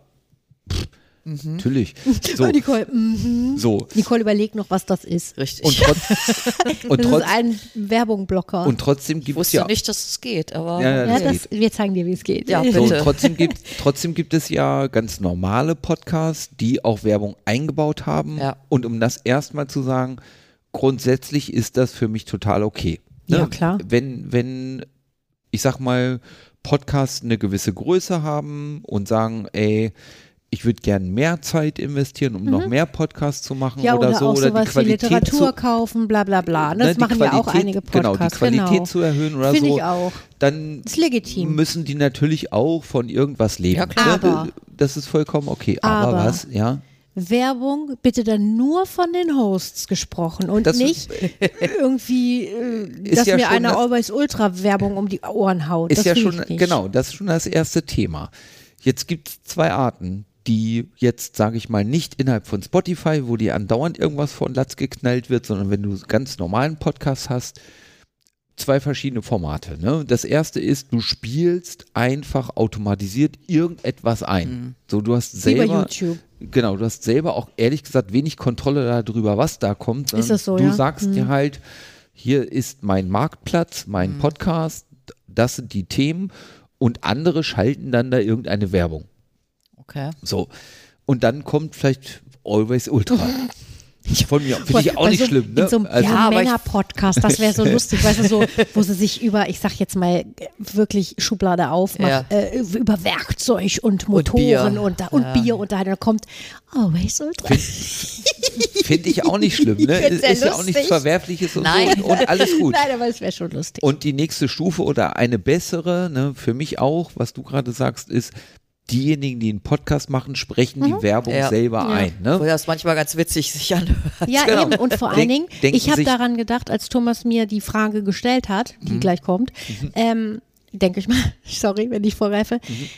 S3: Pff, Natürlich. So,
S4: Oh, Nicole, mhm.
S3: so.
S4: Nicole überlegt noch, was das ist.
S2: Richtig.
S3: Und, trotz, und,
S4: das
S3: trotz,
S4: ist ein Werbungblocker.
S3: und trotzdem gibt es
S2: Wusste
S3: ja.
S2: nicht, dass es geht, aber
S3: Ja, ja,
S4: ja,
S3: das
S4: das, wir zeigen dir, wie es geht.
S2: Ja,
S3: So,
S2: Bitte.
S3: und trotzdem gibt, trotzdem gibt es ja ganz normale Podcasts, die auch Werbung eingebaut haben.
S2: Ja.
S3: Und um das erstmal zu sagen, grundsätzlich ist das für mich total okay. Ne?
S4: Ja, klar.
S3: Wenn, wenn, ich sag mal, Podcasts eine gewisse Größe haben und sagen, ey, ich würde gern mehr Zeit investieren, um noch mehr Podcasts zu machen
S4: Mhm. Ja,
S3: oder, so
S4: auch
S3: oder die
S4: sowas wie
S3: Qualität
S4: Literatur
S3: zu,
S4: kaufen, bla bla bla.
S3: ne,
S4: Das
S3: die
S4: machen ja auch
S3: Qualität-
S4: einige
S3: Genau, die
S4: Podcasts.
S3: Qualität zu erhöhen oder
S4: Finde
S3: so.
S4: ich auch.
S3: Dann
S4: Ist legitim.
S3: müssen die natürlich auch von irgendwas leben. Ne,
S2: Ja, klar.
S4: Aber-
S3: das ist vollkommen okay. Aber,
S4: Aber-
S3: was? Ja.
S4: Werbung bitte dann nur von den Hosts gesprochen und
S3: Das-
S4: nicht irgendwie, äh,
S3: Ist
S4: dass
S3: ja
S4: mir
S3: schon
S4: einer
S3: das-
S4: Always Ultra Werbung um die Ohren haut.
S3: Ist
S4: das
S3: ja
S4: will
S3: schon,
S4: ich nicht.
S3: genau, das ist schon das erste Thema. Jetzt gibt es zwei Arten, die jetzt, sage ich mal, nicht innerhalb von Spotify, wo dir andauernd irgendwas von Latz geknallt wird, sondern wenn du ganz normalen Podcast hast, zwei verschiedene Formate. Ne? Das erste ist, du spielst einfach automatisiert irgendetwas ein. So, du hast
S4: Hm. Wie bei
S3: selber.
S4: YouTube.
S3: Genau, du hast selber auch ehrlich gesagt wenig Kontrolle darüber, was da kommt. sondern
S4: das so,
S3: du
S4: ja? Hm.
S3: sagst dir halt, hier ist mein Marktplatz, mein
S4: Hm.
S3: Podcast, das sind die Themen und andere schalten dann da irgendeine Werbung.
S2: okay.
S3: So. Und dann kommt vielleicht Always Ultra. Von mir finde ich auch
S4: Bei
S3: nicht
S4: so,
S3: schlimm, ne?
S4: In so einem
S3: Also-
S2: aber ich-
S4: Männer-Podcast, das wäre so lustig, weißt du, so, wo sie sich über, ich sag jetzt mal, äh, wirklich Schublade aufmacht, äh, über Werkzeug und Motoren
S2: Bier.
S4: und, da, und Bier unterhalten. Da kommt oh, Always Ultra.
S3: Finde ich auch nicht schlimm, ne?
S4: Ich find's
S3: Es
S4: sehr
S3: ist ja auch
S4: lustig.
S3: nichts Verwerfliches und
S2: Nein.
S3: so. Und alles gut.
S4: Nein, aber es wäre schon lustig.
S3: Und die nächste Stufe oder eine bessere, ne, für mich auch, was du gerade sagst, ist, diejenigen, die einen Podcast machen, sprechen
S4: Mhm.
S3: die Werbung
S2: Ja.
S3: selber ein.
S2: Obwohl
S3: Ne?
S2: das manchmal ganz witzig sich anhört.
S4: ja,
S3: genau.
S4: eben. Und vor
S3: Denk-
S4: allen Dingen,
S3: denken
S4: ich habe
S3: sich- Mhm.
S4: daran gedacht, als Thomas mir die Frage gestellt hat, die gleich kommt, ähm, denke ich mal, sorry, wenn ich vorgreife,
S3: Mhm.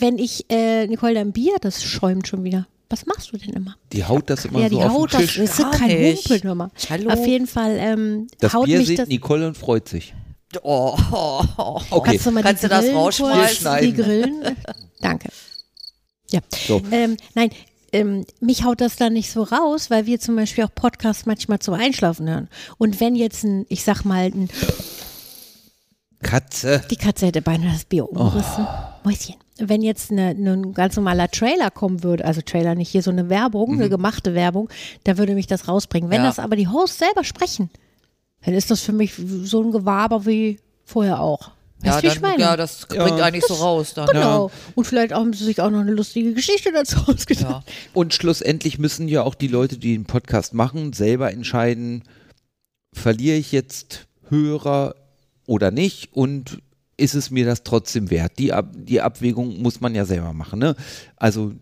S4: wenn ich, äh, Nicole, dein Bier, das schäumt schon wieder. Was machst du denn immer?
S3: Die haut das immer
S4: Ja,
S3: so
S4: die
S3: auf
S4: haut
S3: den
S4: das.
S3: Tisch.
S4: Das ist
S2: Gar
S4: kein
S2: nicht.
S4: Humpelnummer.
S2: Hallo?
S4: Auf jeden Fall ähm,
S3: Das
S4: haut
S3: Bier
S4: mich
S3: sieht
S4: das.
S3: Nicole und freut sich.
S2: Oh, oh, oh.
S3: Okay,
S4: mal
S2: Kannst du
S4: die
S2: das
S4: Grillen
S2: rausschmeißen?
S4: kurz- Die
S3: Schneiden.
S4: Grillen. Danke. Ja.
S3: So.
S4: Ähm, nein, ähm, mich haut das dann nicht so raus, weil wir zum Beispiel auch Podcasts manchmal zum Einschlafen hören. Und wenn jetzt ein, ich sag mal, ein,
S3: Katze.
S4: die Katze hätte beinahe das Bier umgerissen. Mäuschen. Wenn jetzt eine, ne- ein ganz normaler Trailer kommen würde, also Trailer nicht hier, so eine Werbung, eine gemachte Werbung, da würde mich das rausbringen. Wenn
S2: Ja.
S4: das aber die Hosts selber sprechen, dann ist das für mich so ein Gewaber wie vorher auch. Weißt
S2: Ja,
S4: du, wie ich
S2: dann,
S4: meine?
S2: ja, das bringt eigentlich so raus dann.
S4: genau. Und vielleicht haben sie sich auch noch eine lustige Geschichte dazu ausgedacht.
S3: Und schlussendlich müssen ja auch die Leute, die den Podcast machen, selber entscheiden, verliere ich jetzt Hörer oder nicht und ist es mir das trotzdem wert? Die, Ab die Abwägung muss man ja selber machen. Ne? Also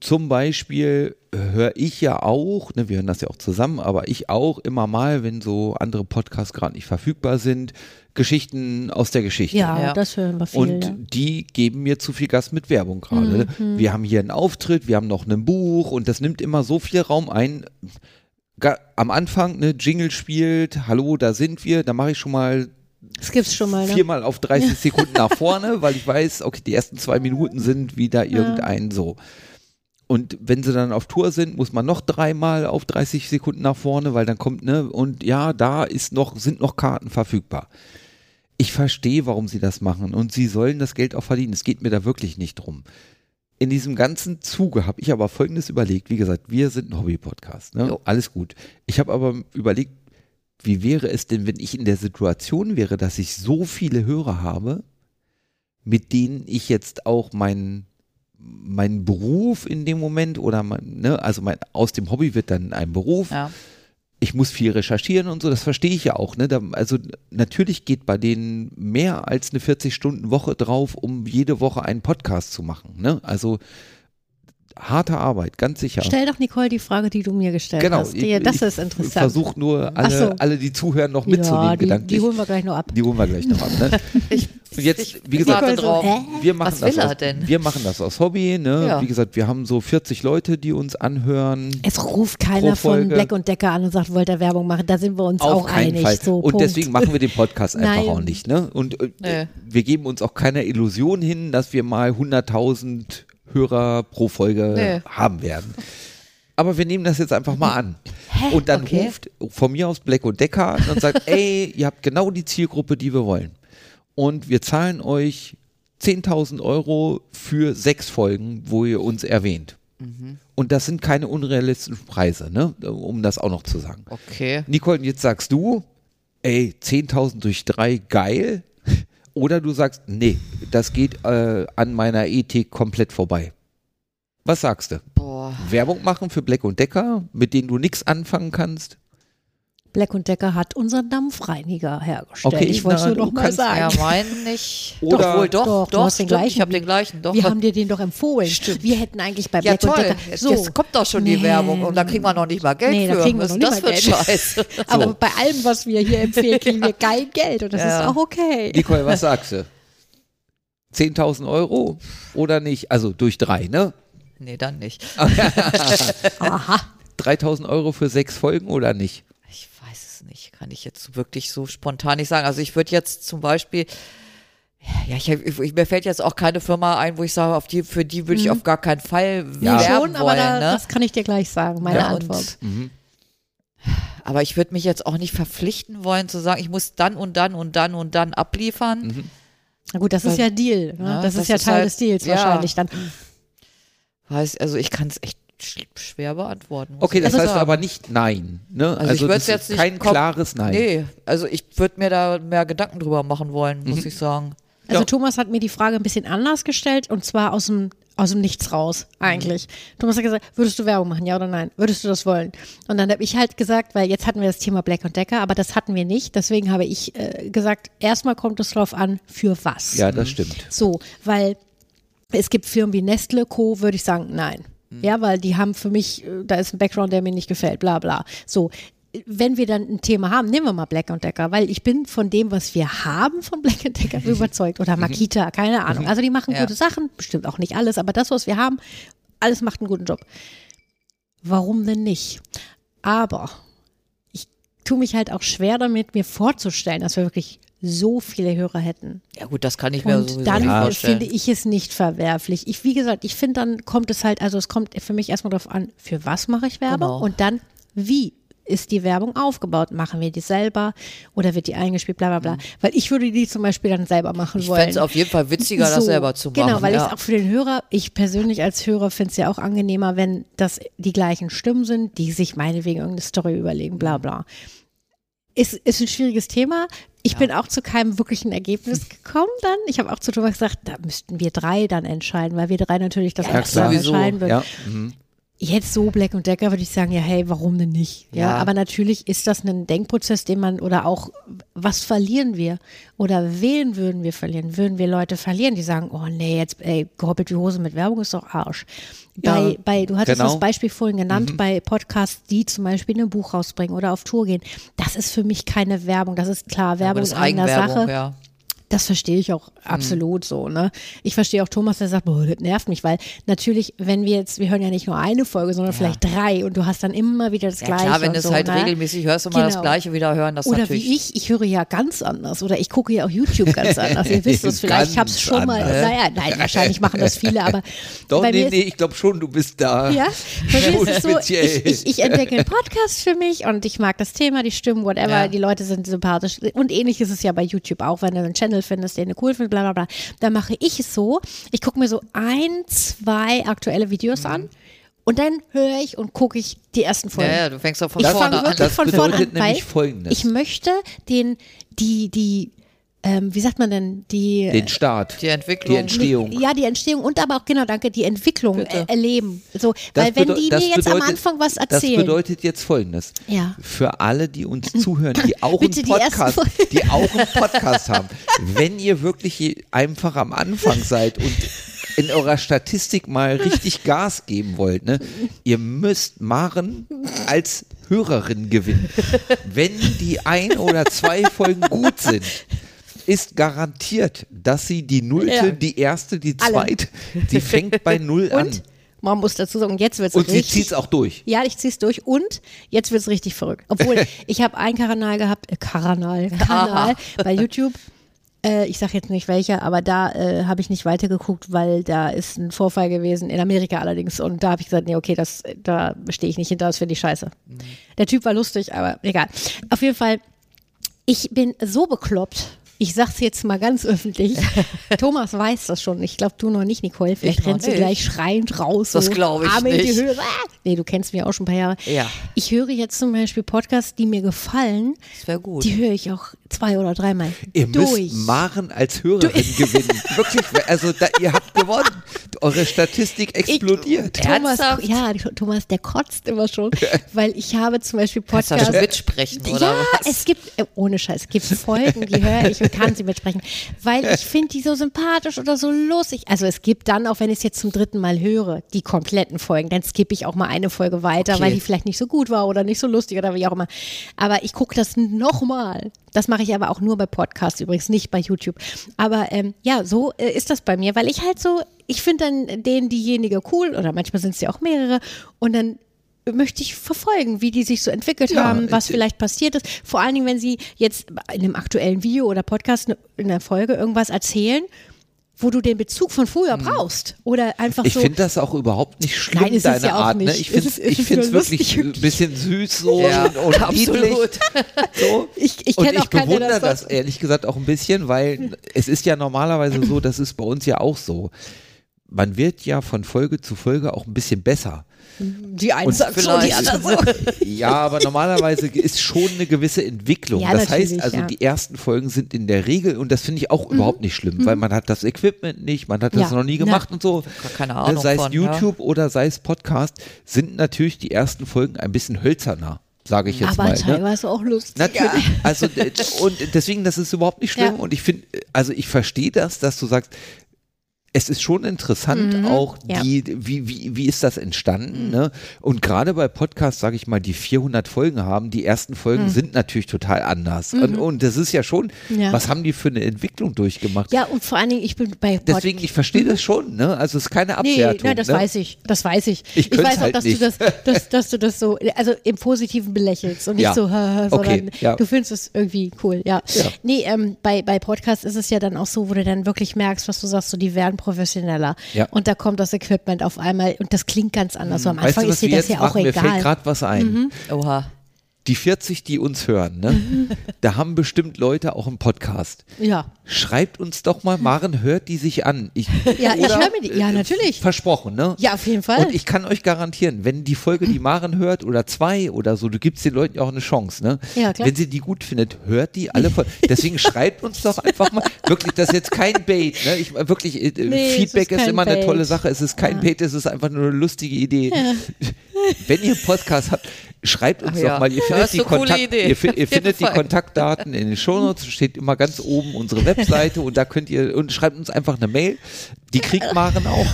S3: zum Beispiel höre ich ja auch, ne, wir hören das ja auch zusammen, aber ich auch immer mal, wenn so andere Podcasts gerade nicht verfügbar sind, Geschichten aus der Geschichte.
S4: Ja,
S2: Ja.
S4: das hören wir viel.
S3: Und
S4: ja. Mhm.
S3: die geben mir zu viel Gas mit Werbung gerade. Wir haben hier einen Auftritt, wir haben noch ein Buch und das nimmt immer so viel Raum ein. Ga- Am Anfang, ne, Jingle spielt, hallo, da sind wir, da mache ich schon mal
S4: Das gibt's schon mal. Ne?
S3: viermal auf 30 Sekunden nach vorne, weil ich weiß, okay, die ersten zwei Minuten sind wieder irgendein so. Und wenn sie dann auf Tour sind, muss man noch dreimal auf 30 Sekunden nach vorne, weil dann kommt, ne, und ja, da ist noch, sind noch Karten verfügbar. Ich verstehe, warum sie das machen und sie sollen das Geld auch verdienen. Es geht mir da wirklich nicht drum. In diesem ganzen Zuge habe ich aber Folgendes überlegt. Wie gesagt, wir sind ein Hobby-Podcast, ne?
S2: Jo.
S3: alles gut. Ich habe aber überlegt, wie wäre es denn, wenn ich in der Situation wäre, dass ich so viele Hörer habe, mit denen ich jetzt auch meinen meinen Beruf in dem Moment oder mein, ne, also mein, aus dem Hobby wird dann ein Beruf.
S2: Ja.
S3: Ich muss viel recherchieren und so, das verstehe ich ja auch. Ne? Da, also natürlich geht bei denen mehr als eine 40-Stunden-Woche drauf, um jede Woche einen Podcast zu machen. Ne? Also harte Arbeit, ganz sicher.
S4: Stell doch Nicole die Frage, die du mir gestellt
S3: genau,
S4: hast. Die, das ist
S3: Ich
S4: interessant.
S3: versuche nur alle,
S4: Ach so.
S3: alle, die zuhören, noch mitzunehmen,
S4: ja, die, die
S3: gedanklich.
S4: holen wir gleich noch ab.
S3: Die holen wir gleich noch ab. Ne? Und jetzt, wie gesagt,
S2: warte drauf.
S3: wir machen,
S2: Was
S3: das
S2: will er
S3: aus,
S2: denn?
S3: wir machen das aus Hobby. Ne?
S2: Ja.
S3: Wie gesagt, wir haben so 40 Leute, die uns anhören.
S4: Es ruft keiner von
S3: Pro Folge.
S4: Black und Decker an und sagt, wollt ihr Werbung machen? Da sind wir uns auch einig. So,
S3: und
S4: Punkt.
S3: deswegen machen wir den Podcast einfach
S4: Nein.
S3: auch nicht. Ne? Und äh,
S2: Nee.
S3: wir geben uns auch keiner Illusion hin, dass wir mal 100.000 Hörer pro Folge
S2: Nee.
S3: haben werden. Aber wir nehmen das jetzt einfach mal an. Und dann
S2: Okay.
S3: ruft von mir aus Black und Decker an und sagt, ey, ihr habt genau die Zielgruppe, die wir wollen. Und wir zahlen euch 10.000 Euro für sechs Folgen, wo ihr uns erwähnt. Und das sind keine unrealistischen Preise, ne? um das auch noch zu sagen.
S2: Okay.
S3: Nicole, und jetzt sagst du, ey, 10.000 durch 3, geil. Oder du sagst, nee, das geht äh, an meiner Ethik komplett vorbei. Was sagst du?
S2: Boah.
S3: Werbung machen für Black und Decker, mit denen du nichts anfangen kannst?
S4: Black und Decker hat unseren Dampfreiniger hergestellt.
S3: Okay,
S4: ich wollte es
S3: na,
S4: nur
S3: du
S4: noch mal
S3: kannst-
S4: sagen.
S2: Ja, meinen nicht.
S3: Oder-
S2: doch, wohl, doch,
S4: Doch,
S2: doch,
S4: du hast den
S2: stimmt,
S4: gleichen.
S2: ich habe den gleichen, doch.
S4: wir haben dir den doch empfohlen.
S2: Stimmt.
S4: Wir hätten eigentlich bei
S2: ja,
S4: Black und
S2: toll.
S4: Decker.
S2: Jetzt,
S4: So.
S2: jetzt kommt doch schon die
S4: Nee.
S2: Werbung und da kriegen wir noch nicht mal Geld
S4: Nee, da
S2: für.
S4: kriegen wir noch
S2: Was ist
S4: nicht
S2: das
S4: mal
S2: für ein
S4: Geld.
S2: Scheiß?
S4: Aber bei allem, was wir hier empfehlen, kriegen wir kein Geld und das ist auch okay.
S3: Nicole, was sagst du? 10.000 Euro oder nicht? Also durch 3, ne?
S2: Nee, dann nicht.
S3: 3.000 Euro für sechs Folgen oder nicht?
S2: Ich weiß es nicht, kann ich jetzt wirklich so spontan nicht sagen. Also ich würde jetzt zum Beispiel, ja, ich, ich, mir fällt jetzt auch keine Firma ein, wo ich sage, auf die, für die würde ich auf gar keinen Fall
S3: Ja.
S2: werben
S4: Mhm. Schon,
S2: wollen.
S4: aber da,
S2: ne?
S4: das kann ich dir gleich sagen, meine
S2: Ja, und-
S4: Antwort.
S3: Mhm.
S2: Aber ich würde mich jetzt auch nicht verpflichten wollen zu sagen, ich muss dann und dann und dann und dann abliefern.
S3: Mhm.
S4: Na gut, das ist ja Deal. Ne?
S2: Ja,
S4: das,
S2: das
S4: ist ja
S2: ist
S4: Teil
S2: halt-
S4: des Deals
S2: ja.
S4: wahrscheinlich dann.
S2: Weiß, also ich kann es echt sch schwer beantworten. muss
S3: Okay,
S2: ich
S3: das
S2: sagen.
S3: heißt aber nicht nein. Ne?
S2: also, ich
S3: das
S2: würde
S3: ist
S2: jetzt nicht
S3: kein
S2: kom-
S3: klares Nein.
S2: Nee, also ich würde mir da mehr Gedanken drüber machen wollen,
S3: Mhm.
S2: muss ich sagen.
S4: Also
S3: Ja.
S4: Thomas hat mir die Frage ein bisschen anders gestellt und zwar aus dem, aus dem Nichts raus eigentlich.
S3: Mhm.
S4: Thomas hat gesagt, würdest du Werbung machen, ja oder nein? Würdest du das wollen? Und dann habe ich halt gesagt, weil jetzt hatten wir das Thema Black und Decker, aber das hatten wir nicht. Deswegen habe ich äh, gesagt, erstmal kommt es drauf an, für was.
S3: Ja, das stimmt.
S4: So, weil es gibt Firmen wie Nestle Co., würde ich sagen, nein. Ja, weil die haben für mich, äh, da ist ein Background, der mir nicht gefällt, bla bla. So, äh, wenn wir dann ein Thema haben, nehmen wir mal Black und Decker, weil ich bin von dem, was wir haben von Black and Decker überzeugt oder Makita, keine Ahnung. Also die machen
S2: Ja.
S4: gute Sachen, bestimmt auch nicht alles, aber das, was wir haben, alles macht einen guten Job. Warum denn nicht? Aber ich tue mich halt auch schwer damit, mir vorzustellen, dass wir wirklich so viele Hörer hätten.
S2: Ja gut, das kann ich mir sowieso
S4: Und dann
S2: nicht vorstellen.
S4: finde ich es nicht verwerflich. Ich, wie gesagt, ich finde, dann kommt es halt, also es kommt für mich erstmal darauf an, für was mache ich Werbung
S2: Genau.
S4: und dann wie ist die Werbung aufgebaut? Machen wir die selber oder wird die eingespielt, bla bla bla. Weil ich würde die zum Beispiel dann selber machen
S2: Mhm. Ich
S4: wollen.
S2: fände es auf jeden Fall witziger, das
S4: So,
S2: selber zu machen.
S4: Genau, weil
S2: ja.
S4: ich es auch für den Hörer, ich persönlich als Hörer finde es ja auch angenehmer, wenn das die gleichen Stimmen sind, die sich meinetwegen irgendeine Story überlegen,
S2: Mhm.
S4: bla bla. Ist, ist ein schwieriges Thema. Ich bin auch zu keinem wirklichen Ergebnis gekommen dann. Ich habe auch zu Thomas gesagt, da müssten wir drei dann entscheiden, weil wir drei natürlich das
S3: Ja,
S4: auch zusammen
S3: klar.
S4: entscheiden würden.
S3: Ja. Mhm.
S4: Jetzt so Black und Decker würde ich sagen, ja, hey, warum denn nicht? Ja,
S2: Ja.
S4: aber natürlich ist das ein Denkprozess, den man oder auch, was verlieren wir? Oder wen würden wir verlieren? Würden wir Leute verlieren, die sagen, oh nee, jetzt, ey, gehoppelt die Hose mit Werbung ist doch Arsch. Bei, bei, du hattest
S3: Genau.
S4: das Beispiel vorhin genannt,
S2: Mhm.
S4: bei Podcasts, die zum Beispiel ein Buch rausbringen oder auf Tour gehen. Das ist für mich keine Werbung, das ist klar Werbung
S2: das
S4: in eigener
S2: Eigenwerbung,
S4: Sache.
S2: ja.
S4: Das verstehe ich
S2: Hm.
S4: auch absolut so, ne? Ich verstehe auch Thomas, der sagt, boah, das nervt mich, weil natürlich, wenn wir jetzt, wir hören ja nicht nur eine Folge, sondern vielleicht drei und du hast dann immer wieder das
S2: Ja,
S4: Gleiche.
S2: klar, wenn
S4: und
S2: du es
S4: so,
S2: halt
S4: ne?
S2: regelmäßig hörst und mal das
S4: Genau.
S2: Gleiche wieder hören, das
S4: Oder
S2: natürlich.
S4: wie ich, ich höre ja ganz anders oder ich gucke ja auch YouTube ganz anders. Ihr wisst es, vielleicht ich habe es
S3: Ganz
S4: schon mal.
S3: anders.
S4: Naja, nein, wahrscheinlich machen das viele, aber
S3: Doch,
S4: bei mir
S3: nee,
S4: ist
S3: nee, ich glaube schon, du bist da.
S4: ja, bei mir
S3: Schon
S4: ist es so, ich,
S3: speziell.
S4: ich, ich entdecke einen Podcast für mich und ich mag das Thema, die Stimmen, whatever,
S2: Ja.
S4: die Leute sind sympathisch. Und ähnlich ist es ja bei YouTube auch, wenn du einen Channel findest, den du cool findest, bla bla bla. Dann mache ich es so, ich gucke mir so ein, zwei aktuelle Videos
S3: Mhm.
S4: an und dann höre ich und gucke ich die ersten Folgen.
S2: ja, ja, du fängst doch von
S4: Ich
S3: Das-
S2: vorne
S4: fange
S2: an.
S4: wirklich
S3: das
S4: von vorne an,
S3: bedeutet
S4: weil
S3: nämlich Folgendes.
S4: ich möchte den, die, die, ähm, wie sagt man denn, die
S3: Den Start.
S2: Die Entwicklung.
S3: Die Entstehung.
S4: ja, die Entstehung und aber auch, genau, danke, die Entwicklung äh, erleben. So, weil wenn
S3: bedeu-
S4: die mir
S3: das
S4: jetzt am
S3: bedeutet-
S4: Anfang was
S3: Das
S4: erzählen.
S3: bedeutet jetzt Folgendes.
S4: Ja.
S3: Für alle, die uns zuhören, die auch,
S4: Bitte
S3: einen,
S4: die ersten
S3: Podcast,
S4: Folgen.
S3: die auch einen Podcast haben, wenn ihr wirklich je- einfach am Anfang seid und in eurer Statistik mal richtig Gas geben wollt, ne? ihr müsst Maren als Hörerin gewinnen. Wenn die ein oder zwei Folgen gut sind, ist garantiert, dass sie die nullte,
S4: Ja.
S3: die erste, die
S4: Alle.
S3: zweite, sie fängt bei null an.
S4: und man muss dazu sagen, jetzt wird es
S3: Und sie
S4: richtig.
S3: zieht es auch durch.
S4: ja, ich zieh's durch und jetzt wird's richtig verrückt. Obwohl, ich habe einen Kanal gehabt, äh, Kanal, Kanal bei YouTube. Äh, ich sage jetzt nicht welcher, aber da äh, habe ich nicht weitergeguckt, weil da ist ein Vorfall gewesen, in Amerika allerdings. Und da habe ich gesagt, nee, okay, das, da stehe ich nicht hinter, das finde ich scheiße.
S2: Mhm.
S4: Der Typ war lustig, aber egal. Auf jeden Fall Ich bin so bekloppt. Ich sag's jetzt mal ganz öffentlich. Thomas weiß das schon. Ich glaube, du noch nicht, Nicole. Vielleicht
S2: Ich noch
S4: rennst du
S2: nicht.
S4: gleich schreiend raus.
S2: Das
S4: so
S2: glaub ich
S4: Arme In
S2: nicht.
S4: die Höhe. Ah! Nee, du kennst mich auch schon ein paar Jahre.
S2: Ja.
S4: Ich höre jetzt zum Beispiel Podcasts, die mir gefallen.
S2: Das wäre gut.
S4: Die höre ich auch zwei oder dreimal
S3: Ihr
S4: durch.
S3: müsst Maren als Hörerin gewinnen. Wirklich, also da, ihr habt gewonnen. Eure Statistik explodiert.
S4: Thomas,
S2: Ernsthaft?
S4: ja, Thomas, der kotzt immer schon, weil ich habe zum Beispiel
S2: Kannst du da
S4: Podcasts.
S2: schon mitsprechen, oder
S4: ja,
S2: was?
S4: es gibt, äh, ohne Scheiß, es gibt Folgen, die höre ich und kann sie mitsprechen, weil ich finde die so sympathisch oder so lustig. Also es gibt dann, auch wenn ich es jetzt zum dritten Mal höre, die kompletten Folgen, dann skippe ich auch mal eine Folge weiter,
S2: Okay.
S4: weil die vielleicht nicht so gut war oder nicht so lustig oder wie auch immer. Aber ich gucke das nochmal. Das mache ich aber auch nur bei Podcasts übrigens, nicht bei YouTube. Aber ähm, ja, so äh, ist das bei mir, weil ich halt so, ich finde dann den, diejenige cool oder manchmal sind es ja auch mehrere und dann möchte ich verfolgen, wie die sich so entwickelt
S3: Ja,
S4: haben, was
S3: äh,
S4: vielleicht passiert ist. Vor allen Dingen, wenn sie jetzt in einem aktuellen Video oder Podcast ne, in der Folge irgendwas erzählen, wo du den Bezug von früher brauchst. Oder einfach
S3: Hm. Ich
S4: so.
S3: finde das auch überhaupt nicht schlimm,
S4: Nein, ist es
S3: deine
S4: ja auch
S3: Art. Ne?
S4: nicht.
S3: Ich
S4: Es
S3: finde
S4: ist- es ist
S3: es
S4: nur
S3: wirklich
S4: lustig.
S3: ein bisschen süß so
S2: Ja,
S3: und, und niedlich.
S2: absolut.
S3: So.
S4: Ich- ich
S3: und
S4: kenn
S3: ich
S4: auch keinen, der das
S3: bewundere das
S4: sagt.
S3: ehrlich gesagt auch ein bisschen, weil es ist ja normalerweise so, das ist bei uns ja auch so. Man wird ja von Folge zu Folge auch ein bisschen besser.
S4: die einen
S3: Und
S4: sagen so, die
S2: vielleicht-
S4: anderen so.
S3: Ja, aber normalerweise ist schon eine gewisse Entwicklung.
S4: Ja,
S3: das heißt
S4: natürlich,
S3: also,
S4: ja. Mhm.
S3: die ersten Folgen sind in der Regel, und das finde ich auch überhaupt nicht schlimm, weil man hat das Equipment nicht, man hat
S4: Ja,
S3: das noch nie
S4: na.
S3: gemacht und so.
S2: Gar keine Ahnung
S3: Sei es
S2: von, ja.
S3: YouTube oder sei es Podcast, sind natürlich die ersten Folgen ein bisschen hölzerner, sage ich jetzt
S4: Aber
S3: mal. Ne?
S4: teilweise auch lustig.
S3: Natürlich. Also d- und deswegen, das ist überhaupt nicht schlimm.
S4: Ja.
S3: Und ich finde, also ich verstehe das, dass du sagst, es ist schon interessant, auch
S4: Mhm. Ja. Mhm.
S3: die, wie, wie, wie ist das entstanden? Ne? Und gerade bei Podcasts, sage ich mal, die 400 Folgen haben, die ersten Folgen
S4: Mhm.
S3: sind natürlich total anders. Und, und das ist ja schon,
S4: Ja.
S3: was haben die für eine Entwicklung durchgemacht?
S4: Ja, und vor allen Dingen, ich bin bei Pod Mhm.
S3: Deswegen, ich verstehe das schon. Ne? Also es ist keine Abwertung.
S4: Nee, nein, das
S3: ne?
S4: weiß ich. Das weiß ich.
S3: Ich
S4: ich
S3: könnte
S4: weiß auch,
S3: halt
S4: dass
S3: nicht.
S4: du das, dass, dass du das so, also im Positiven belächelst und nicht
S3: Ja.
S4: so, sondern
S3: Okay, ja.
S4: du findest es irgendwie cool, ja.
S3: Ja.
S4: Nee, ähm, bei, bei Podcasts ist es ja dann auch so, wo du dann wirklich merkst, was du sagst, so die werden professioneller.
S3: Ja.
S4: Und da kommt das Equipment auf einmal und das klingt ganz anders. So am
S3: Weißt
S4: Anfang
S3: du, was
S4: ist dir
S3: wir
S4: das
S3: jetzt
S4: ja auch Mhm.
S3: machen? Mir fällt
S4: egal.
S3: gerade was ein.
S2: Oha.
S3: die 40, die uns hören, ne? da haben bestimmt Leute auch einen Podcast.
S4: Ja.
S3: Schreibt uns doch mal, Maren hört die sich an. Ich,
S4: Ja, ich
S3: oder-
S4: höre mir die. Ja,
S3: äh,
S4: natürlich.
S3: Versprochen, ne?
S4: Ja, auf jeden Fall.
S3: Und ich kann euch garantieren, wenn die Folge, die Maren hört, oder zwei oder so, du gibst den Leuten ja auch eine Chance, ne?
S4: Ja, klar.
S3: Wenn sie die gut findet, hört die alle Folgen. Deswegen schreibt uns doch einfach mal. Wirklich, das ist jetzt kein Bait, ne? Ich, wirklich, äh,
S4: Nee, es ist
S3: Feedback ist,
S4: kein
S3: immer eine
S4: Bait.
S3: tolle Sache. Es ist kein Bait, es ist einfach nur eine lustige Idee. Wenn ihr einen Podcast habt, schreibt uns
S2: Ach
S3: doch
S2: ja.
S3: mal. Ihr
S2: Das
S3: findet,
S2: ist
S3: die,
S2: eine coole
S3: Kontakt
S2: Idee.
S3: ihr, fi-
S2: Auf
S3: ihr
S2: jeden
S3: findet die
S2: Fall.
S3: Kontaktdaten in den Shownotes, steht immer ganz oben unsere Webseite und da könnt ihr und schreibt uns einfach eine Mail. Die kriegt Maren auch.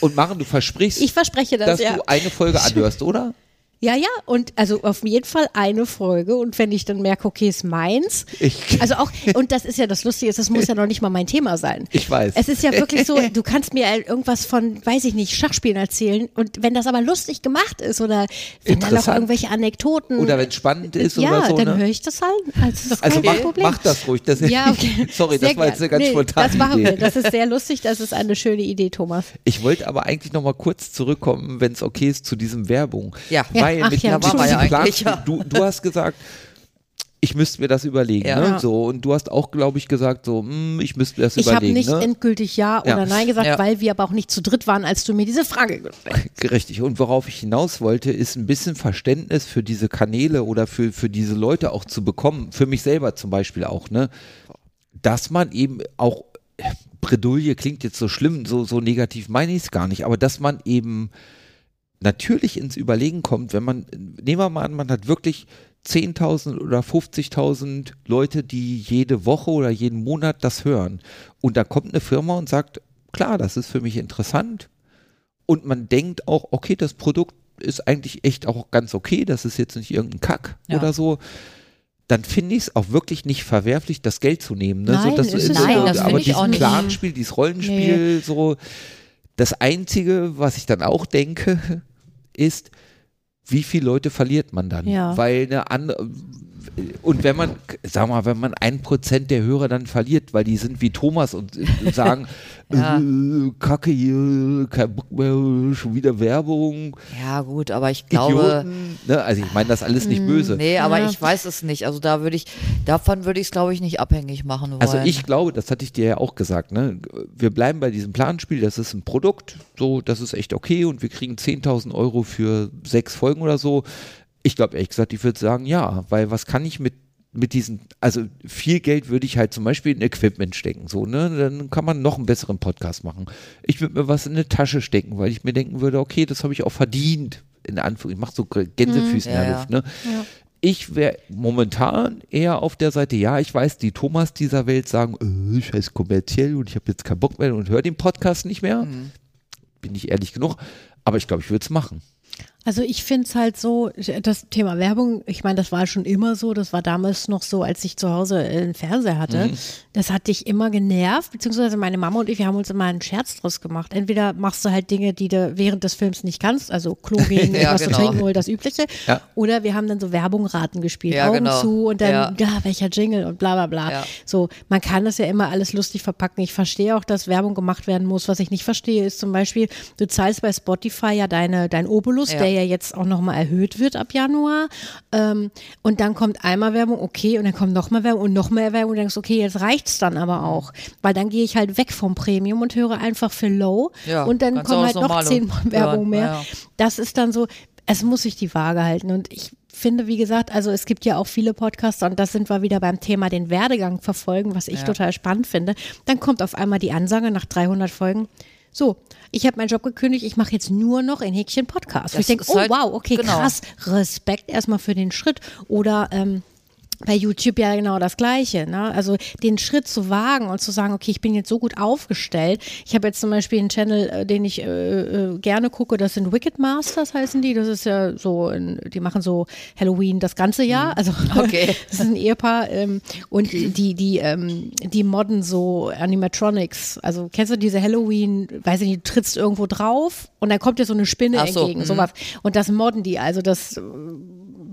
S3: Und Maren, du versprichst,
S4: Ich verspreche das,
S3: dass
S4: ja.
S3: du eine Folge anhörst, oder?
S4: Ja, ja, und also auf jeden Fall eine Folge. Und wenn ich dann merke, okay, ist meins.
S3: Ich-
S4: also auch, und das ist ja das Lustige, das muss ja noch nicht mal mein Thema sein.
S3: Ich weiß.
S4: Es ist ja wirklich so, du kannst mir irgendwas von, weiß ich nicht, Schachspielen erzählen. Und wenn das aber lustig gemacht ist oder wenn da noch
S3: Interessant.
S4: irgendwelche Anekdoten.
S3: Oder wenn es spannend ist
S4: Also, ja,
S3: oder so.
S4: dann höre
S3: ne?
S4: ich das halt. Also, das ist
S3: Also
S4: kein
S3: mach,
S4: Problem.
S3: mach das ruhig. Das,
S4: Ja, okay.
S3: Sorry,
S4: Sehr
S3: das war jetzt
S4: gern.
S3: eine ganz
S4: nee,
S3: spontane
S4: Das machen
S3: Idee.
S4: wir. Das ist sehr lustig. Das ist eine schöne Idee, Thomas.
S3: Ich wollte aber eigentlich noch mal kurz zurückkommen, wenn es okay ist, zu diesem Werbung.
S2: Ja. Ja,
S3: weil
S4: ach
S3: mit
S4: ja,
S3: dem
S4: da waren wir
S2: ja
S3: Plan-
S2: eigentlich, ja.
S3: Du, du hast gesagt, ich müsste mir das überlegen.
S2: Ja.
S3: Ne?
S4: Ja.
S3: So, und du hast auch, glaube ich, gesagt, so, hm, ich müsste mir das
S4: Ich habe
S3: überlegen.
S4: nicht
S3: ne?
S4: endgültig Ja oder
S3: Ja.
S4: Nein gesagt,
S2: Ja.
S4: weil wir aber auch nicht zu dritt waren, als du mir diese Frage gestellt hast.
S3: Richtig. Und worauf ich hinaus wollte, ist ein bisschen Verständnis für diese Kanäle oder für, für diese Leute auch zu bekommen. Für mich selber zum Beispiel auch, ne? Dass man eben auch, äh, Bredouille klingt jetzt so schlimm, so, so negativ meine ich es gar nicht, aber dass man eben natürlich ins Überlegen kommt, wenn man, nehmen wir mal an, man hat wirklich 10.000 oder 50.000 Leute, die jede Woche oder jeden Monat das hören. Und da kommt eine Firma und sagt, klar, das ist für mich interessant, und man denkt auch, okay, das Produkt ist eigentlich echt auch ganz okay, das ist jetzt nicht irgendein Kack
S2: Ja.
S3: oder so, dann finde ich es auch wirklich nicht verwerflich, das Geld zu nehmen. Ne?
S4: Nein,
S3: so, dass
S4: ist es
S2: Nein,
S3: so,
S2: das
S3: aber
S2: finde ich
S3: dieses
S2: auch nicht.
S3: Planspiel, dieses Rollenspiel, so. Das Einzige, was ich dann auch denke, ist, wie viele Leute verliert man dann?
S4: Ja.
S3: Weil eine andere. Und wenn man, sag mal, wenn man ein Prozent der Hörer dann verliert, weil die sind wie Thomas und äh, sagen,
S2: Ja.
S3: äh, Kacke hier, kein Bock mehr, schon wieder Werbung,
S2: Ja, gut, aber ich glaube. mm,
S3: Idioten. Ne? Also ich meine das alles nicht böse.
S2: Nee, aber
S4: Ja.
S2: ich weiß es nicht. Also da würde ich, davon würde ich es, glaube ich, nicht abhängig machen wollen.
S3: Also ich glaube, das hatte ich dir ja auch gesagt, ne? wir bleiben bei diesem Planspiel, das ist ein Produkt, so, das ist echt okay und wir kriegen 10.000 Euro für sechs Folgen oder so. Ich glaube ehrlich gesagt, ich würde sagen, ja, weil was kann ich mit mit diesen, also viel Geld würde ich halt zum Beispiel in Equipment stecken, so, ne, dann kann man noch einen besseren Podcast machen. Ich würde mir was in eine Tasche stecken, weil ich mir denken würde, okay, das habe ich auch verdient, in Anführungszeichen, ich mache so Gänsefüße in
S2: Ja,
S3: der
S2: ja.
S3: Luft, ne. Ich wäre momentan eher auf der Seite, ja, ich weiß, die Thomas dieser Welt sagen, äh, scheiß kommerziell und ich habe jetzt keinen Bock mehr und höre den Podcast nicht mehr.
S2: Mhm.
S3: Bin ich ehrlich genug. Aber ich glaube, ich würde es machen.
S4: Also ich finde es halt so, das Thema Werbung, ich meine, das war schon immer so, das war damals noch so, als ich zu Hause äh, einen Fernseher hatte.
S2: Mhm.
S4: Das hat dich immer genervt, beziehungsweise meine Mama und ich, wir haben uns immer einen Scherz draus gemacht. Entweder machst du halt Dinge, die du während des Films nicht kannst, also Klo gehen,
S2: Ja,
S4: was zu
S2: genau.
S4: trinken oder das Übliche.
S3: Ja.
S4: Oder wir haben dann so Werbungraten gespielt,
S2: Ja,
S4: Augen
S2: genau.
S4: zu und dann,
S2: Ja.
S4: ja. welcher Jingle und bla bla bla.
S2: Ja.
S4: So, man kann das ja immer alles lustig verpacken. Ich verstehe auch, dass Werbung gemacht werden muss. Was ich nicht verstehe, ist zum Beispiel, du zahlst bei Spotify ja deine, dein Obolus,
S2: Ja.
S4: der ja jetzt auch nochmal erhöht wird ab Januar. Ähm, und dann kommt einmal Werbung, okay, und dann kommt nochmal Werbung und nochmal Werbung und denkst, okay, jetzt reicht's dann
S2: Mhm.
S4: aber auch. Weil dann gehe ich halt weg vom Premium und höre einfach für Low.
S2: Ja,
S4: und dann
S2: kannst
S4: kommen
S2: auch
S4: halt
S2: das
S4: noch
S2: Normale
S4: zehn
S2: hören.
S4: Werbung mehr.
S2: Ja, ja.
S4: Das ist dann so, es muss sich die Waage halten. Und ich finde, wie gesagt, also es gibt ja auch viele Podcaster und das sind wir wieder beim Thema den Werdegang verfolgen, was ich total spannend finde. Dann kommt auf einmal die Ansage nach 300 Folgen. So, ich habe meinen Job gekündigt, ich mache jetzt nur noch ein Häkchen Podcast. Wo
S2: Das
S4: ich denke,
S2: ist
S4: oh
S2: halt-
S4: wow, okay,
S2: genau.
S4: krass, Respekt erstmal für den Schritt. Oder ähm, bei YouTube ja genau das Gleiche. Ne? Also den Schritt zu wagen und zu sagen, okay, ich bin jetzt so gut aufgestellt. Ich habe jetzt zum Beispiel einen Channel, äh, den ich äh, äh, gerne gucke, das sind Wicked Masters heißen die. Das ist ja so, ein- die machen so Halloween das ganze Jahr. Also
S2: Okay.
S4: das ist ein Ehepaar ähm, und die, die, ähm, die modden so Animatronics. Also kennst du diese Halloween, weiß ich nicht, du trittst irgendwo drauf und dann kommt dir so eine Spinne
S2: Ach so,
S4: entgegen.
S2: mhm.
S4: Sowas. Und das modden die. Also das, äh,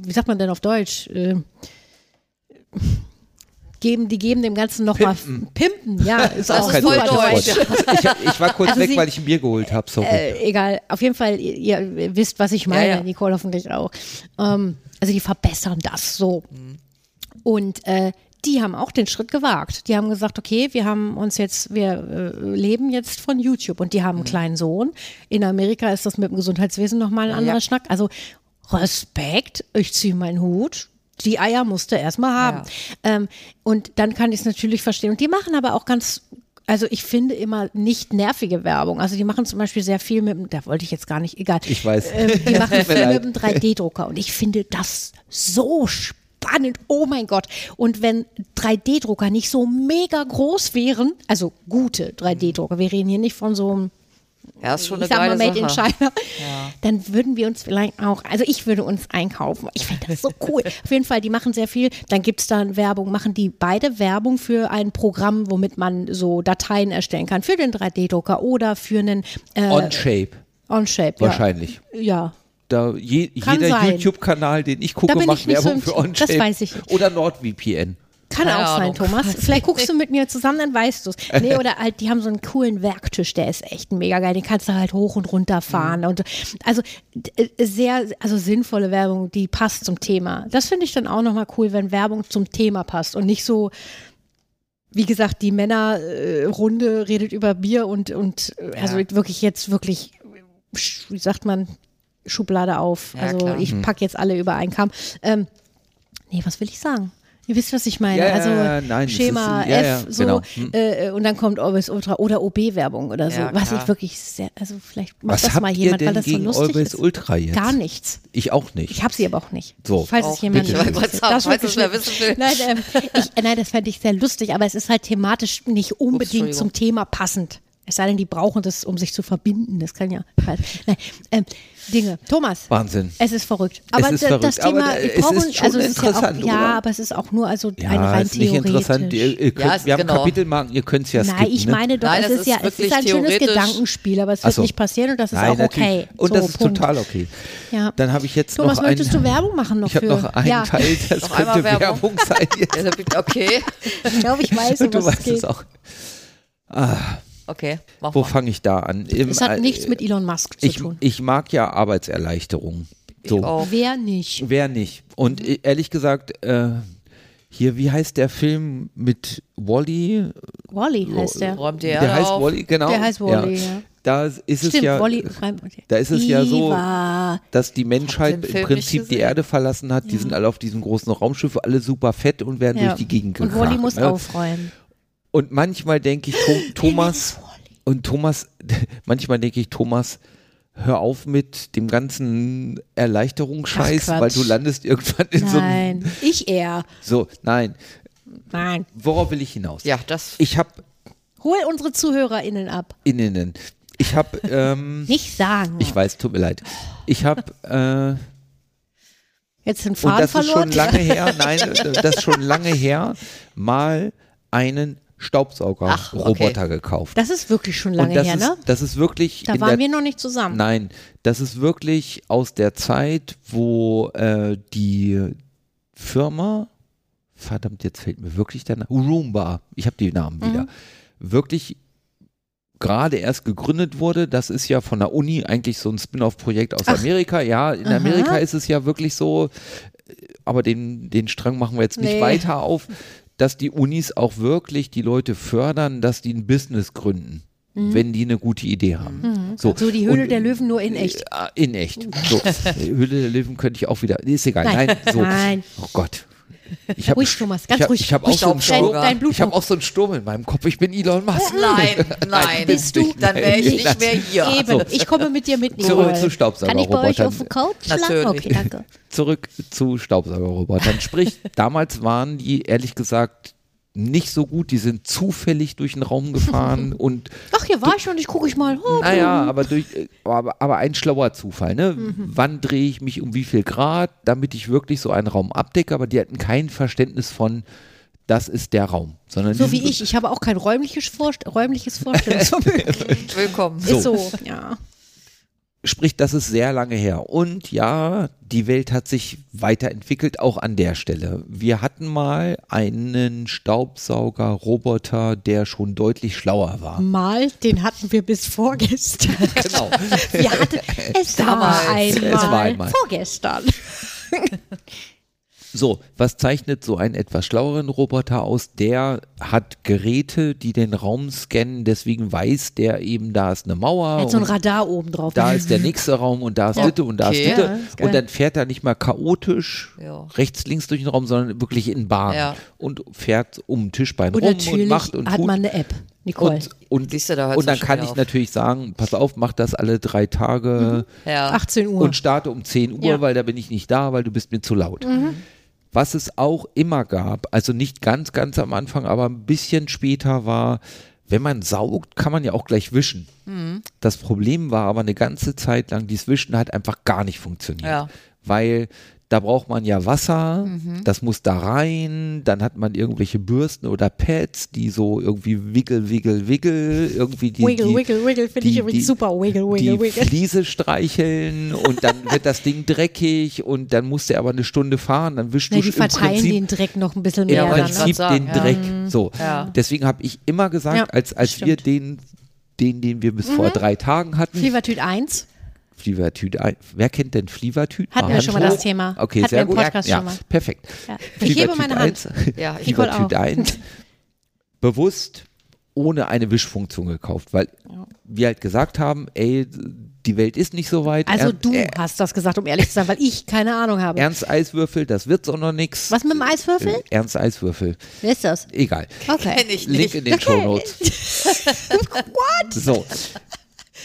S4: wie sagt man denn auf Deutsch? Äh, geben, die geben dem Ganzen nochmal pimpen. pimpen. Ja, ist
S2: Das
S4: auch
S2: ist
S4: super
S2: voll deutsch.
S4: deutsch.
S3: Ich, hab- ich war kurz
S4: Also
S3: weg,
S4: sie-
S3: weil ich ein Bier geholt habe. Sorry.
S4: Äh, egal, auf jeden Fall, ihr, ihr wisst, was ich meine,
S2: Ja, ja.
S4: Nicole hoffentlich auch. Ähm, also die verbessern das so.
S2: Mhm.
S4: Und äh, die haben auch den Schritt gewagt. Die haben gesagt, okay, wir haben uns jetzt, wir äh, leben jetzt von YouTube und die haben einen
S2: Mhm.
S4: kleinen Sohn. In Amerika ist das mit dem Gesundheitswesen nochmal ein anderer
S2: ja.
S4: Schnack. Also Respekt, ich ziehe meinen Hut. Die Eier musste erstmal haben. Ähm, und dann kann ich es natürlich verstehen. Und die machen aber auch ganz, also ich finde immer nicht nervige Werbung. Also die machen zum Beispiel sehr viel mit dem, da wollte ich jetzt gar nicht, egal.
S3: Ich weiß.
S4: Ähm, die machen
S3: Tut mir
S4: viel
S3: leid.
S4: mit dem 3D-Drucker und ich finde das so spannend. Oh mein Gott. Und wenn 3D-Drucker nicht so mega groß wären, also gute 3D-Drucker, wir reden hier nicht von so einem
S2: Ja, ist schon
S4: ich
S2: eine
S4: sag mal
S2: geile
S4: Made in
S2: Sache.
S4: China, dann würden wir uns vielleicht auch, also ich würde uns einkaufen. Ich finde das so cool. Auf jeden Fall, die machen sehr viel. Dann gibt es dann Werbung, machen die beide Werbung für ein Programm, womit man so Dateien erstellen kann, für den 3D-Drucker oder für einen äh,
S3: Onshape,
S4: Onshape.
S3: wahrscheinlich.
S4: Ja. ja.
S3: Da je,
S4: Kann
S3: jeder
S4: sein.
S3: YouTube-Kanal, den ich
S4: Da
S3: gucke,
S4: bin ich
S3: macht
S4: nicht so
S3: Werbung
S4: im-
S3: für
S4: das
S3: Onshape.
S4: weiß ich nicht.
S3: Oder NordVPN.
S4: Kann
S2: Keine
S4: auch sein,
S2: Ahnung.
S4: Thomas. Vielleicht guckst du mit mir zusammen, dann weißt du es. Nee, oder halt, die haben so einen coolen Werktisch, der ist echt mega geil. Den kannst du halt hoch und runter fahren.
S2: Mhm.
S4: Und also d- sehr, also sinnvolle Werbung, die passt zum Thema. Das finde ich dann auch nochmal cool, wenn Werbung zum Thema passt und nicht so, wie gesagt, die Männerrunde äh, Runde redet über Bier und, und äh, also wirklich jetzt wirklich, äh, sch- wie sagt man, Schublade auf.
S2: Ja,
S4: also
S2: klar. Mhm.
S4: ich packe jetzt alle über einen Kamm. Ähm, nee, was will ich sagen? Ihr wisst, was ich meine.
S3: Ja, ja,
S4: also
S3: ja, nein, das
S4: Schema
S3: ist- ja, ja,
S4: F, so
S3: genau.
S4: äh, und dann kommt Always Ultra oder OB-Werbung oder so.
S2: Ja,
S4: was
S2: klar.
S4: ich wirklich sehr, also vielleicht macht
S3: Was
S4: das
S3: habt
S4: mal
S3: ihr
S4: jemand, weil
S3: denn
S4: das so
S3: gegen
S4: lustig
S3: Always
S4: ist.
S3: Ultra jetzt?
S4: Gar nichts.
S3: Ich auch nicht.
S4: Ich habe sie aber auch nicht.
S3: So.
S4: falls
S2: Auch
S4: es jemand
S3: bitte.
S4: nicht
S3: Ich
S2: wollte
S4: interessiert.
S2: sagen,
S4: Das wird
S2: falls es wer
S4: geschnitten.
S2: wissen will.
S4: Nein, ähm, ich, äh, nein, das fände ich sehr lustig, aber es ist halt thematisch nicht unbedingt
S2: Entschuldigung.
S4: zum Thema passend. Es sei denn, die brauchen das, um sich zu verbinden. Das kann ja. Nein, ähm, Dinge. Thomas.
S3: Wahnsinn.
S4: Es ist verrückt. Aber
S3: ist
S4: da- das
S3: verrückt,
S4: Thema,
S3: aber da-
S4: ich
S3: es
S4: brauche,
S3: ist schon
S4: also es ist ja, auch,
S3: interessant, oder?
S4: ja, aber es ist auch nur also ein
S3: ja,
S4: rein
S3: ist nicht interessant. Ihr,
S4: theoretisch.
S3: ihr könnt,
S2: ist
S3: wir haben
S2: genau.
S3: Kapitelmarken, ihr könnt es ja skippen. ne?
S4: Nein, ich meine doch,
S2: Nein,
S4: es
S2: das
S4: ist, ja,
S2: ist
S4: es ist
S2: wirklich
S4: ein schönes
S2: theoretisch.
S4: Gedankenspiel, aber es wird
S3: Ach so.
S4: nicht passieren und das ist
S3: Nein,
S4: auch
S3: natürlich.
S4: okay.
S3: Und
S4: so,
S3: das ist
S4: Punkt.
S3: total okay.
S4: Ja.
S3: Dann habe ich jetzt
S4: Thomas,
S3: noch einen,
S4: möchtest du Werbung machen noch
S3: Ich habe
S4: für-
S3: noch einen
S4: Ja.
S3: Teil, das
S2: Noch einmal
S3: könnte Werbung,
S2: Werbung.
S3: sein.
S2: Ja, da bin ich- Okay,
S4: Ich glaube, ich weiß, um
S3: du
S4: was es
S3: weißt
S4: geht.
S3: es auch.
S2: okay, mach
S3: Wo
S2: mal.
S3: fange ich da an? Im-
S4: Es hat
S3: äh,
S4: nichts mit Elon Musk zu
S3: ich,
S4: tun.
S3: ich mag ja Arbeitserleichterungen. So.
S2: auch. Mhm.
S4: Wer nicht?
S3: Wer nicht? Und e- ehrlich gesagt, äh, hier, wie heißt der Film mit Wally?
S4: Wally
S3: Oh,
S4: heißt der.
S2: Räumt die
S3: Der
S2: Erde
S3: heißt
S2: auf.
S3: Wally, genau.
S4: Der heißt Wally, ja.
S3: Da ist es
S4: Stimmt,
S3: ja.
S4: Wally.
S3: Da ist es ja so-
S4: Eva.
S3: dass die
S2: den
S3: Menschheit im
S2: Film
S3: Prinzip
S2: nicht
S3: die
S2: gesehen.
S3: Erde verlassen hat. Die sind alle auf diesem großen Raumschiff, alle super fett und werden
S4: Ja.
S3: durch die Gegend
S4: Und
S3: gefahren.
S4: Wally muss
S3: ne?
S4: aufräumen.
S3: Und manchmal denke ich, Tho- Thomas,
S4: Wer ist Wall-E?
S3: und Thomas, manchmal denke ich, Thomas, hör auf mit dem ganzen Erleichterungsscheiß,
S4: Ach, Quatsch.
S3: weil du landest irgendwann in so einem.
S4: Nein, ich eher.
S3: So, nein.
S4: Nein.
S3: Worauf will ich hinaus?
S2: Ja, das
S3: Ich habe
S4: Hol unsere ZuhörerInnen ab.
S3: innen, ich habe, ähm,
S4: Nicht sagen.
S3: ich weiß, tut mir leid. Ich habe, äh,
S4: Jetzt den
S3: und
S4: Faden
S3: das ist
S4: verloren.
S3: schon lange her, nein, das ist schon lange her, mal einen
S2: Ach, okay.
S3: Staubsauger-Roboter gekauft.
S4: das ist wirklich schon lange
S3: und das
S4: her,
S3: ist,
S4: ne?
S3: das ist wirklich
S4: Da
S3: in
S4: waren
S3: der
S4: wir noch nicht zusammen.
S3: Nein, das ist wirklich aus der Zeit, wo äh, die Firma, verdammt, jetzt fällt mir wirklich der Name, Roomba, ich habe die Namen wieder,
S4: Mhm.
S3: wirklich gerade erst gegründet wurde. Das ist ja von der Uni eigentlich so ein Spin-off-Projekt aus Amerika. Ja, in
S4: Aha.
S3: Amerika ist es ja wirklich so, äh, aber den, den Strang machen wir jetzt nicht
S4: Nee.
S3: weiter auf, dass die Unis auch wirklich die Leute fördern, dass die ein Business gründen. Wenn die eine gute Idee haben. So,
S4: Mhm. So die Höhle
S3: Und-
S4: der Löwen nur in echt.
S3: Ah, In echt. So. äh, Hülle der Löwen könnte ich auch wieder. nee, Ist egal. Nein.
S4: Nein.
S3: so.
S4: Nein.
S3: Oh Gott. Ich hab,
S4: Ruhig, Thomas, ganz
S3: ich hab,
S4: ruhig.
S3: Ich habe auch,
S4: Ruhig
S3: so einen
S2: aufsteigen,
S3: Sturm-
S2: dein
S4: Blutdruck.
S3: ich hab auch so einen Sturm in meinem Kopf. Ich bin Elon Musk.
S2: Nein, nein,
S3: bist du-
S2: Dann wäre ich nicht
S3: Nein.
S2: mehr hier.
S4: Eben, ich komme mit dir mit,
S3: Zurück
S4: Nicole.
S3: Äh, Also. zu Staubsauger-
S4: Kann ich bei euch
S3: Robotern.
S4: auf dem Couch schlafen?
S2: Natürlich.
S4: Okay, danke.
S3: Zurück zu Staubsaugerrobotern. Sprich, damals waren die ehrlich gesagt nicht so gut. Die sind zufällig durch den Raum gefahren und
S4: Ach, hier war ich noch nicht, gucke ich mal. Oh,
S3: Naja, aber, durch, äh, aber, aber ein schlauer Zufall. Ne?
S4: Mhm.
S3: Wann drehe ich mich um wie viel Grad, damit ich wirklich so einen Raum abdecke? Aber die hatten kein Verständnis von, das ist der Raum. Sondern
S4: So
S3: die-
S4: wie ich. Ich habe auch kein räumliches, Vorst räumliches Vorstellungsvermögen.
S2: Willkommen.
S4: Ist so, ja.
S3: Sprich, das ist sehr lange her. Und ja, die Welt hat sich weiterentwickelt, auch an der Stelle. Wir hatten mal einen Staubsauger-Roboter, der schon deutlich schlauer war.
S4: Mal, den hatten wir bis vorgestern.
S3: Genau.
S4: Wir hatten, es war
S2: Damals.
S4: einmal,
S3: Es war einmal.
S4: vorgestern.
S3: So, was zeichnet so einen etwas schlaueren Roboter aus? Der hat Geräte, die den Raum scannen, deswegen weiß der eben, da ist eine Mauer.
S4: Er hat so ein
S3: und
S4: Radar oben drauf.
S3: Oh. da ist der nächste Raum und da ist Ditte und da ist
S2: Okay.
S3: Ditte.
S4: Ja, ist geil.
S3: und dann fährt er nicht mal chaotisch
S2: Ja.
S3: rechts, links durch den Raum, sondern wirklich in Bahn
S2: Ja.
S3: und fährt um den Tischbein
S4: und
S3: rum
S4: natürlich
S3: und macht und
S4: hat
S3: tut.
S4: man eine App, Nicole.
S3: und, und,
S2: Siehst du, da hört's
S3: und dann
S2: schon
S3: kann
S2: wieder
S3: ich
S2: auf.
S3: natürlich sagen, pass auf, mach das alle drei Tage.
S2: Ja.
S4: Mhm. 18 Uhr.
S3: Und starte um 10 Uhr,
S4: Ja. Mhm.
S3: weil da bin ich nicht da, weil du bist mir zu laut. Was es auch immer gab, also nicht ganz, ganz am Anfang, aber ein bisschen später war, wenn man saugt, kann man ja auch gleich wischen.
S4: Mhm.
S3: Das Problem war aber eine ganze Zeit lang, dieses Wischen hat einfach gar nicht funktioniert.
S2: Ja.
S3: Weil da braucht man ja Wasser,
S4: Mhm.
S3: das muss da rein, dann hat man irgendwelche Bürsten oder Pads, die so irgendwie wickel, wickel, wickel, irgendwie die,
S4: Wiggle,
S3: die,
S4: wiggle, wiggle, finde ich übrigens super. Wiggle, wiggle,
S3: die
S4: wiggle.
S3: Fliese streicheln und dann wird das Ding dreckig und dann musst du aber eine Stunde fahren, dann wischst
S4: Na,
S3: du
S4: die
S3: im Prinzip,
S4: verteilen den Dreck noch ein bisschen
S3: im
S4: mehr. dann, ne?
S3: Prinzip
S2: ne?
S3: den
S2: Ja.
S3: Dreck. So.
S2: Ja.
S3: Deswegen habe ich immer gesagt,
S4: Ja,
S3: als, als wir
S4: stimmt. Mhm.
S3: den, den, den wir bis vor drei Tagen hatten,
S4: Fevertüt 1.
S3: Flievertüt, ein- wer kennt denn Flievertüt?
S4: Hatten wir
S3: Hand
S4: schon mal das
S3: hoch.
S4: Thema.
S3: Okay,
S4: Hatten
S3: sehr
S4: wir im
S3: gut.
S4: Podcast
S3: ja,
S4: schon mal.
S3: perfekt.
S4: Ja. Ich hebe meine Hand.
S2: Ja, ich
S4: Nicole
S3: Flievertüt
S4: auch.
S3: 1 bewusst ohne eine Wischfunktion gekauft, weil wir halt gesagt haben, ey, die Welt ist nicht so weit.
S4: Also
S3: Ernst-
S4: du
S3: äh,
S4: hast das gesagt, um ehrlich zu sein, weil ich keine Ahnung habe.
S3: Ernst Eiswürfel, das wird's auch noch nix.
S4: Was mit dem Eiswürfel?
S3: Äh, Ernst Eiswürfel,
S4: Wer ist das?
S3: egal.
S4: Okay.
S2: nicht.
S3: Link in den Shownotes.
S4: What?
S3: So.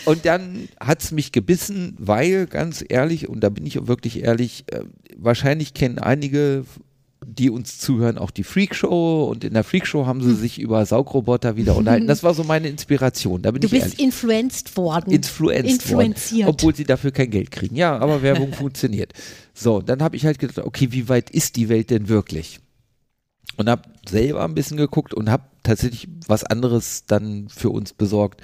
S3: Und dann hat's mich gebissen, weil ganz ehrlich, und da bin ich auch wirklich ehrlich, äh, wahrscheinlich kennen einige, die uns zuhören, auch die Freakshow und in der Freakshow haben
S4: Hm.
S3: sie sich über Saugroboter wieder unterhalten. Das war so meine Inspiration, da bin
S4: Du
S3: ich
S4: bist
S3: ehrlich.
S4: influenced worden.
S3: Influenced
S4: Influenziert.
S3: Worden, obwohl sie dafür kein Geld kriegen. Ja, aber Werbung funktioniert. So, dann habe ich halt gedacht, okay, wie weit ist die Welt denn wirklich? Und habe selber ein bisschen geguckt und habe tatsächlich was anderes dann für uns besorgt,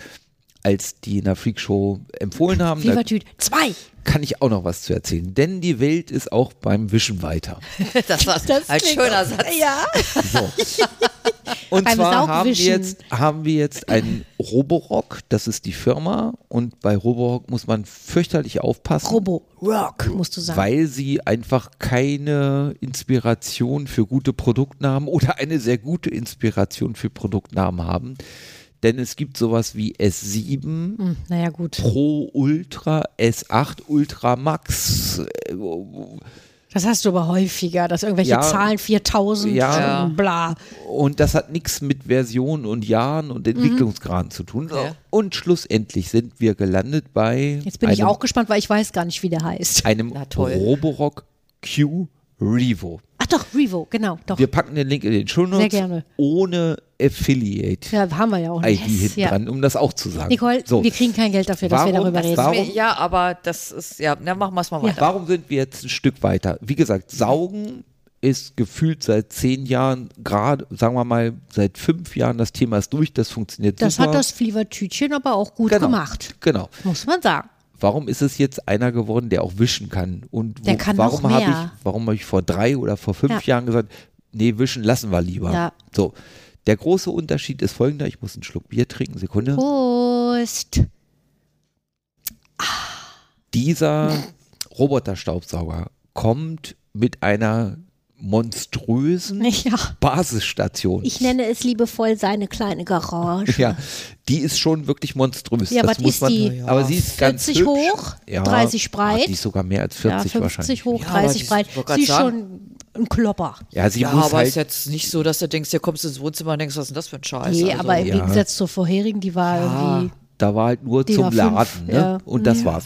S3: als die in der Freakshow empfohlen haben. Da
S4: Fevertüt 2.
S3: kann ich auch noch was zu erzählen. Denn die Welt ist auch beim Wischen weiter.
S2: Das war
S4: Das
S2: ein
S4: klingt-
S2: schöner Satz.
S4: Ja.
S3: So. Und
S4: Beim
S3: zwar haben wir,
S4: Saugwischen.
S3: jetzt, haben wir jetzt einen Roborock, das ist die Firma. Und bei Roborock muss man fürchterlich aufpassen.
S4: Robo Rock, musst du sagen.
S3: Weil sie einfach keine Inspiration für gute Produktnamen oder eine sehr gute Inspiration für Produktnamen haben. Denn es gibt sowas wie S7,
S4: Hm, naja, gut.
S3: Pro Ultra, S8 Ultra Max. äh,
S4: Das hast du aber häufiger, dass irgendwelche
S3: Ja.
S4: Zahlen 4000,
S3: Ja.
S4: äh, bla.
S3: Und das hat nichts mit Versionen und Jahren
S4: Mhm.
S3: und Entwicklungsgraden zu tun.
S2: Ja.
S3: Und schlussendlich sind wir gelandet bei
S4: Jetzt bin ich
S3: einem,
S4: auch gespannt, weil ich weiß gar nicht, wie der heißt.
S3: einem
S2: Na toll.
S3: Roborock Q Revo.
S4: Ach doch, Revo, genau, doch.
S3: Wir packen den Link in den Shownotes.
S4: Sehr gerne.
S3: Ohne Affiliate.
S4: ja, haben wir ja auch
S3: ID
S4: nicht.
S3: hinten
S4: ja.
S3: dran, um das auch zu sagen.
S4: Nicole,
S3: so,
S4: wir kriegen kein Geld dafür, dass wir
S3: Warum-
S4: darüber reden.
S3: warum-
S2: Ja, aber das ist, ja, na, machen wir es mal weiter.
S3: warum sind wir jetzt ein Stück weiter? Wie gesagt, Saugen ist gefühlt seit zehn Jahren, gerade, sagen wir mal, seit fünf Jahren das Thema ist durch, das funktioniert
S4: Das
S3: super.
S4: hat das Flievertütchen aber auch gut
S3: genau,
S4: gemacht,
S3: Genau.
S4: muss man sagen.
S3: Warum ist es jetzt einer geworden, der auch wischen kann? Und wo,
S4: Der kann noch
S3: warum habe
S4: mehr.
S3: ich, warum habe ich vor drei oder vor fünf
S4: Ja.
S3: Jahren gesagt, nee, wischen lassen wir lieber.
S4: Ja.
S3: So. Der große Unterschied ist folgender, ich muss einen Schluck Bier trinken, Sekunde.
S4: Prost.
S3: dieser Roboterstaubsauger kommt mit einer monströsen
S4: Ja.
S3: Basisstation.
S4: Ich nenne es liebevoll seine kleine Garage.
S3: ja, die ist schon wirklich monströs.
S4: Ja,
S3: das
S4: was
S3: muss
S4: ist
S3: man,
S4: die?
S3: Aber sie ist ganz
S4: 40
S3: hübsch.
S4: hoch, 30 breit?
S3: ah, Die ist sogar mehr als 40
S4: Ja, 50
S3: wahrscheinlich.
S4: hoch,
S2: Ja, aber
S4: 30
S2: die-
S4: breit.
S2: ich wollte grad
S4: Sie ist
S2: sagen.
S4: schon ein Klopper.
S3: Ja, sie
S2: ja,
S3: muss
S2: aber
S3: halt
S2: ist jetzt nicht so, dass du denkst, hier kommst du ins Wohnzimmer und denkst, was ist denn das für ein Scheiß?
S4: Nee,
S2: Also,
S4: aber im
S3: ja.
S4: Gegensatz zur vorherigen, die war irgendwie.
S3: Da war halt nur
S4: Die
S3: zum
S4: war fünf,
S3: Laden. Ne?
S4: ja.
S3: Und das
S4: Ja.
S3: war's.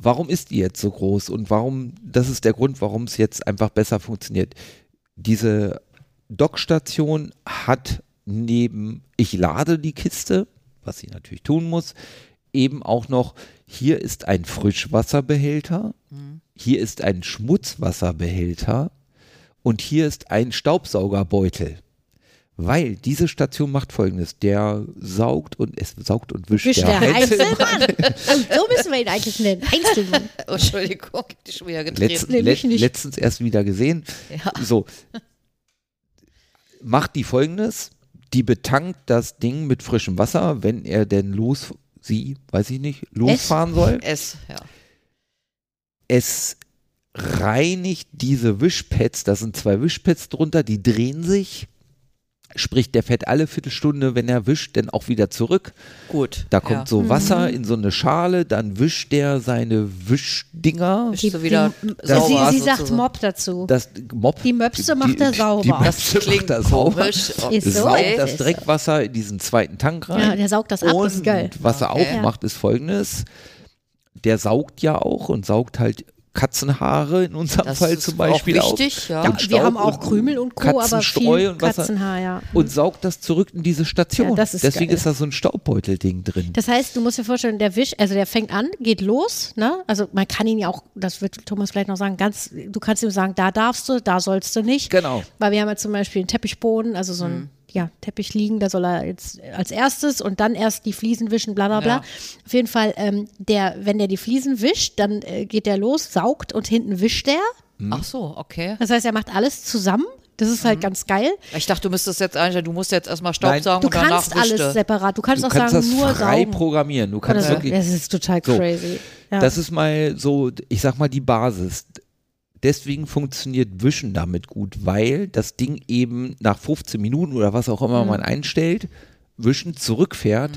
S3: Warum ist die jetzt so groß und warum, das ist der Grund, warum es jetzt einfach besser funktioniert. Diese Dockstation hat neben, ich lade die Kiste, was ich natürlich tun muss, eben auch noch, hier ist ein Frischwasserbehälter,
S4: Mhm.
S3: hier ist ein Schmutzwasserbehälter und hier ist ein Staubsaugerbeutel. Weil diese Station macht folgendes: Der saugt und es saugt und wischt.
S4: Wischt der
S3: Einzelmann.
S4: Einzelmann. so müssen wir ihn eigentlich nennen. Einzelmann.
S2: Oh, Entschuldigung, ich hab die schon wieder getreten.
S3: Letz,
S4: Nee, mich
S3: let-
S4: nicht.
S3: letztens erst wieder gesehen.
S2: Ja.
S3: So. Macht die folgendes: Die betankt das Ding mit frischem Wasser, wenn er denn los, sie, weiß ich nicht, losfahren soll.
S2: Es, ja.
S3: Es reinigt diese Wischpads, da sind zwei Wischpads drunter, die drehen sich. Sprich, der fährt alle Viertelstunde, wenn er wischt, dann auch wieder zurück.
S2: Gut.
S3: Da kommt
S2: ja.
S4: Mhm.
S3: so Wasser in so eine Schale, dann wischt der seine Wischdinger.
S2: Bist du wieder sauber,
S4: sie, sie sagt
S2: sozusagen.
S4: Mob dazu.
S3: Das Mob,
S4: Die Möpse macht er sauber.
S3: Die
S4: Das
S3: Möpse macht
S2: Klingt
S3: er sauber.
S2: komisch. Okay.
S4: Ist so.
S3: Saugt
S4: ist
S3: das
S4: es.
S3: Dreckwasser in diesen zweiten Tank rein.
S4: Ja, der saugt das ab und ist geil.
S3: Was er
S2: Okay.
S3: auch macht, ist folgendes: Der saugt ja auch und saugt halt Katzenhaare in unserem
S2: Das
S3: Fall
S2: ist
S3: zum Beispiel
S2: auch
S3: auch.
S2: wichtig, ja.
S3: Und
S2: Ja,
S4: wir
S3: Staub
S4: haben auch Krümel und Co., aber
S3: Katzenstreu
S4: viel
S3: und Wasser.
S4: Katzenhaar, ja.
S3: Und saugt das zurück in diese Station.
S4: Ja, das ist
S3: Deswegen
S4: geil.
S3: ist da so ein Staubbeutelding drin.
S4: Das heißt, du musst dir vorstellen, der Wisch, also der fängt an, geht los, ne? Also man kann ihn ja auch, das wird Thomas vielleicht noch sagen, ganz, du kannst ihm sagen, da darfst du, da sollst du nicht.
S3: Genau. Mhm.
S4: Weil wir haben ja zum Beispiel einen Teppichboden, also so ein, ja, Teppich liegen, da soll er jetzt als erstes und dann erst die Fliesen wischen, bla bla bla.
S2: Ja.
S4: Auf jeden Fall, ähm, der, wenn der die Fliesen wischt, dann äh, geht der los, saugt und hinten wischt er.
S2: Ach so, okay.
S4: Das heißt, er macht alles zusammen. Das ist
S3: Mhm.
S4: halt ganz geil.
S2: Ich dachte, du müsstest jetzt einstellen, du musst jetzt erstmal Staub
S3: Nein.
S2: sagen
S4: Du
S2: und danach
S4: kannst alles
S2: wischte.
S4: separat. Du kannst
S3: Du
S4: auch
S3: kannst
S4: sagen,
S3: das
S4: nur
S3: frei
S4: saugen.
S3: programmieren. Du kannst
S4: Oder so.
S3: wirklich
S4: Das ist total
S3: So.
S4: crazy. Ja.
S3: Das ist mal so, ich sag mal, die Basis. Deswegen funktioniert Wischen damit gut, weil das Ding eben nach 15 Minuten oder was auch
S4: Mhm.
S3: immer man einstellt, Wischen zurückfährt,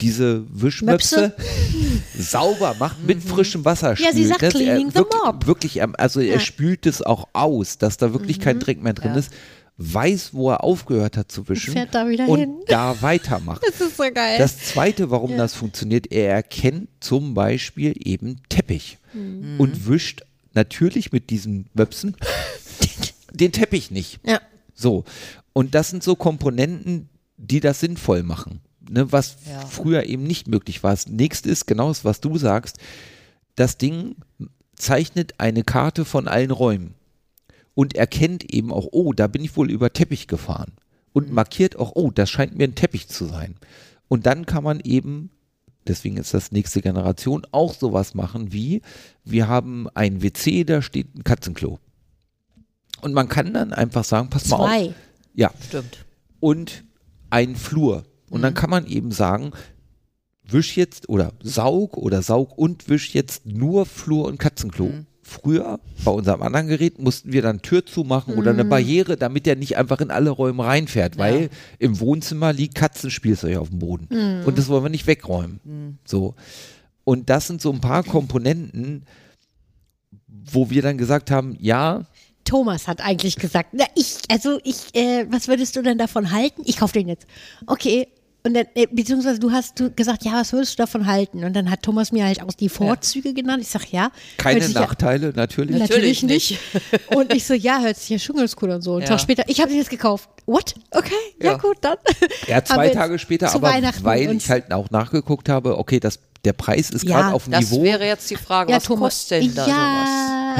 S3: diese Wischmöpse sauber macht mit frischem Wasser.
S4: Mhm. sie
S3: spült.
S4: sagt,
S3: Das-
S4: cleaning
S3: er,
S4: the
S3: wirklich,
S4: mop.
S3: Wirklich, am- also
S4: Ja. Mhm.
S3: er spült es auch aus, dass da wirklich kein Dreck mehr drin
S2: Ja.
S3: ist, weiß, wo er aufgehört hat zu wischen
S4: fährt da wieder
S3: und
S4: hin.
S3: da weitermacht.
S4: Das ist so geil.
S3: Das zweite, warum das funktioniert, er erkennt zum Beispiel eben Teppich
S4: Hm.
S3: und wischt natürlich mit diesen Möpsen den Teppich nicht.
S4: ja.
S3: So. Und das sind so Komponenten, die das sinnvoll machen. Ne, was
S2: Ja.
S3: früher eben nicht möglich war. Das nächste ist genau das, was du sagst. Das Ding zeichnet eine Karte von allen Räumen und erkennt eben auch, oh, da bin ich wohl über Teppich gefahren. Und markiert auch, oh, das scheint mir ein Teppich zu sein. Und dann kann man eben, deswegen ist das nächste Generation, auch sowas machen wie, wir haben ein WC, da steht ein Katzenklo. Und man kann dann einfach sagen, pass mal auf.
S4: Zwei.
S3: Ja,
S2: Stimmt.
S3: und ein Flur. Und
S4: Mhm.
S3: dann kann man eben sagen, wisch jetzt oder saug oder saug und wisch jetzt nur Flur und Katzenklo.
S4: Mhm.
S3: Früher bei unserem anderen Gerät mussten wir dann Tür zumachen oder
S4: Mhm.
S3: eine Barriere, damit der nicht einfach in alle Räume reinfährt, weil im Wohnzimmer liegt Katzenspielzeug auf dem Boden
S4: Mhm.
S3: und das wollen wir nicht wegräumen. So. Und das sind so ein paar Komponenten, wo wir dann gesagt haben, ja,
S4: Thomas hat eigentlich gesagt, na ich, also ich, äh, was würdest du denn davon halten? Ich kaufe den jetzt. Okay. Und dann, äh, beziehungsweise du hast du gesagt, ja, was würdest du davon halten? Und dann hat Thomas mir halt auch die Vorzüge genannt. Ich sag, ja.
S3: keine
S4: hört sich
S3: Nachteile natürlich.
S4: Ja, natürlich
S2: Natürlich
S4: nicht. und ich so, ja, hört sich ja schon ganz cool und so. Und
S2: Ja.
S4: Tag später, ich habe den jetzt gekauft. What? Okay, ja,
S2: Ja.
S4: gut, dann.
S3: Ja,
S4: Haben
S3: zwei
S4: wir
S3: Tage
S4: jetzt
S3: später,
S4: zu
S3: aber
S4: Weihnachten
S3: weil
S4: uns-
S3: ich halt auch nachgeguckt habe, okay, das, der Preis ist
S4: Ja,
S3: gerade auf dem
S2: Das
S3: Niveau.
S2: wäre jetzt die Frage,
S4: ja,
S2: was kostet denn da sowas?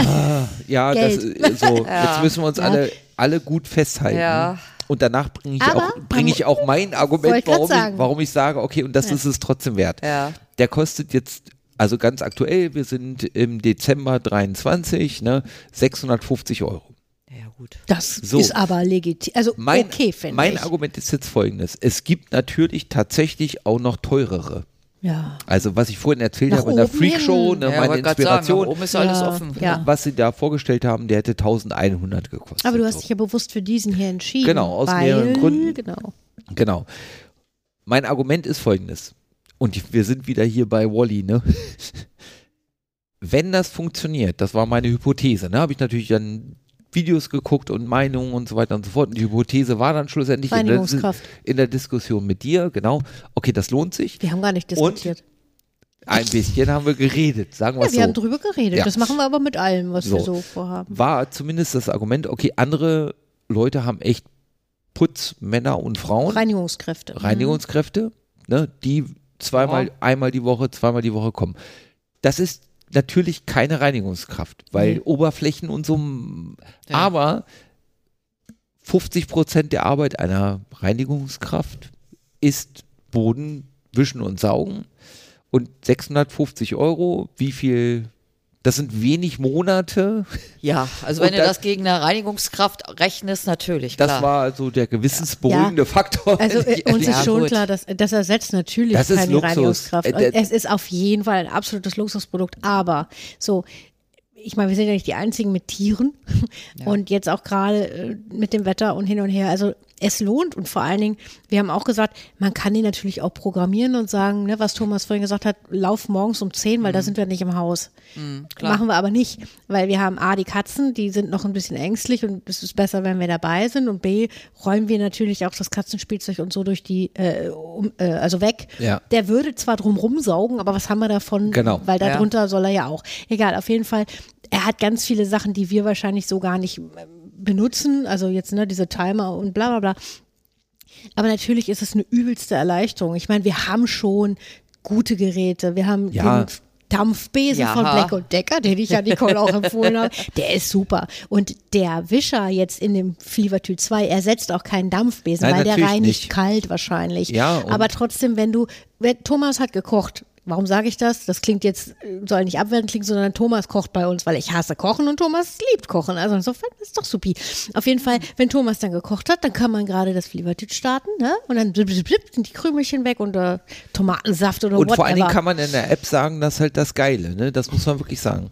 S4: ja.
S3: ja, das
S4: Geld.
S3: ist so. Jetzt müssen wir uns alle, alle gut festhalten.
S2: Ja.
S3: Und danach bringe ich,
S4: Aber
S3: auch, bring
S4: man
S3: ich auch mein
S4: Wollte
S3: Argument,
S4: grad
S3: warum
S4: sagen.
S3: ich, warum ich sage, okay, und das ist es trotzdem wert.
S2: Ja.
S3: Der kostet jetzt, also ganz aktuell, wir sind im Dezember 23, ne, 650 Euro.
S2: Ja, gut.
S4: Das
S3: So.
S4: ist aber legitim. Also
S3: Mein,
S4: okay, finde
S3: mein
S4: ich.
S3: Argument ist jetzt folgendes. Es gibt natürlich tatsächlich auch noch teurere.
S4: ja.
S3: Also was ich vorhin erzählt
S4: Nach
S3: habe in der
S4: oben
S3: Freakshow,
S4: hin.
S3: ne,
S2: Ja,
S3: meine
S2: wollte grad sagen,
S3: Inspiration,
S2: nach oben ist ja alles
S4: Ja,
S2: offen.
S4: ja.
S3: was sie da vorgestellt haben, der hätte 1100 gekostet.
S4: Aber du hast dich
S3: so.
S4: ja bewusst für diesen hier entschieden.
S3: Genau, aus
S4: weil,
S3: mehreren Gründen.
S4: Genau.
S3: Genau. Mein Argument ist folgendes. Und ich- wir sind wieder hier bei Wally, ne? Wenn das funktioniert, das war meine Hypothese, ne? Habe ich natürlich dann Videos geguckt und Meinungen und so weiter und so fort. Und die Hypothese war dann schlussendlich in der,
S4: Reinigungskraft.
S3: in der Diskussion mit dir, genau. Okay, das lohnt sich.
S4: Wir haben gar nicht
S3: Und-
S4: diskutiert.
S3: Ein bisschen haben wir geredet, sagen wir
S4: Ja,
S3: es
S4: wir
S3: so.
S4: haben drüber geredet.
S3: Ja.
S4: Das machen wir aber mit allem, was wir
S3: So.
S4: so vorhaben.
S3: war zumindest das Argument, okay, andere Leute haben echt Putz, Männer und Frauen,
S4: Reinigungskräfte.
S3: Reinigungskräfte, ne, die zweimal,
S2: Ja.
S3: einmal die Woche, zweimal die Woche kommen. Das ist natürlich keine Reinigungskraft, weil Oberflächen und so, m-
S2: Ja.
S3: aber 50 Prozent der Arbeit einer Reinigungskraft ist Boden wischen und saugen. Und 650 Euro, wie viel? Das sind wenig Monate.
S2: Ja, also
S3: Und
S2: wenn du
S3: das-
S2: das gegen eine Reinigungskraft rechnest, natürlich,
S3: Das
S2: klar.
S3: war also der gewissensberuhigende Faktor.
S4: Also äh, uns
S2: Ja,
S4: ist schon
S2: gut.
S4: klar, dass das ersetzt natürlich
S3: Das ist
S4: keine
S3: Luxus.
S4: Reinigungskraft.
S3: Äh,
S4: Und
S3: der-
S4: es ist auf jeden Fall ein absolutes Luxusprodukt, aber so ich meine, wir sind ja nicht die einzigen mit Tieren und jetzt auch gerade äh, mit dem Wetter und hin und her. Also es lohnt und vor allen Dingen, wir haben auch gesagt, man kann die natürlich auch programmieren und sagen, ne, was Thomas vorhin gesagt hat, lauf morgens um 10,
S3: Mhm.
S4: weil da sind wir nicht im Haus. Machen wir aber nicht, weil wir haben A, die Katzen, die sind noch ein bisschen ängstlich und es ist besser, wenn wir dabei sind und B, räumen wir natürlich auch das Katzenspielzeug und so durch die, äh, um, äh, also weg.
S3: Ja.
S4: Der würde zwar drum rumsaugen, aber was haben wir davon?
S3: Genau.
S4: Weil
S2: Ja.
S4: darunter soll er ja auch. Egal, auf jeden Fall. Er hat ganz viele Sachen, die wir wahrscheinlich so gar nicht ähm, benutzen. Also jetzt, ne, diese Timer und bla bla bla. Aber natürlich ist es eine übelste Erleichterung. Ich meine, wir haben schon gute Geräte. Wir haben
S3: Ja.
S4: den Dampfbesen
S2: Ja.
S4: von Black Decker, den ich ja Nicole auch empfohlen habe. Der ist super. Und der Wischer jetzt in dem Flievertü 2 ersetzt auch keinen Dampfbesen,
S3: Nein,
S4: weil der
S3: natürlich
S4: reinigt
S3: nicht.
S4: kalt wahrscheinlich.
S3: Ja, und-
S4: Aber trotzdem, wenn du, wenn, Thomas hat gekocht. Warum sage ich das? Das klingt jetzt, äh, soll nicht abwertend klingen, sondern Thomas kocht bei uns, weil ich hasse Kochen und Thomas liebt Kochen. Also insofern ist doch supi. Auf jeden Fall, wenn Thomas dann gekocht hat, dann kann man gerade das Fliebertüt starten, ne? Und dann blip, blip, blip, sind die Krümelchen weg und äh, Tomatensaft oder
S3: Und
S4: whatever.
S3: vor allen Dingen kann man in der App sagen, das ist halt das Geile, ne? Das muss man wirklich sagen.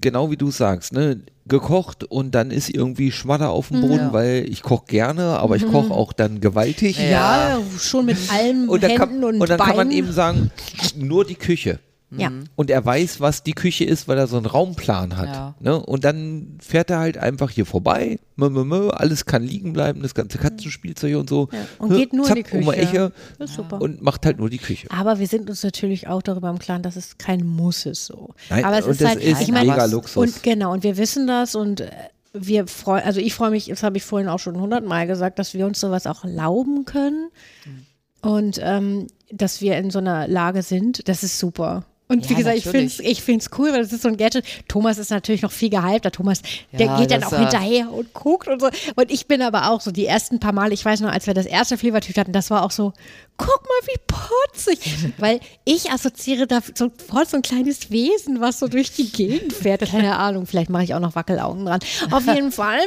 S3: Genau wie du sagst, ne? Gekocht und dann ist irgendwie Schmadder auf
S4: Mhm.
S3: dem Boden, weil ich koche gerne, aber ich koche auch dann gewaltig.
S4: ja, schon mit allem
S3: Und dann,
S4: Händen
S3: kann,
S4: und,
S3: und dann
S4: Beinen. Mhm.
S3: kann man eben sagen, nur die Küche.
S4: ja.
S3: Und er weiß, was die Küche ist, weil er so einen Raumplan hat.
S2: Ja.
S3: Ne? Und dann fährt er halt einfach hier vorbei. Mö, mö, mö, alles kann liegen bleiben, das ganze Katzenspielzeug und so.
S4: Und
S3: Hö,
S4: geht nur in
S3: zack,
S4: die Küche.
S3: Oma Eche
S4: Das ist super. Ah,
S3: und macht halt nur die Küche.
S4: Aber wir sind uns natürlich auch darüber im Klaren, dass es kein Muss ist so.
S3: Nein,
S4: aber es
S3: und
S4: ist
S3: das
S4: halt,
S3: ist
S4: ich meine,
S3: mega Luxus.
S4: Und genau, und wir wissen das und äh, wir freuen, also ich freue mich, das habe ich vorhin auch schon hundertmal gesagt, dass wir uns sowas auch erlauben können
S2: Mhm.
S4: und ähm, dass wir in so einer Lage sind, das ist super. Und wie
S2: Ja,
S4: gesagt, ich finde
S2: natürlich.
S4: es ich find's cool, weil das ist so ein Gadget. Thomas ist natürlich noch viel gehypter. Thomas, der
S2: Ja,
S4: geht dann auch
S2: das, äh,
S4: hinterher und guckt und so. Und ich bin aber auch so die ersten paar Mal, ich weiß noch, als wir das erste Flevertüt hatten, das war auch so, guck mal, wie putzig. Weil ich assoziiere da sofort so ein kleines Wesen, was so durch die Gegend fährt. Keine Ahnung, vielleicht mache ich auch noch Wackelaugen dran. Auf jeden Fall.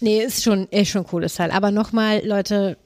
S4: Nee, ist schon, ist schon ein cooles Teil. Aber nochmal, Leute,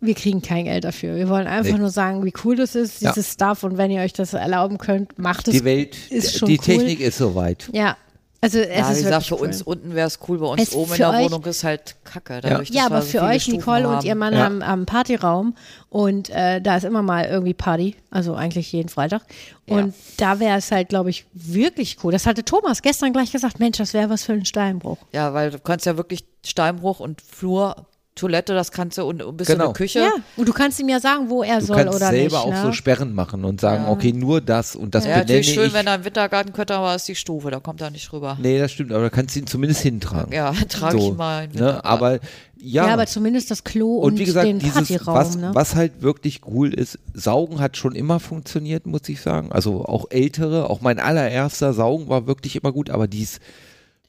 S4: wir kriegen kein Geld dafür. Wir wollen einfach
S3: Nee.
S4: nur sagen, wie cool das ist,
S3: Ja.
S4: dieses Stuff. Und wenn ihr euch das erlauben könnt, macht es.
S3: die Welt,
S4: ist schon
S3: die
S4: cool.
S3: Technik ist soweit.
S4: Ja. Also es
S2: ja,
S4: ist
S2: wie
S4: wirklich
S2: gesagt, für
S4: cool.
S2: uns unten wäre es cool, bei uns
S4: Es-
S2: oben in
S4: für
S2: der
S4: euch-
S2: Wohnung ist halt kacke. Dadurch,
S4: Ja,
S2: dass wir
S4: aber
S2: so
S4: für
S2: viele
S4: euch,
S2: Stufen
S4: Nicole und
S2: haben.
S4: ihr Mann
S3: Ja.
S4: haben am Partyraum und äh, da ist immer mal irgendwie Party, also eigentlich jeden Freitag. Und da wäre es halt, glaube ich, wirklich cool. Das hatte Thomas gestern gleich gesagt, Mensch, das wäre was für einen Steinbruch.
S2: Ja, weil du kannst ja wirklich Steinbruch und Flur, Toilette, das kannst du und ein bisschen
S3: Genau.
S2: eine Küche.
S4: Ja, und du kannst ihm ja sagen, wo er
S3: Du
S4: soll
S3: kannst
S4: oder
S3: selber
S4: nicht.
S3: auch
S4: ne?
S3: so Sperren machen und sagen, okay, nur das und das
S2: Ja,
S3: benenne
S2: natürlich schön,
S3: ich.
S2: wenn er im Wintergarten könnte, aber ist die Stufe, da kommt er nicht rüber.
S3: nee, das stimmt, aber da kannst du ihn zumindest hintragen.
S2: Ja, trage ich mal in den
S3: Ne?
S2: Wintergarten.
S3: Aber
S4: genau. ja.
S3: ja,
S4: aber zumindest das Klo und,
S3: und wie gesagt,
S4: den
S3: dieses,
S4: Partyraum.
S3: was,
S4: ne?
S3: was halt wirklich cool ist, Saugen hat schon immer funktioniert, muss ich sagen. Also auch ältere, auch mein allererster Saugen war wirklich immer gut, aber dies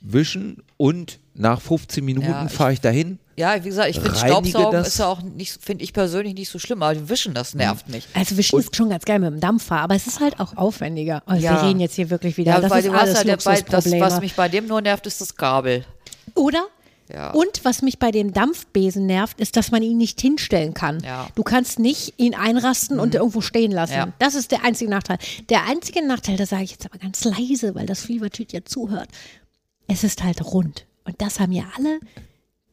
S3: Wischen und nach 15 Minuten
S2: Ja, ich-
S3: fahre ich dahin.
S2: Ja, wie gesagt, ich finde
S3: Reinige
S2: Staubsaugen
S3: das.
S2: ist ja auch nicht, finde ich persönlich nicht so schlimm, aber die Wischen, das nervt
S3: Hm.
S2: mich.
S4: also wir ist schon ganz geil mit dem Dampfer, aber es ist halt auch aufwendiger. Also
S2: Ja.
S4: wir reden jetzt hier wirklich wieder. das
S2: weil
S4: ist
S2: du hast
S4: alles
S2: ja bei, das,
S4: Luxusprobleme.
S2: was mich bei dem nur nervt, ist das Kabel.
S4: Oder?
S2: Ja.
S4: Und was mich bei dem Dampfbesen nervt, ist, dass man ihn nicht hinstellen kann.
S2: Ja. Mhm.
S4: Du kannst nicht ihn einrasten und irgendwo stehen lassen.
S2: Ja.
S4: Das ist der einzige Nachteil. Der einzige Nachteil, das sage ich jetzt aber ganz leise, weil das Flievertüt ja zuhört, es ist halt rund. Und das haben ja alle,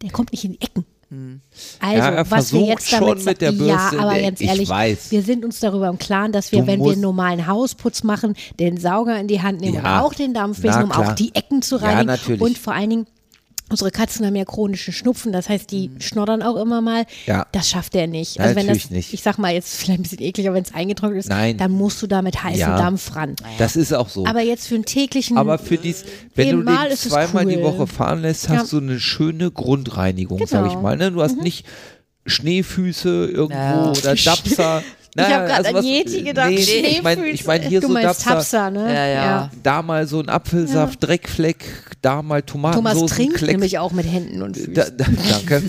S4: der kommt nicht in die Ecken.
S2: Mhm.
S4: Also,
S3: Ja, er
S4: was wir
S3: versucht
S4: jetzt damit
S3: schon mit der
S4: ja,
S3: Bürste in
S4: aber
S3: der-
S4: ganz
S3: ich
S4: ehrlich,
S3: weiß.
S4: wir sind uns darüber im Klaren, dass wir,
S3: Du
S4: wenn wir einen
S3: musst-
S4: normalen Hausputz machen, den Sauger in die Hand nehmen
S3: Ja.
S4: und auch den Dampfbesen,
S3: Na,
S4: um
S3: klar.
S4: auch die Ecken zu
S3: Ja,
S4: reinigen
S3: natürlich.
S4: und vor allen Dingen Unsere Katzen haben ja chronischen Schnupfen, das heißt, die schnoddern auch immer mal.
S3: Mhm. Ja.
S4: Das schafft er nicht.
S3: Ja,
S4: Also wenn das,
S3: natürlich nicht.
S4: ich sag mal, jetzt vielleicht ein bisschen eklig, aber wenn es eingetrocknet ist,
S3: Nein.
S4: dann musst du da mit heißem
S3: Ja.
S4: Dampf ran.
S3: Das ist auch so.
S4: Aber jetzt für einen täglichen,
S3: Aber für dies, wenn du
S4: Einmal
S3: den
S4: ist es
S3: zweimal die
S4: cool.
S3: Woche fahren lässt, hast
S4: Ja.
S3: du eine schöne Grundreinigung, sag ich
S4: Genau.
S3: mal. Ne? Du hast nicht Schneefüße irgendwo
S2: Ja.
S3: oder Dapser. also
S4: ich habe gerade an
S3: was-
S4: Yeti gedacht.
S3: Nee,
S4: Schneefüß.
S3: ich meine ich mein, hier
S4: du
S3: so
S4: meinst
S3: Tapsa.
S4: Tapsa, ne?
S2: Ja, ja.
S3: Da mal so ein Apfelsaft, Dreckfleck, da mal
S4: Thomas trinkt
S3: Tomatensoßenkleck.
S4: nämlich auch mit Händen und Füßen.
S3: Da, da, danke.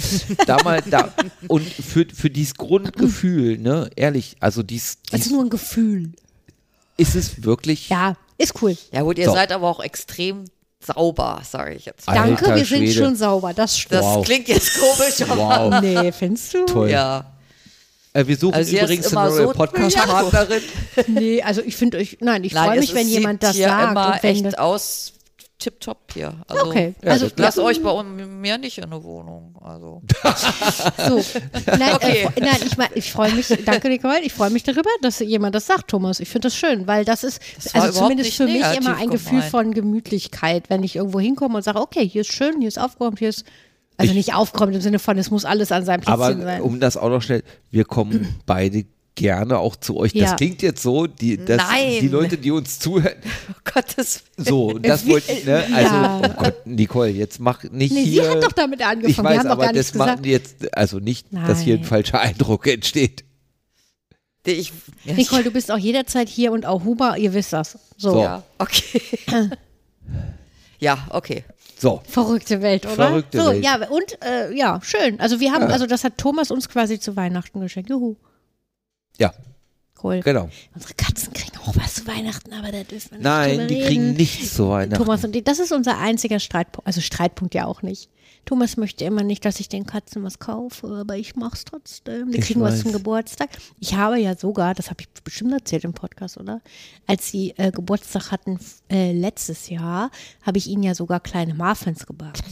S3: da mal, da. Und für, für dieses Grundgefühl, ne, ehrlich, also dies,
S4: das ist
S3: dies
S4: nur ein Gefühl.
S3: ist es wirklich.
S4: Ja, ist cool.
S2: Ja gut, ihr
S3: So.
S2: seid aber auch extrem sauber, sage ich jetzt.
S3: Alter
S4: Danke, wir sind
S3: Schwede.
S4: schon sauber. Das stimmt.
S2: Das
S3: Wow.
S2: klingt jetzt komisch, aber
S3: Wow,
S4: Nee, findest du?
S3: toll.
S2: ja.
S3: Äh, wir suchen
S2: Also sie ist
S3: übrigens
S2: immer
S3: eine neue
S2: so-
S3: Podcast-Partnerin.
S4: Nee, also ich finde euch, nein, ich
S2: Nein,
S4: freue
S2: es
S4: mich, wenn
S2: sieht
S4: jemand das
S2: hier
S4: sagt.
S2: immer
S4: und wenn das-
S2: echt aus tipptopp hier. Also,
S4: Okay,
S3: Ja,
S4: also
S3: das-
S2: Lasst euch bei un- mir nicht in eine Wohnung. Also.
S4: so. Nein,
S2: Okay.
S4: äh, fre- nein ich, mein, ich freue mich, danke Nicole, ich freue mich darüber, dass jemand das sagt, Thomas. Ich finde das schön, weil das ist,
S2: war
S4: also
S2: überhaupt
S4: zumindest
S2: nicht
S4: für mich
S2: negativ
S4: immer ein Gefühl
S2: gemeint.
S4: von Gemütlichkeit, wenn ich irgendwo hinkomme und sage, okay, hier ist schön, hier ist aufgeräumt, hier ist, also nicht aufgeräumt im Sinne von, es muss alles an seinem Plätzchen
S3: Aber
S4: sein. Mhm.
S3: um das auch noch schnell, wir kommen beide gerne auch zu euch.
S4: Ja.
S3: Das klingt jetzt so, die, das,
S2: Nein.
S3: die Leute, die uns zuhören,
S2: Oh Gottes
S3: so, und das wollte ich, ne? Also,
S4: äh, Ja.
S3: oh Gott, Nicole, jetzt mach nicht
S4: Nee, sie
S3: hier.
S4: hat doch damit angefangen.
S3: Ich
S4: Wir
S3: weiß,
S4: haben doch
S3: aber
S4: gar nichts
S3: das machen
S4: gesagt.
S3: jetzt, also nicht, dass hier ein
S4: Nein.
S3: falscher Eindruck entsteht.
S2: Willen. Ich, ja,
S4: Nicole, du bist auch jederzeit hier und auch Huber, ihr wisst das. So.
S3: So.
S2: ja, okay. ja, okay.
S3: So,
S4: Verrückte Welt, oder?
S3: Verrückte
S4: so,
S3: Welt.
S4: ja, und äh, ja, schön. Also wir haben, also das hat Thomas uns quasi zu Weihnachten geschenkt. Juhu.
S3: ja,
S4: Cool.
S3: genau.
S4: Unsere Katzen kriegen auch was zu Weihnachten, aber da dürfen wir nicht drüber
S3: Nein, die
S4: reden.
S3: kriegen nichts zu Weihnachten.
S4: Thomas und ich, das ist unser einziger Streitpunkt, also Streitpunkt ja auch nicht. Thomas möchte immer nicht, dass ich den Katzen was kaufe, aber ich mach's trotzdem. Die
S3: Ich
S4: kriegen was
S3: weiß.
S4: zum Geburtstag. Ich habe ja sogar, das habe ich bestimmt erzählt im Podcast, oder? Als sie äh, Geburtstag hatten f- äh, letztes Jahr, habe ich ihnen ja sogar kleine Muffins gebacken.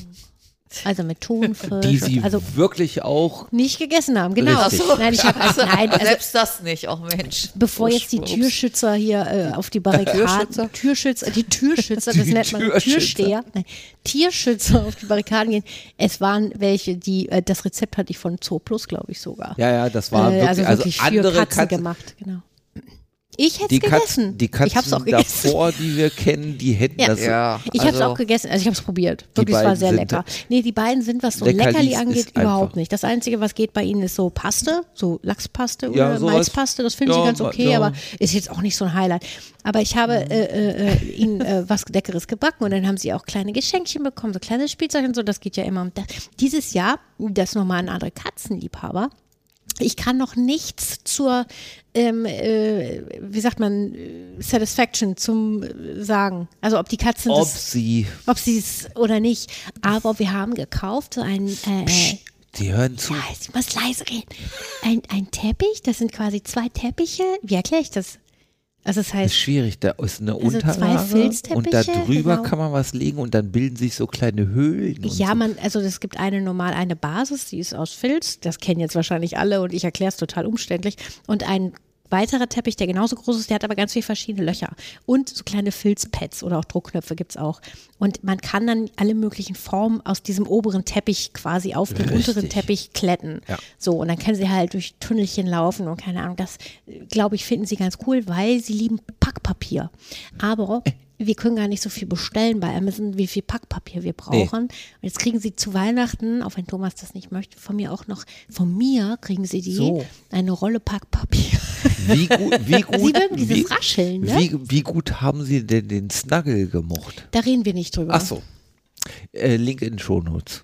S4: Also mit Thunfisch.
S3: die
S4: und-
S3: sie
S4: also
S3: wirklich auch.
S4: nicht gegessen haben, genau.
S3: Richtig. Ach
S4: Nein, ich habe also, nein, also
S2: Selbst das nicht, auch Mensch. Oh,
S4: Bevor jetzt die
S2: Ups.
S4: Türschützer hier äh, auf die Barrikaden,
S2: Türschützer?
S4: Türschützer, die Türschützer, das
S3: Die
S4: nennt man
S3: Türschützer.
S4: Türsteher, nein, Tierschützer auf die Barrikaden gehen. Es waren welche, die, äh, das Rezept hatte ich von Zoo Plus, glaube ich sogar.
S3: Ja, ja, das war
S4: Äh,
S3: wirklich,
S4: also
S3: also
S4: wirklich
S3: andere
S4: für Katzen,
S3: Katzen-
S4: gemacht, genau. Ich hätte
S3: Die
S4: es gegessen.
S3: Katzen, die Katzen
S4: ich habe es auch gegessen.
S3: davor, die wir kennen, die hätten
S4: Ja.
S3: das.
S2: Ja,
S4: Ich habe es
S2: also-
S4: auch gegessen, also ich habe es probiert. Wirklich, es war
S3: beiden
S4: sehr
S3: sind-
S4: lecker. Nee, die beiden sind, was so
S3: Leckerlis
S4: Leckerli
S3: ist
S4: angeht,
S3: einfach-
S4: überhaupt nicht. Das Einzige, was geht bei ihnen, ist so Paste, so Lachspaste
S3: Ja,
S4: oder
S3: sowas.
S4: Maispaste. Das finde ich
S3: Ja,
S4: ganz
S3: ma-
S4: okay,
S3: ja.
S4: aber ist jetzt auch nicht so ein Highlight. Aber ich habe äh, äh, äh, ihnen äh, was Leckeres gebacken und dann haben sie auch kleine Geschenkchen bekommen, so kleine Spielzeugchen und so. Das geht ja immer. um das. Dieses Jahr, das nochmal an andere Katzenliebhaber, ich kann noch nichts zur, ähm, äh, wie sagt man, äh, Satisfaction zum äh, sagen. Also ob die Katzen
S3: Ob
S4: das,
S3: sie,
S4: ob sie es oder nicht. Aber wir haben gekauft so ein, äh,
S3: die hören zu.
S4: ah, ich muss leise reden, ein, ein Teppich. Das sind quasi zwei Teppiche. Wie erkläre ich das? Also es
S3: Das ist
S4: heißt,
S3: schwierig, da ist eine
S4: Also zwei
S3: Unterlage und da
S4: Filzteppiche,
S3: drüber
S4: genau.
S3: kann man was legen und dann bilden sich so kleine Höhlen. und
S4: ja,
S3: so.
S4: man, also es gibt eine normal eine Basis, die ist aus Filz, das kennen jetzt wahrscheinlich alle und ich erkläre es total umständlich. Und ein weiterer Teppich, der genauso groß ist, der hat aber ganz viele verschiedene Löcher. Und so kleine Filzpads oder auch Druckknöpfe gibt es auch. Und man kann dann alle möglichen Formen aus diesem oberen Teppich quasi auf den unteren
S3: Richtig.
S4: Teppich kletten. So, und dann können sie halt durch Tunnelchen laufen und keine Ahnung. Das, glaube ich, finden sie ganz cool, weil sie lieben Packpapier. Aber
S3: Äh.
S4: wir können gar nicht so viel bestellen bei Amazon, wie viel Packpapier wir brauchen. Und jetzt kriegen sie zu Weihnachten, auch wenn Thomas das nicht möchte, von mir auch noch, von mir kriegen sie die
S3: So.
S4: eine Rolle Packpapier.
S3: Wie gut, wie gut,
S4: mögen dieses
S3: wie,
S4: Rascheln, ne?
S3: Wie, wie gut haben sie denn den Snuggle gemocht?
S4: Da reden wir nicht drüber.
S3: Ach so. Äh, Link in den Shownotes.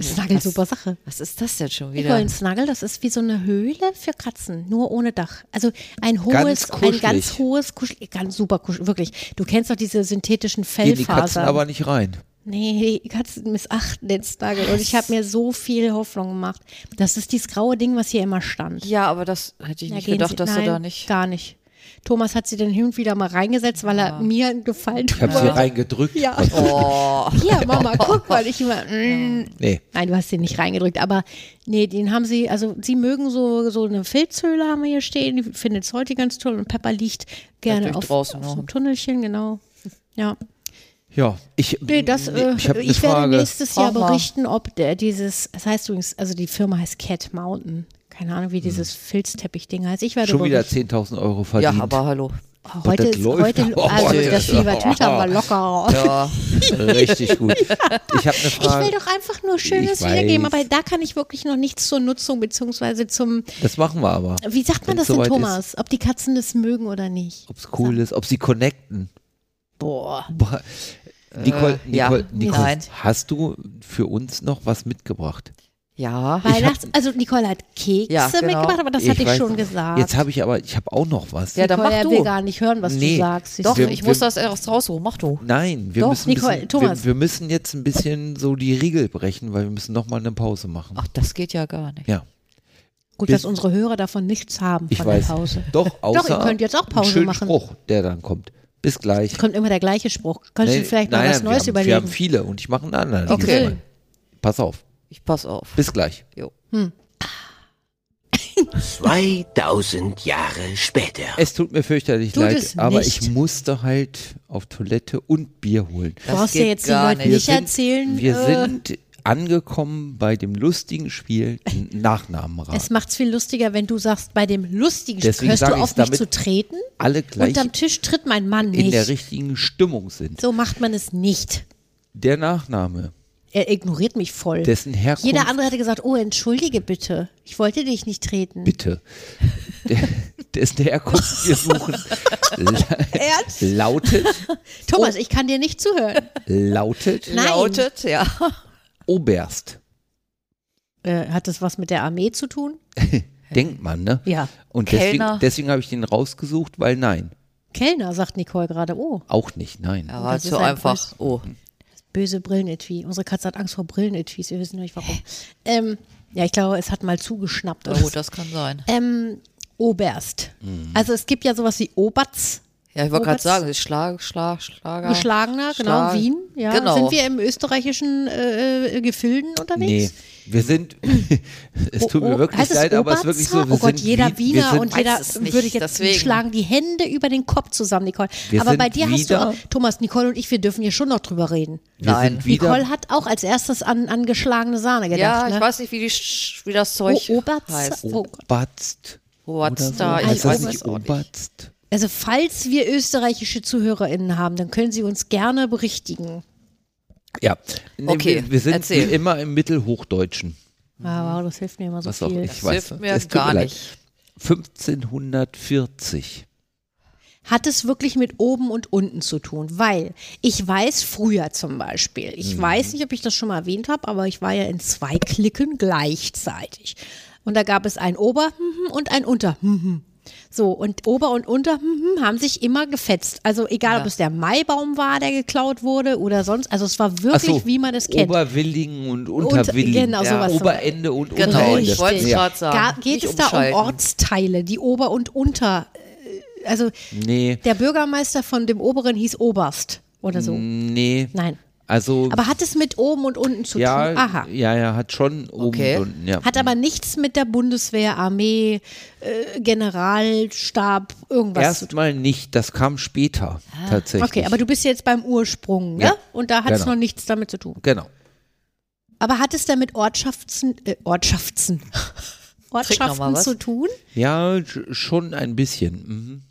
S4: Snuggle, super Sache.
S2: Was ist das denn schon
S4: Nicole,
S2: wieder?
S4: ein Snuggle, das ist wie so eine Höhle für Katzen, nur ohne Dach. Also ein hohes,
S3: Ganz
S4: ein ganz
S3: kuschelig.
S4: hohes, kuschel, ganz super kuschelig, wirklich. Du kennst doch diese synthetischen
S3: Gehen die Katzen
S4: Fellfasern.
S3: aber nicht rein.
S4: nee, die Katzen missachten den Snuggle. Und ich habe mir so viel Hoffnung gemacht. Das ist dieses graue Ding, was hier immer stand.
S2: Ja, aber das hätte ich
S4: Da
S2: nicht
S4: gehen
S2: gedacht,
S4: sie-
S2: dass
S4: nein,
S2: du da nicht.
S4: Gar nicht. Thomas hat sie dann hin und wieder mal reingesetzt, weil er mir einen Gefallen
S3: Ah. Ich habe
S4: tut.
S3: sie reingedrückt.
S4: Ja.
S2: Oh,
S4: Hier, Mama, guck mal, ich immer. Mm.
S3: Nee.
S4: Nein, du hast den nicht reingedrückt, aber nee, den haben sie, also sie mögen so, so eine Filzhöhle haben wir hier stehen, die findet es heute ganz toll und Pepper liegt gerne
S2: Natürlich
S4: auf,
S2: draußen
S4: auf so einem
S2: auch.
S4: Tunnelchen, genau. Ja,
S3: Ja, ich,
S4: nee, das, äh,
S3: Hm, ich
S4: ich,
S3: habe eine
S4: werde
S3: Frage.
S4: nächstes
S2: Frag
S4: Jahr
S2: mal.
S4: berichten, ob der, dieses, das heißt übrigens, also die Firma heißt Cat Mountain, keine Ahnung, wie dieses Filzteppich-Ding heißt, ich werde
S3: Hm. Schon wieder
S4: berichten. Oh,
S3: 10.000 Euro
S2: ja,
S3: verdient.
S2: aber hallo.
S4: Heute,
S3: das
S4: ist,
S3: läuft Oh,
S4: heute
S3: aber.
S4: also das
S3: Ja.
S4: Fiebertüter war locker raus.
S2: Ja,
S3: Äh, Richtig gut. Ich habe eine
S4: Ich
S3: Frage.
S4: will doch einfach nur Schönes
S3: Ich weiß.
S4: wiedergeben, aber da kann ich wirklich noch nichts zur Nutzung beziehungsweise zum,
S3: das machen wir aber.
S4: wie sagt man
S3: Wenn's
S4: das denn,
S3: soweit ist.
S4: Thomas? Ob die Katzen das mögen oder nicht?
S3: Ob es cool ist, ob sie connecten.
S4: Boah.
S3: Boah. Nicole,
S2: Äh, ja.
S3: Nicole, Nicole
S2: Nein.
S3: hast du für uns noch was mitgebracht?
S2: ja.
S4: Weihnachts, also Nicole hat Kekse
S2: Ja, genau.
S4: mitgebracht, aber das
S3: Ich
S4: hatte ich
S3: weiß-
S4: schon gesagt.
S3: Jetzt habe ich aber, ich habe auch noch was.
S2: Ja, dann
S4: Nicole,
S2: mach
S4: er
S2: du.
S4: will gar nicht hören, was
S3: Nee.
S4: du sagst. siehst
S2: Doch,
S4: du.
S3: Wir-
S2: ich
S3: wir-
S2: muss das erst rausholen. Mach du.
S3: Nein, wir
S4: Doch,
S3: müssen,
S4: Nicole,
S3: bisschen,
S4: Thomas.
S3: Wir, wir müssen jetzt ein bisschen so die Riegel brechen, weil wir müssen noch mal eine Pause machen.
S2: Ach, das geht ja gar nicht.
S3: Ja,
S4: Gut,
S3: wir-
S4: dass unsere Hörer davon nichts haben
S3: ich
S4: von
S3: weiß.
S4: der Pause.
S3: Doch, außer
S4: ihr könnt jetzt auch Pause
S3: einen schönen
S4: machen.
S3: Spruch, der dann kommt. Bis gleich.
S4: Kommt immer der gleiche Spruch. Könntest
S3: Nee,
S4: du vielleicht
S3: nein,
S4: mal was
S3: nein, wir
S4: Neues
S3: haben, Wir haben
S4: überlegen?
S3: viele und ich mache einen anderen.
S2: Okay.
S3: diesmal. Pass auf.
S2: Ich pass auf.
S3: Bis gleich.
S2: Jo.
S5: 2000 Jahre später.
S3: Es tut mir fürchterlich
S4: Tut
S3: leid,
S4: es
S3: aber
S4: nicht.
S3: ich musste halt auf Toilette und Bier holen.
S4: Du brauchst ja
S2: geht
S4: jetzt den
S2: gar
S4: Leuten nicht,
S2: nicht. Wir
S4: erzählen.
S3: Wir
S4: äh,
S3: sind angekommen bei dem lustigen Spiel Nachnamenrat.
S4: es macht's viel lustiger, wenn du sagst, bei dem lustigen Spiel
S3: Deswegen
S4: hörst
S3: sag
S4: du
S3: ich's,
S4: auf, mich
S3: damit
S4: zu treten.
S3: Alle gleich
S4: Unterm Tisch tritt mein Mann
S3: in der
S4: nicht.
S3: richtigen Stimmung sind.
S4: So macht man es nicht.
S3: Der Nachname,
S4: Er ignoriert mich voll.
S3: dessen Herkunft
S4: Jeder andere hätte gesagt, oh, entschuldige bitte. Ich wollte dich nicht treten.
S3: bitte, der, dessen Herkunft wir suchen, la-
S4: Ernst?
S3: lautet, Oh.
S4: Thomas, ich kann dir nicht zuhören.
S3: lautet
S4: Nein.
S2: Lautet, ja.
S3: Oberst.
S4: Äh, hat das was mit der Armee zu tun?
S3: Denkt man, ne?
S4: Ja.
S3: Und deswegen,
S2: Kellner.
S3: deswegen habe ich den rausgesucht, weil nein,
S4: Kellner, sagt Nicole gerade. Oh,
S3: auch nicht, nein.
S2: Ja, war
S4: Das ist
S2: zu
S4: ein
S2: einfach. Oh.
S4: böse Brillenetui. Unsere Katze hat Angst vor Brillenetui. Wir wissen nicht warum. Ähm, ja, ich glaube, es hat mal zugeschnappt. Oder
S2: Oh,
S4: so.
S2: das kann sein.
S4: ähm, Oberst.
S3: Mhm.
S4: Also es gibt ja sowas wie Oberts.
S2: Ja, ich wollte gerade
S4: Roberts-
S2: sagen, Schlag, Schlag, Schlager.
S4: Geschlagener, genau,
S2: Schlag-
S4: Wien. Ja.
S2: Genau.
S4: Sind wir im österreichischen äh, äh, Gefilden
S3: Nee,
S4: unterwegs?
S3: wir sind, es tut
S4: Oh,
S3: mir
S4: oh,
S3: wirklich
S4: Hm. heißt es
S3: leid, aber es ist wirklich so,
S4: Oberza?
S3: wir
S4: Oh Gott,
S3: sind
S4: jeder
S3: wie- wir
S4: Wiener
S3: sind,
S4: und jeder
S2: Weiß es nicht,
S4: würde jetzt
S2: deswegen.
S4: schlagen die Hände über den Kopf zusammen, Nicole.
S3: Wir
S4: Aber
S3: sind
S4: bei dir hast du,
S3: wieder-
S4: auch, Thomas, Nicole und ich, wir dürfen hier schon noch drüber reden.
S3: wir sind
S2: Nein.
S3: wieder,
S4: Nicole hat auch als erstes an, an geschlagene Sahne gedacht.
S2: ja,
S4: ne?
S2: ich weiß nicht, wie, die, Sch- wie das Zeug
S4: Oh, Oberz-
S2: heißt.
S4: Oh Gott.
S3: Oberst.
S2: Oberst
S3: oder so.
S2: da, ich
S3: Heißt das
S4: weiß
S3: nicht
S2: es auch nicht.
S3: Oberst?
S4: Also falls wir österreichische ZuhörerInnen haben, dann können sie uns gerne berichtigen.
S3: Ja, Nee,
S2: Okay,
S3: wir, wir sind
S2: erzähl.
S3: wie immer im Mittelhochdeutschen.
S4: Ah, wow, das hilft mir immer so
S3: Was auch
S4: viel.
S3: ich
S2: Das
S3: weiß.
S2: hilft mir
S3: es tut
S2: gar
S3: leid.
S2: nicht.
S3: 1540.
S4: Hat es wirklich mit oben und unten zu tun? Weil ich weiß früher zum Beispiel, ich
S3: Mhm.
S4: weiß nicht, ob ich das schon mal erwähnt habe, aber ich war ja in zwei Klicken gleichzeitig. Und da gab es ein Ober hm, und ein Unter. hm. So, und Ober und Unter hm, haben sich immer gefetzt. Also egal, ob es der Maibaum war, der geklaut wurde oder sonst. Also es war
S3: Ach
S4: wirklich,
S3: so,
S4: wie man es kennt.
S3: Oberwilligen und Unterwilligen.
S4: genau, sowas zum
S3: Oberende und
S2: Genau,
S3: Unterende.
S2: ich wollte es
S3: ja.
S2: gerade sagen.
S4: Ga- geht
S2: Nicht
S4: es da um
S2: umschalten.
S4: Ortsteile, die Ober- und Unter, äh, also
S3: Nee,
S4: der Bürgermeister von dem Oberen hieß Oberst oder so.
S3: Mm. nee.
S4: Nein.
S3: Also,
S4: Aber hat es mit oben und unten zu
S3: ja,
S4: tun? Aha.
S3: ja, ja, hat schon oben
S2: Okay.
S3: und unten. Ja.
S4: Hat aber nichts mit der Bundeswehr, Armee, äh, Generalstab, irgendwas zu tun.
S3: Erstmal nicht, das kam später tatsächlich.
S4: Okay, aber du bist jetzt beim Ursprung, ne?
S3: Ja.
S4: Und da hat es
S3: Genau.
S4: noch nichts damit zu tun.
S3: Genau.
S4: Aber hat es damit Ortschaften, äh, Ortschaften, Ortschaften
S2: was.
S4: zu tun?
S3: Ja, sch- schon ein bisschen. Mhm.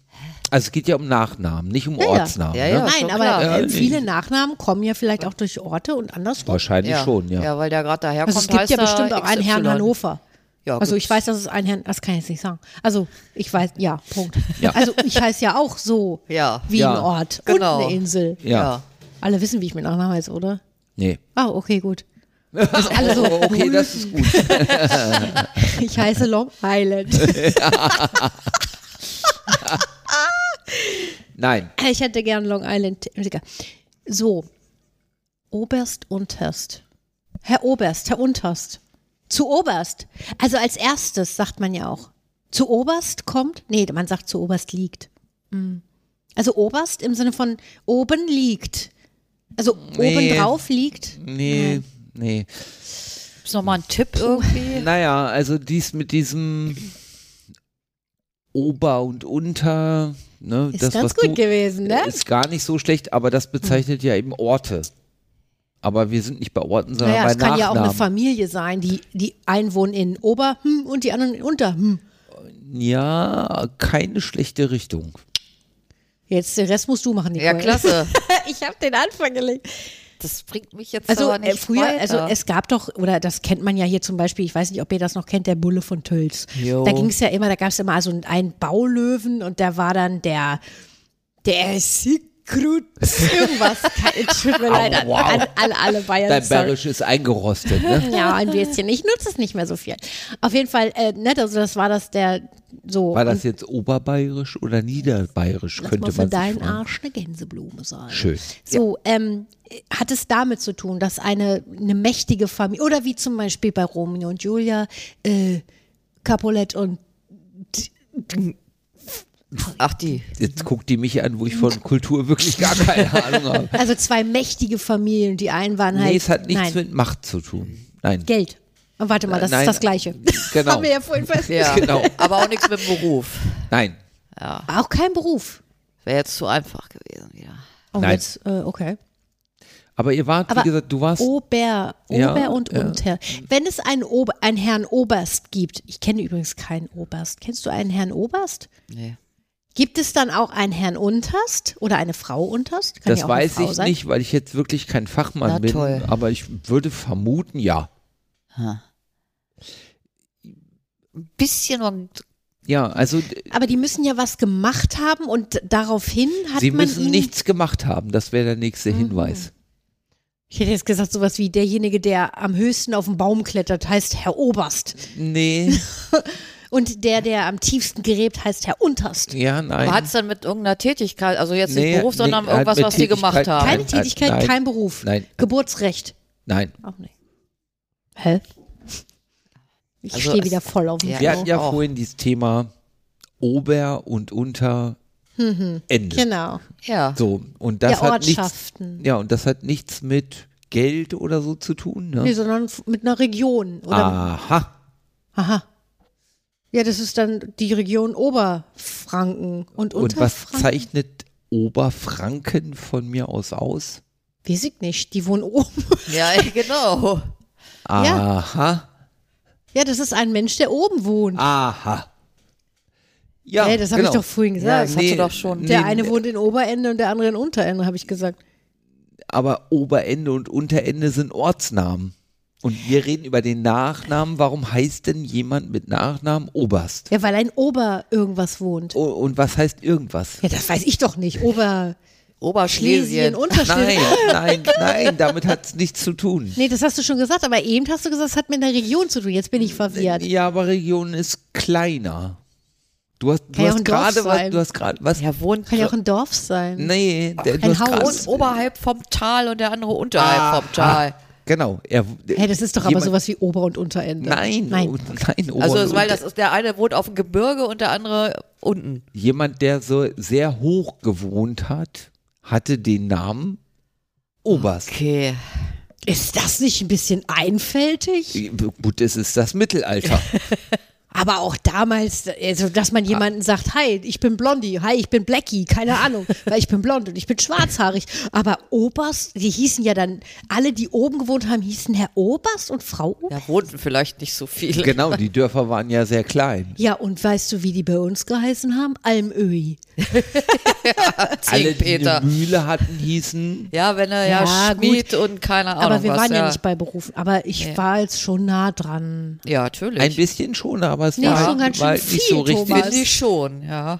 S3: Also es geht ja um Nachnamen, nicht um
S4: ja.
S3: Ortsnamen.
S2: Ja, ja.
S3: Ne?
S4: Nein,
S2: schon
S4: aber
S2: klar.
S4: äh,
S3: Ja, nee.
S4: viele Nachnamen kommen ja vielleicht auch durch Orte und andersrum.
S3: Wahrscheinlich schon, ja.
S2: ja, weil der gerade daherkommt.
S4: Also es gibt
S2: heißt
S4: ja
S2: er
S4: bestimmt auch einen Herrn
S2: XY.
S4: Hannover.
S2: Ja,
S4: also ich
S2: gibt's.
S4: weiß, dass es einen Herrn, das kann ich jetzt nicht sagen. Also ich weiß, ja, Punkt. Also ich heiße ja auch so
S2: Ja.
S4: wie
S3: Ja.
S4: ein Ort
S2: Genau.
S4: und eine Insel.
S3: Ja.
S4: Alle wissen, wie ich mit Nachnamen heiße, oder?
S3: Nee.
S4: Ah, okay, gut. Das ist alle so,
S3: Oh, okay, das ist gut.
S4: ich heiße Long Island.
S3: Nein.
S4: Ich hätte gern Long Island. Egal. So, Oberst, Unterst. Herr Oberst, Herr Unterst. Zu Oberst. Also als erstes sagt man ja auch. Zu Oberst kommt? Nee, man sagt zu Oberst liegt. Hm. Also Oberst im Sinne von oben liegt. Also
S3: Nee.
S4: oben drauf liegt.
S3: Nee, nee.
S2: Gibt's noch mal einen Tipp irgendwie?
S3: Naja, also dies mit diesem Ober und Unter, ne,
S4: Ist
S3: das, was
S4: ganz gut
S3: du,
S4: gewesen, ne?
S3: ist gar nicht so schlecht, aber das bezeichnet ja eben Orte. Aber wir sind nicht bei Orten, sondern
S4: Naja,
S3: bei
S4: es kann ja auch eine
S3: Nachnamen.
S4: Familie sein, die, die einen wohnen in Ober hm, und die anderen in Unter. Hm.
S3: ja, keine schlechte Richtung.
S4: Jetzt den Rest musst du machen, Nicole.
S2: Ja, klasse.
S4: Ich habe den Anfang gelegt.
S2: Das bringt mich jetzt
S4: Also
S2: aber
S4: äh,
S2: nicht
S4: früher,
S2: weiter.
S4: also es gab doch, oder das kennt man ja hier zum Beispiel, ich weiß nicht, ob ihr das noch kennt, der Bulle von Tölz.
S2: Jo.
S4: Da ging es ja immer, da gab es immer also einen Baulöwen und da war dann der, der Sigrud irgendwas. Kein- Tut mir leid, an,
S3: wow.
S4: an, an alle Bayern.
S3: Dein
S4: sorry.
S3: Bärisch ist eingerostet, ne?
S4: Ja, ein Würstchen. Ich nutze es nicht mehr so viel. Auf jeden Fall, äh, nett, also das war das der so.
S3: War das jetzt oberbayerisch oder niederbayerisch,
S4: Lass
S3: könnte
S4: mal für
S3: man sich
S4: deinen
S3: fragen.
S4: Arsch eine Gänseblume sein.
S3: Schön.
S4: So, ähm, hat es damit zu tun, dass eine, eine mächtige Familie, oder wie zum Beispiel bei Romeo und Julia, äh, Capulet und
S2: Ach, die.
S3: Jetzt guckt die mich an, wo ich von Kultur wirklich gar keine Ahnung habe.
S4: also zwei mächtige Familien, die einen waren halt.
S3: Nee, es hat nichts
S4: nein,
S3: mit Macht zu tun. Nein.
S4: Geld. Oh, Warte mal, das
S3: Nein.
S4: ist das Gleiche.
S3: Genau.
S4: Haben wir ja vorhin festgestellt.
S2: Ja.
S3: Genau.
S2: Aber auch nichts mit dem Beruf.
S3: Nein.
S4: Auch kein Beruf.
S2: Wäre jetzt zu einfach gewesen wieder.
S4: Oh,
S3: Nein.
S4: Jetzt, äh, okay.
S3: Aber ihr wart,
S4: Aber oh,
S3: wie gesagt, du warst.
S4: Ober, Ober
S3: Ja,
S4: und
S3: ja.
S4: Unterherr. Wenn es einen, Ober, einen Herrn Oberst gibt, ich kenne übrigens keinen Oberst. Kennst du einen Herrn Oberst?
S2: Nee.
S4: Gibt es dann auch einen Herrn Unterst oder eine Frau Unterst? Kann ja
S3: das
S4: auch eine
S3: weiß
S4: Frau
S3: ich
S4: sein.
S3: nicht, weil ich jetzt wirklich kein Fachmann
S2: Na
S3: bin.
S2: toll.
S3: Aber ich würde vermuten, ja.
S2: Ein bisschen und
S3: Ja, also d-
S4: Aber die müssen ja was gemacht haben und daraufhin hat
S3: sie
S4: man Mhm.
S3: müssen
S4: ihnen-
S3: nichts gemacht haben. Das wäre der nächste Hinweis.
S4: Ich hätte jetzt gesagt, sowas wie derjenige, der am höchsten auf den Baum klettert, heißt Herr Oberst.
S3: Nee,
S4: Und der, der am tiefsten gräbt, heißt Herr Unterst.
S3: ja, nein.
S2: Aber hat es dann mit irgendeiner Tätigkeit, also jetzt
S3: Nee,
S2: nicht Beruf,
S3: nee,
S2: sondern
S3: hat
S2: irgendwas,
S3: mit
S2: was die gemacht
S3: Tätigkeit-
S2: haben?
S4: Keine
S3: Nein,
S4: Tätigkeit,
S3: nein,
S4: kein Beruf.
S3: nein.
S4: Geburtsrecht.
S3: nein.
S4: Auch nicht. Hä? Ich
S2: Also
S4: stehe
S2: es-
S4: wieder voll auf dem
S2: Ja,
S3: Wir
S2: ja.
S4: Flow.
S3: hatten ja
S2: auch.
S3: vorhin dieses Thema Ober und Unter Ende.
S4: Genau.
S2: Ja.
S3: So, und das
S4: Ja,
S3: hat nichts,
S4: Ortschaften.
S3: ja, und das hat nichts mit Geld oder so zu tun. Ne?
S4: Nee, sondern f- mit einer Region. Oder
S3: Ah. Aha.
S4: Aha. Ja, das ist dann die Region Oberfranken und
S3: Und was
S4: Unterfranken.
S3: zeichnet Oberfranken von mir aus aus?
S4: Weiß ich nicht, die wohnen oben.
S2: Ja, genau.
S4: Ja.
S3: Aha.
S4: Ja, das ist ein Mensch, der oben wohnt.
S3: Aha. Ah, Ja, genau.
S4: Hey, das habe ich doch vorhin gesagt.
S2: Ja, das hast du doch schon.
S4: der eine wohnt in Oberende und der andere in Unterende, habe ich gesagt.
S3: aber Oberende und Unterende sind Ortsnamen. Und wir reden über den Nachnamen. Warum heißt denn jemand mit Nachnamen Oberst?
S4: Ja, weil ein Ober irgendwas wohnt.
S3: O- Und was heißt irgendwas?
S4: Ja, das weiß ich doch nicht. Ober Schlesien,
S2: Oberschlesien.
S3: Nein,
S4: Unterschlesien.
S3: nein, nein, damit hat es nichts zu tun.
S4: Nee, das hast du schon gesagt, aber eben hast du gesagt, es hat mit einer Region zu tun. Jetzt bin ich verwirrt.
S3: Ja, aber Region ist kleiner. Du hast, du
S4: ja auch
S3: hast
S4: ein Dorf
S3: gerade was,
S4: sein.
S3: du hast gerade was.
S2: Ja, wohnt
S4: Kann ja auch ein Dorf sein.
S3: nee, der, du
S4: Ein
S3: hast
S4: Haus.
S3: gerade-
S2: wohnt oberhalb vom Tal und der andere unterhalb
S3: Ah.
S2: vom Tal.
S3: Genau. Er,
S4: Hey, das ist doch aber
S3: jemand-
S4: sowas wie Ober- und Unterende.
S3: Nein,
S4: Nein.
S3: oh, nein Ober-
S2: Also,
S3: und-
S2: weil das ist, der eine wohnt auf dem Gebirge und der andere unten.
S3: jemand, der so sehr hoch gewohnt hat, hatte den Namen Oberst.
S2: Okay.
S4: Ist das nicht ein bisschen einfältig?
S3: Äh, Gut, es ist das Mittelalter.
S4: Aber auch damals, also, dass
S2: Ah.
S4: man jemanden sagt, hi, ich bin Blondie, hi, ich bin Blackie, keine Ahnung, weil ich bin blond und ich bin schwarzhaarig. Aber Oberst, die hießen ja dann, alle, die oben gewohnt haben, hießen Herr Oberst und Frau Oberst.
S2: Da wohnten vielleicht nicht so viele.
S3: genau, die Dörfer waren ja sehr klein.
S4: Ja, und weißt du, wie die bei uns geheißen haben? Almöhi.
S3: Alle, die
S2: Peter.
S3: eine Mühle hatten, hießen
S2: Ja, wenn er ja,
S4: Ja, gut.
S2: Schmied und keine Ahnung
S4: aber wir
S2: was.
S4: waren ja,
S2: ja
S4: nicht bei Berufen. Aber ich war jetzt schon nah dran.
S2: Ja,
S3: ein
S2: natürlich.
S3: bisschen schon, aber es
S4: Nee,
S3: war, halt
S4: schon ganz schön
S3: war nicht so
S4: viel,
S3: richtig.
S4: Thomas.
S2: Finde ich schon, ja.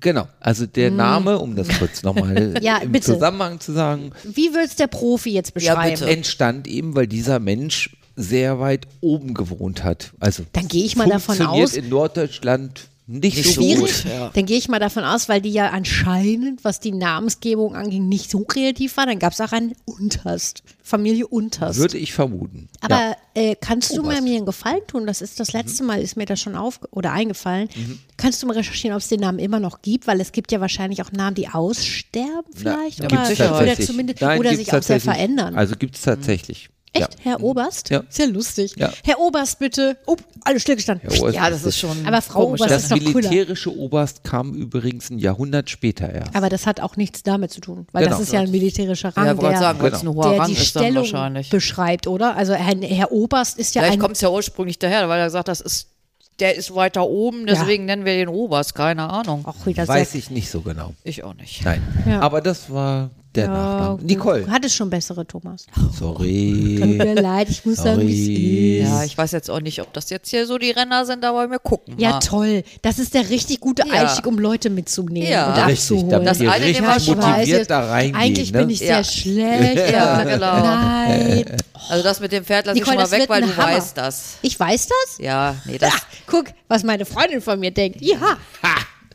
S3: Genau, also der Name, um das kurz nochmal
S4: Hm. Ja,
S3: im
S4: bitte.
S3: Zusammenhang zu sagen,
S4: Wie will's der Profi jetzt
S2: Ja,
S4: beschreiben?
S2: bitte.
S3: entstand eben, weil dieser Mensch sehr weit oben gewohnt hat. Also
S4: Dann gehe ich mal davon
S3: funktioniert
S4: aus-
S3: in Norddeutschland nicht,
S2: Nicht
S3: so
S2: so
S3: gut.
S4: schwierig.
S2: Gut, ja.
S4: Dann gehe ich mal davon aus, weil die ja anscheinend, was die Namensgebung anging, nicht so kreativ war. Dann gab es auch einen Unterst, Familie Unterst.
S3: Würde ich vermuten. ja.
S4: aber äh, kannst du mal
S3: Oberst. Mhm.
S4: mir einen Gefallen tun? Das ist das letzte Mal, ist mir das schon auf oder eingefallen. Kannst du mal recherchieren, ob es den Namen immer noch gibt? Weil es gibt ja wahrscheinlich auch Namen, die aussterben vielleicht
S3: Ja,
S4: oder,
S3: gibt's
S4: oder
S3: tatsächlich.
S4: zumindest
S3: Nein,
S4: oder
S3: gibt's
S4: sich auch sehr
S3: tatsächlich.
S4: verändern. Mhm.
S3: Also gibt es tatsächlich.
S4: Echt, Herr Oberst?
S3: Ja.
S4: Sehr lustig.
S3: Ja.
S4: Herr Oberst, bitte. Oh, alles stillgestanden.
S3: Herr Oberst
S2: Ja, das ist schon.
S4: Aber Frau
S2: komisch,
S4: Oberst
S2: dass-
S4: ist
S3: Das
S4: doch cooler.
S3: militärische Oberst kam übrigens ein Jahrhundert später erst.
S4: Aber das hat auch nichts damit zu tun, weil
S3: Genau.
S4: das ist ja ein militärischer Rang,
S2: ja, wollte
S4: der,
S2: gerade sagen, weil es ein
S3: Genau.
S2: hoher
S4: der
S2: Rang
S4: die
S2: ist dann
S4: Stellung
S2: wahrscheinlich.
S4: beschreibt, oder? Also Herr, Herr Oberst ist ja
S2: Vielleicht
S4: ein
S2: kommt es ja ursprünglich daher, weil er gesagt hat, das ist der ist weiter oben, deswegen nennen wir den Oberst, keine Ahnung.
S4: Auch wieder
S3: Weiß
S4: Sekt.
S3: ich nicht so genau.
S2: Ich auch nicht.
S3: Nein.
S4: Ja.
S3: Aber das war der
S4: Ja,
S3: Nachname.
S4: gut. Du
S3: Nicole.
S4: hattest schon bessere, Thomas. Tut
S3: Sorry.
S4: mir leid, ich muss sagen, wie es ist.
S3: Sorry.
S2: Ja, ich weiß jetzt auch nicht, ob das jetzt hier so die Renner sind, aber wir gucken
S4: Ja,
S2: mal.
S4: toll. Das ist der richtig gute
S2: Ja.
S4: Einstieg, um Leute mitzunehmen
S2: Ja.
S4: und
S3: Richtig,
S4: abzuholen.
S3: damit
S2: Das
S3: ihr
S2: eine,
S3: richtig
S2: den wir schon
S3: motiviert
S4: jetzt,
S3: da reingehen.
S4: Eigentlich
S3: ne?
S4: bin ich sehr
S2: Ja.
S4: schlecht.
S2: Ja,
S4: aber
S2: genau.
S4: Nein.
S2: Also das mit dem Pferd lasse ich
S4: Nicole,
S2: schon mal
S4: das
S2: weg,
S4: wird
S2: weil
S4: ein
S2: du
S4: Hammer.
S2: weißt das.
S4: Ich weiß das.
S2: Ja, nee, das.
S4: Ah, guck, was meine Freundin von mir denkt. Jeha.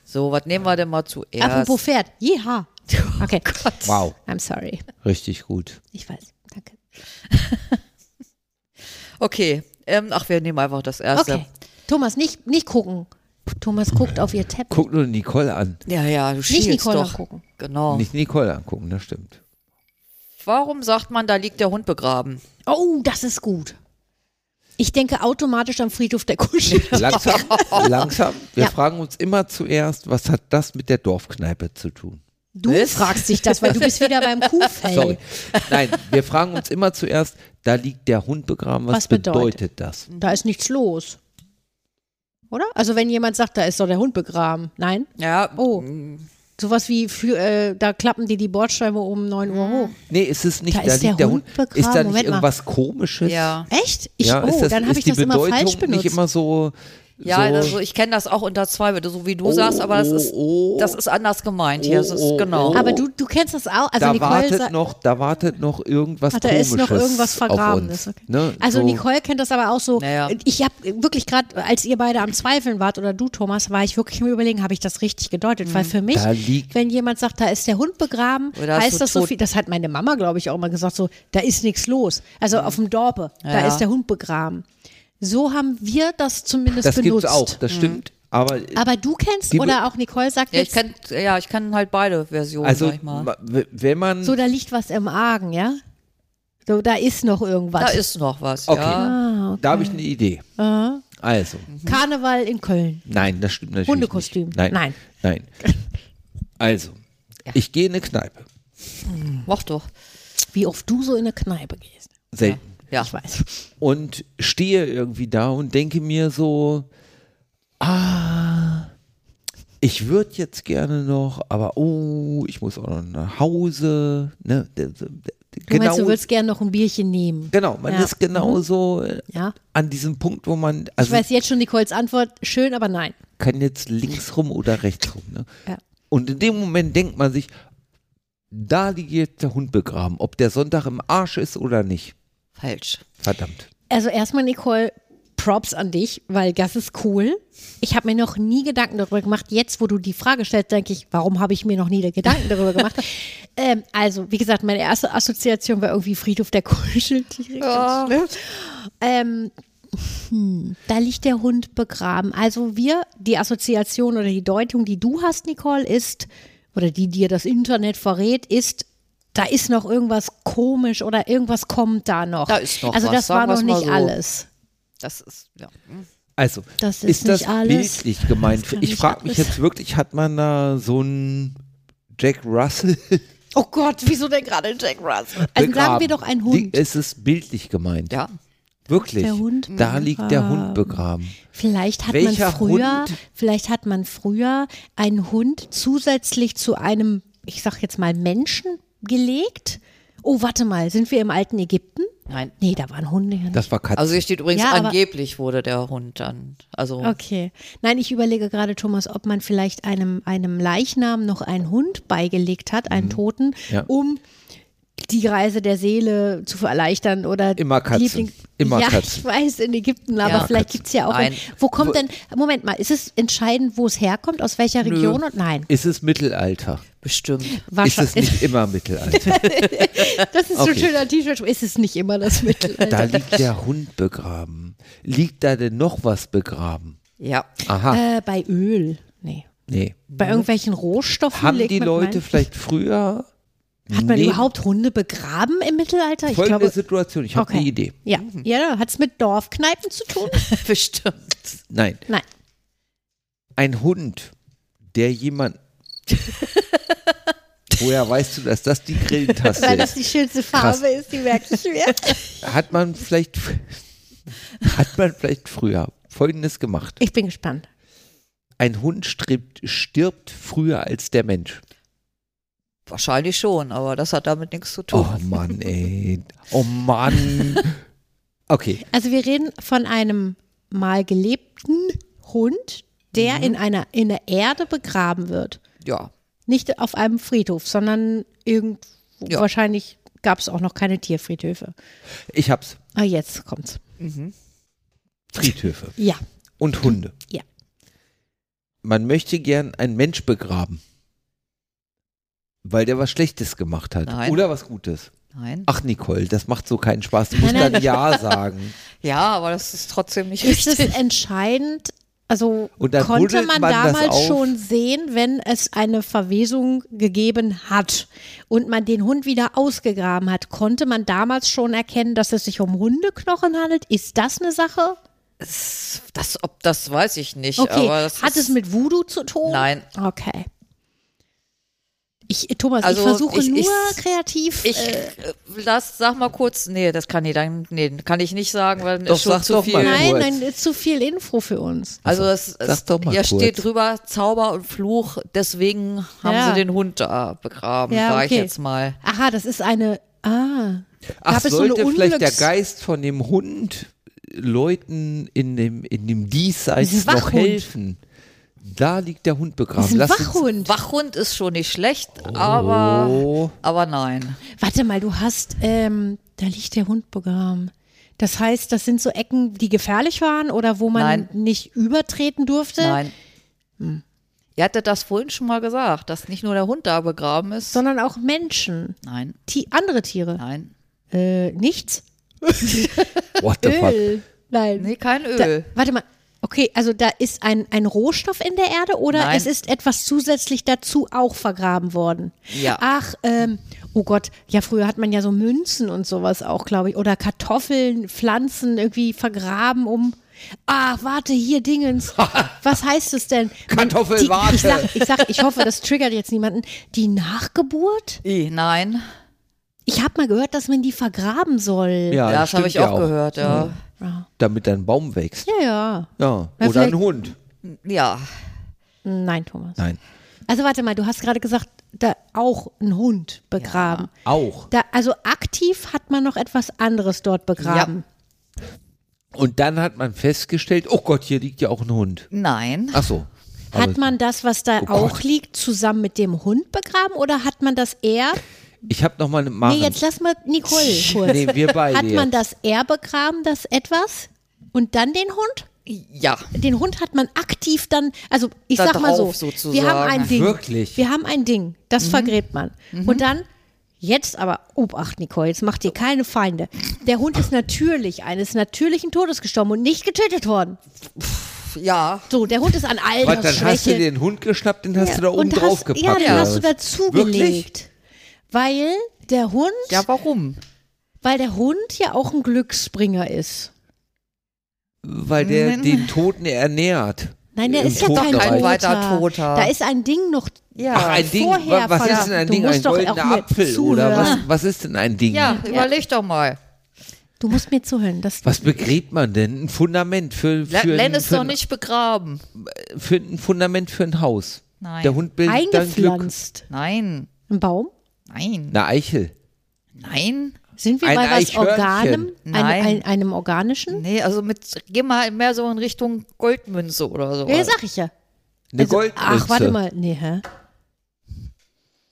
S2: So, was nehmen wir denn mal zuerst?
S4: Apropos Pferd. Jeha.
S3: Oh
S4: Okay.
S3: Wow.
S4: I'm sorry.
S3: Richtig gut.
S4: Ich weiß. Danke.
S2: Okay. Ähm, ach, wir nehmen einfach das erste.
S4: Okay. Thomas, nicht, nicht gucken. Thomas guckt auf ihr Tab.
S3: Guck nur Nicole an.
S2: Ja, ja, du
S4: nicht
S2: schielst
S4: Nicole
S2: doch.
S4: angucken.
S2: Genau.
S3: Nicht Nicole angucken, das stimmt.
S2: Warum sagt man, da liegt der Hund begraben?
S4: Oh, das ist gut. Ich denke automatisch am Friedhof der Kuschel.
S3: Langsam, langsam. Wir
S4: Ja.
S3: fragen uns immer zuerst, was hat das mit der Dorfkneipe zu tun?
S4: Du
S2: Was?
S4: fragst dich das, weil du bist wieder beim Kuhfell.
S3: Sorry. Nein, wir fragen uns immer zuerst, da liegt der Hund begraben. Was,
S4: Was bedeutet?
S3: bedeutet das?
S4: Da ist nichts los. Oder? Also wenn jemand sagt, da ist doch der Hund begraben. Nein?
S2: Ja,
S4: Oh. Sowas wie, für, äh, da klappen dir die Bordscheibe um 9
S3: Mhm.
S4: Uhr hoch.
S3: Nee, ist es nicht,
S4: Da
S3: da,
S4: ist der
S3: liegt der
S4: Hund
S3: Hund.
S4: begraben.
S3: Ist da nicht
S4: Moment mal.
S3: irgendwas komisches?
S2: ja.
S4: Echt? Ich,
S3: Ja,
S4: oh,
S3: ist das,
S4: dann
S3: ist
S4: habe ich
S3: die
S4: das immer
S3: Bedeutung
S4: falsch benutzt.
S3: Nicht immer so.
S2: Ja,
S3: so,
S2: also ich kenne das auch unter Zweifel, so wie du
S3: Oh,
S2: sagst, aber das ist,
S3: oh,
S2: das ist anders gemeint hier. Das
S3: oh,
S2: ist,
S3: oh,
S2: genau.
S3: oh.
S4: Aber du, du kennst das auch. Also
S3: da
S4: Nicole
S3: wartet
S4: sagt,
S3: noch, da wartet noch irgendwas
S4: Ach, da ist noch
S3: Komisches
S4: irgendwas
S3: auf
S4: Vergrabenes.
S3: uns,
S4: Okay.
S3: ne?
S4: Also
S3: so,
S4: Nicole kennt das aber auch so.
S2: Naja.
S4: Ich habe wirklich gerade, als ihr beide am Zweifeln wart oder du, Thomas, war ich wirklich im Überlegen, habe ich das richtig gedeutet? Weil für mich,
S3: Mhm. Da liegt-
S4: wenn jemand sagt, da ist der Hund begraben,
S2: Oder hast
S4: heißt
S2: du
S4: das so
S2: tot-
S4: viel, das hat meine Mama, glaube ich, auch mal gesagt, so, da ist nichts los.
S3: Mhm.
S4: Also auf dem Dorpe, da
S2: Ja.
S4: ist der Hund begraben. So haben wir das zumindest
S3: Das
S4: benutzt. Mhm.
S3: gibt's auch, das stimmt. Aber
S4: Aber du kennst
S3: Die-
S4: oder auch Nicole sagt
S2: ja, ich
S4: jetzt,
S2: kenne ja, ich kenn halt beide Versionen,
S3: also,
S2: sag ich mal.
S3: ma- w- wenn man
S4: so, da liegt was im Argen, ja? So, da ist noch irgendwas.
S2: Da ist noch was,
S3: Okay.
S2: ja.
S4: Ah.
S3: Da habe ich
S4: äh,
S3: eine Idee. Also,
S4: Karneval in Köln.
S3: nein, das stimmt natürlich
S4: Hundekostüm.
S3: nicht. Nein,
S4: Nein.
S3: nein. nein. Also, ich gehe in eine Kneipe.
S2: Mach doch.
S4: Wie oft du so in eine Kneipe gehst.
S3: Selten.
S2: Ja.
S4: Ich weiß.
S3: Und stehe irgendwie da und denke mir so, ah, ich würde jetzt gerne noch, aber oh, ich muss auch noch nach Hause. Ne? d- d- d-
S4: Du meinst, du würdest gerne noch ein Bierchen nehmen.
S3: Genau, man
S4: Ja. Mhm.
S3: ist genauso äh,
S4: Ja.
S3: an diesem Punkt, wo man,
S4: Ich
S3: also
S4: weiß jetzt schon Nicoles Antwort. Schön, aber nein.
S3: kann jetzt links rum oder rechts rum. Ne?
S4: Ja.
S3: Und in dem Moment denkt man sich, da liegt jetzt der Hund begraben, ob der Sonntag im Arsch ist oder nicht.
S2: Falsch.
S3: Verdammt.
S4: Also erstmal, Nicole, Props an dich, weil das ist cool. Ich habe mir noch nie Gedanken darüber gemacht. Jetzt, wo du die Frage stellst, denke ich, warum habe ich mir noch nie Gedanken darüber gemacht? ähm, also, wie gesagt, meine erste Assoziation war irgendwie Friedhof der Kuscheltiere.
S3: Oh.
S4: Ja. Ähm, hm, da liegt der Hund begraben. Also wir, die Assoziation oder die Deutung, die du hast, Nicole, ist, oder die dir das Internet verrät, ist, da ist noch irgendwas komisch oder irgendwas kommt da noch.
S2: Da ist noch
S4: also
S2: was,
S4: das
S2: sagen
S4: war noch
S2: wir's mal
S4: nicht
S2: so.
S4: alles.
S2: Das ist, ja. Hm.
S3: Also,
S4: Das ist
S3: ist das
S4: nicht alles.
S3: bildlich gemeint?
S4: Das kann
S3: ich
S4: nicht
S3: frage mich
S4: alles.
S3: jetzt wirklich, hat man da so einen Jack Russell
S4: Oh Gott, wieso denn gerade Jack Russell? Also sagen
S3: begraben?
S4: wir doch ein
S3: Liegt-
S4: Hund.
S2: äh,
S3: Es ist bildlich gemeint.
S2: Ja.
S3: Wirklich.
S4: Der Hund
S3: da liegt der
S4: begraben.
S3: Hund begraben.
S4: Vielleicht hat man
S3: Welcher
S4: früher,
S3: Hund?
S4: vielleicht hat man früher einen Hund zusätzlich zu einem, ich sag jetzt mal Menschen gelegt. Oh, warte mal, sind wir im alten Ägypten?
S2: Nein.
S4: Nee, da waren Hunde ja nicht.
S3: Das war Katze.
S2: Also hier steht übrigens,
S4: Ja, aber-
S2: angeblich wurde der Hund dann. Also
S3: Oh.
S4: Okay. Nein, ich überlege gerade, Thomas, ob man vielleicht einem, einem Leichnam noch einen Hund beigelegt hat, einen Toten,
S3: Mhm. Ja.
S4: um die Reise der Seele zu erleichtern oder
S3: Immer Katzen. Immer
S4: ja,
S3: Katzen.
S4: ich weiß, in Ägypten, aber
S2: Immer
S4: vielleicht
S3: Katzen.
S4: gibt es ja auch.
S2: Nein.
S4: Wo kommt denn, Moment mal, ist es entscheidend, wo es herkommt, aus welcher Region? Und nein,
S3: ist es Mittelalter?
S2: bestimmt.
S3: Ist es
S4: wahrscheinlich.
S3: nicht immer Mittelalter?
S4: Das ist so ein
S3: Okay.
S4: schöner T-Shirt. Ist es nicht immer das
S3: Da
S4: Mittelalter?
S3: liegt der Hund begraben. Liegt da denn noch was begraben?
S2: Ja.
S3: Aha,
S4: äh, bei Öl. Nee.
S3: nee.
S4: Bei irgendwelchen Rohstoffen
S3: Hm. Haben
S4: legt
S3: die
S4: man
S3: Leute
S4: meinen-
S3: vielleicht früher
S4: Hat man
S3: Nee.
S4: überhaupt Hunde begraben im Mittelalter? Ich
S3: folgende
S4: glaube,
S3: Situation? Ich habe eine Idee.
S4: Ja, ja hat es mit Dorfkneipen zu tun?
S2: bestimmt.
S3: Nein.
S4: Nein.
S3: Ein Hund, der jemand. Woher weißt du, dass das die Grillentaste
S4: Weil das
S3: ist?
S4: die schönste Farbe ist, die merke ich mir.
S3: Hat man vielleicht. Hat man vielleicht früher Folgendes gemacht.
S4: Ich bin gespannt.
S3: Ein Hund strebt, stirbt früher als der Mensch.
S2: Wahrscheinlich schon, aber das hat damit nichts zu tun.
S3: Oh Mann, ey. Oh Mann. Okay.
S4: Also wir reden von einem mal gelebten Hund, der in einer in der Erde begraben wird.
S2: Ja,
S4: Nicht auf einem Friedhof, sondern irgendwo.
S2: Ja.
S4: Wahrscheinlich gab es auch noch keine Tierfriedhöfe.
S3: Ich hab's.
S4: Ah, jetzt kommt's.
S3: Friedhöfe
S4: Ja,
S3: und Hunde.
S4: Ja.
S3: Man möchte gern einen Mensch begraben. Weil der was Schlechtes gemacht hat.
S2: Nein.
S3: Oder was Gutes.
S2: nein.
S3: Ach, Nicole, das macht so keinen Spaß. Du musst dann Ja sagen.
S2: Ja, aber das ist trotzdem nicht
S4: ist es
S2: richtig.
S4: entscheidend? Also
S3: Und dann
S4: konnte
S3: buddelt
S4: man,
S3: man das
S4: damals
S3: auf?
S4: schon sehen, wenn es eine Verwesung gegeben hat und man den Hund wieder ausgegraben hat, konnte man damals schon erkennen, dass es sich um Hundeknochen handelt? Ist das eine Sache?
S2: Das, ob das weiß ich nicht.
S4: Okay,
S2: aber das
S4: hat es
S2: ist,
S4: mit Voodoo zu tun?
S2: Nein.
S4: Okay. Ich, Thomas,
S2: Also,
S4: ich versuche
S2: ich-
S4: nur
S2: ich-
S4: kreativ.
S2: Ich
S4: äh,
S2: äh, lass, sag mal kurz, nee, das kann ich dann, nee, kann ich nicht sagen, weil
S3: Doch,
S2: ist schon
S3: sag
S2: zu
S3: doch
S2: viel.
S3: mal.
S4: nein,
S3: kurz.
S4: nein, ist zu viel Info für uns.
S2: Also es,
S3: Sag
S2: es
S3: doch mal
S2: hier
S3: kurz.
S2: steht drüber Zauber und Fluch, deswegen haben
S4: Ja.
S2: sie den Hund da begraben,
S4: Ja,
S2: sag ich
S4: okay.
S2: jetzt mal.
S4: Aha, das ist eine. Ah.
S3: Ach,
S4: Gab es so eine
S3: sollte vielleicht der
S4: Unglücks-
S3: Geist von dem Hund Leuten in dem, in dem
S4: Ist
S3: Diesseits
S4: ein
S3: noch
S4: Wachhund.
S3: helfen? Da liegt der Hund
S4: Das
S3: begraben.
S4: ist ein
S3: Lass uns-
S4: Wachhund.
S2: Wachhund ist schon nicht schlecht,
S3: Oh.
S2: aber, aber nein.
S4: Warte mal, du hast, ähm, da liegt der Hund begraben. Das heißt, das sind so Ecken, die gefährlich waren oder wo man
S2: Nein.
S4: nicht übertreten durfte,
S2: Nein. Hm. Ihr hattet das vorhin schon mal gesagt, dass nicht nur der Hund da begraben ist.
S4: sondern auch Menschen,
S2: nein,
S4: Ti andere Tiere.
S2: nein.
S4: Äh, nichts?
S3: What the fuck?
S4: Öl. Nein.
S2: Nee, kein
S4: Da,
S2: Öl.
S4: warte mal. Okay, also da ist ein, ein Rohstoff in der Erde oder
S2: Nein.
S4: es ist etwas zusätzlich dazu auch vergraben worden?
S2: Ja.
S4: Ach, ähm, oh Gott, ja, früher hat man ja so Münzen und sowas auch, glaube ich, oder Kartoffeln, Pflanzen irgendwie vergraben, um. Ah, warte, hier Dingens. Was heißt es denn? Man-
S3: Kartoffel,
S4: die,
S3: warte.
S4: Ich sag, ich sag, ich hoffe, das triggert jetzt niemanden. Die Nachgeburt?
S2: I, nein.
S4: Ich habe mal gehört, dass man die vergraben soll.
S3: Ja,
S2: das habe
S3: stimmt
S2: ich
S3: ja
S2: auch gehört, ja.
S3: Damit dein Baum wächst.
S4: Ja, ja.
S3: Ja.
S4: Ja,
S3: Oder
S4: vielleicht-
S3: ein Hund.
S2: Ja.
S4: Nein, Thomas.
S3: Nein.
S4: Also warte mal, du hast gerade gesagt, da auch ein Hund begraben.
S3: Auch.
S4: Da, also aktiv hat man noch etwas anderes dort begraben.
S3: Und dann hat man festgestellt, oh Gott, hier liegt ja auch ein Hund.
S2: Nein.
S3: Ach so.
S4: Hat man das, was da auch
S3: Oh Gott.
S4: liegt, zusammen mit dem Hund begraben oder hat man das er?
S3: Ich habe noch mal eine Maren.
S4: Nee, jetzt lass mal Nicole kurz.
S3: Nee, wir beide
S4: hat man
S3: jetzt.
S4: das er begraben, das etwas und dann den Hund?
S2: Ja.
S4: Den Hund hat man aktiv dann, also ich
S2: Da
S4: sag mal so,
S2: drauf sozusagen. Mhm.
S4: wir haben ein Ding.
S3: Wirklich?
S4: Wir haben ein Ding, das vergräbt man. Und dann, jetzt aber, Obacht, Nicole, jetzt macht ihr keine Feinde. Der Hund ist natürlich eines natürlichen Todes gestorben und nicht getötet worden.
S2: Ja.
S4: So, der Hund ist an
S3: Was, dann hast du
S4: Altersschwäche.
S3: den Hund geschnappt, den hast du da oben
S4: und
S3: drauf
S4: hast,
S3: gepackt.
S4: ja, den
S3: oder
S4: hast du
S3: was? Wirklich?
S4: dazugelegt. Weil der Hund,
S2: Ja, warum?
S4: weil der Hund ja auch ein Glücksbringer ist.
S3: Weil der
S2: Nein.
S3: den Toten ernährt.
S4: Nein, der
S3: Im
S4: ist ja
S3: Totenreich.
S4: kein
S2: Kein
S4: Toter.
S2: weiter Toter.
S4: Da ist ein Ding noch
S2: Ja.
S3: Ach, ein Ding.
S4: vorher
S3: Wa- was
S4: ver-
S3: ist denn ein
S4: Du
S3: Ding?
S4: musst
S3: Ein
S4: doch auch
S3: goldener
S4: mir
S3: Apfel oder was,
S4: zuhören.
S3: was ist denn ein Ding?
S2: ja, überleg doch mal.
S4: Du musst mir zuhören. Das
S3: Was begräbt man denn? Ein Fundament für, für,
S2: Len, Len
S3: ein,
S2: ist
S3: für,
S2: doch
S3: ein,
S2: nicht begraben.
S3: für ein Fundament für ein Haus.
S2: Nein.
S3: Der Hund bildet dann Glück.
S4: eingepflanzt.
S2: Nein.
S4: Ein Baum?
S2: Nein.
S3: Eine Eichel.
S2: Nein.
S4: Sind wir
S3: Ein
S4: bei was
S3: Eichhörnchen.
S4: Organem? Ein,
S2: Nein.
S4: ein, einem Organischen?
S2: Nee, also mit, geh mal mehr so in Richtung Goldmünze oder so.
S4: Ja, sag ich ja. Also,
S3: Eine Goldmünze.
S4: Ach, warte mal. Nee, hä?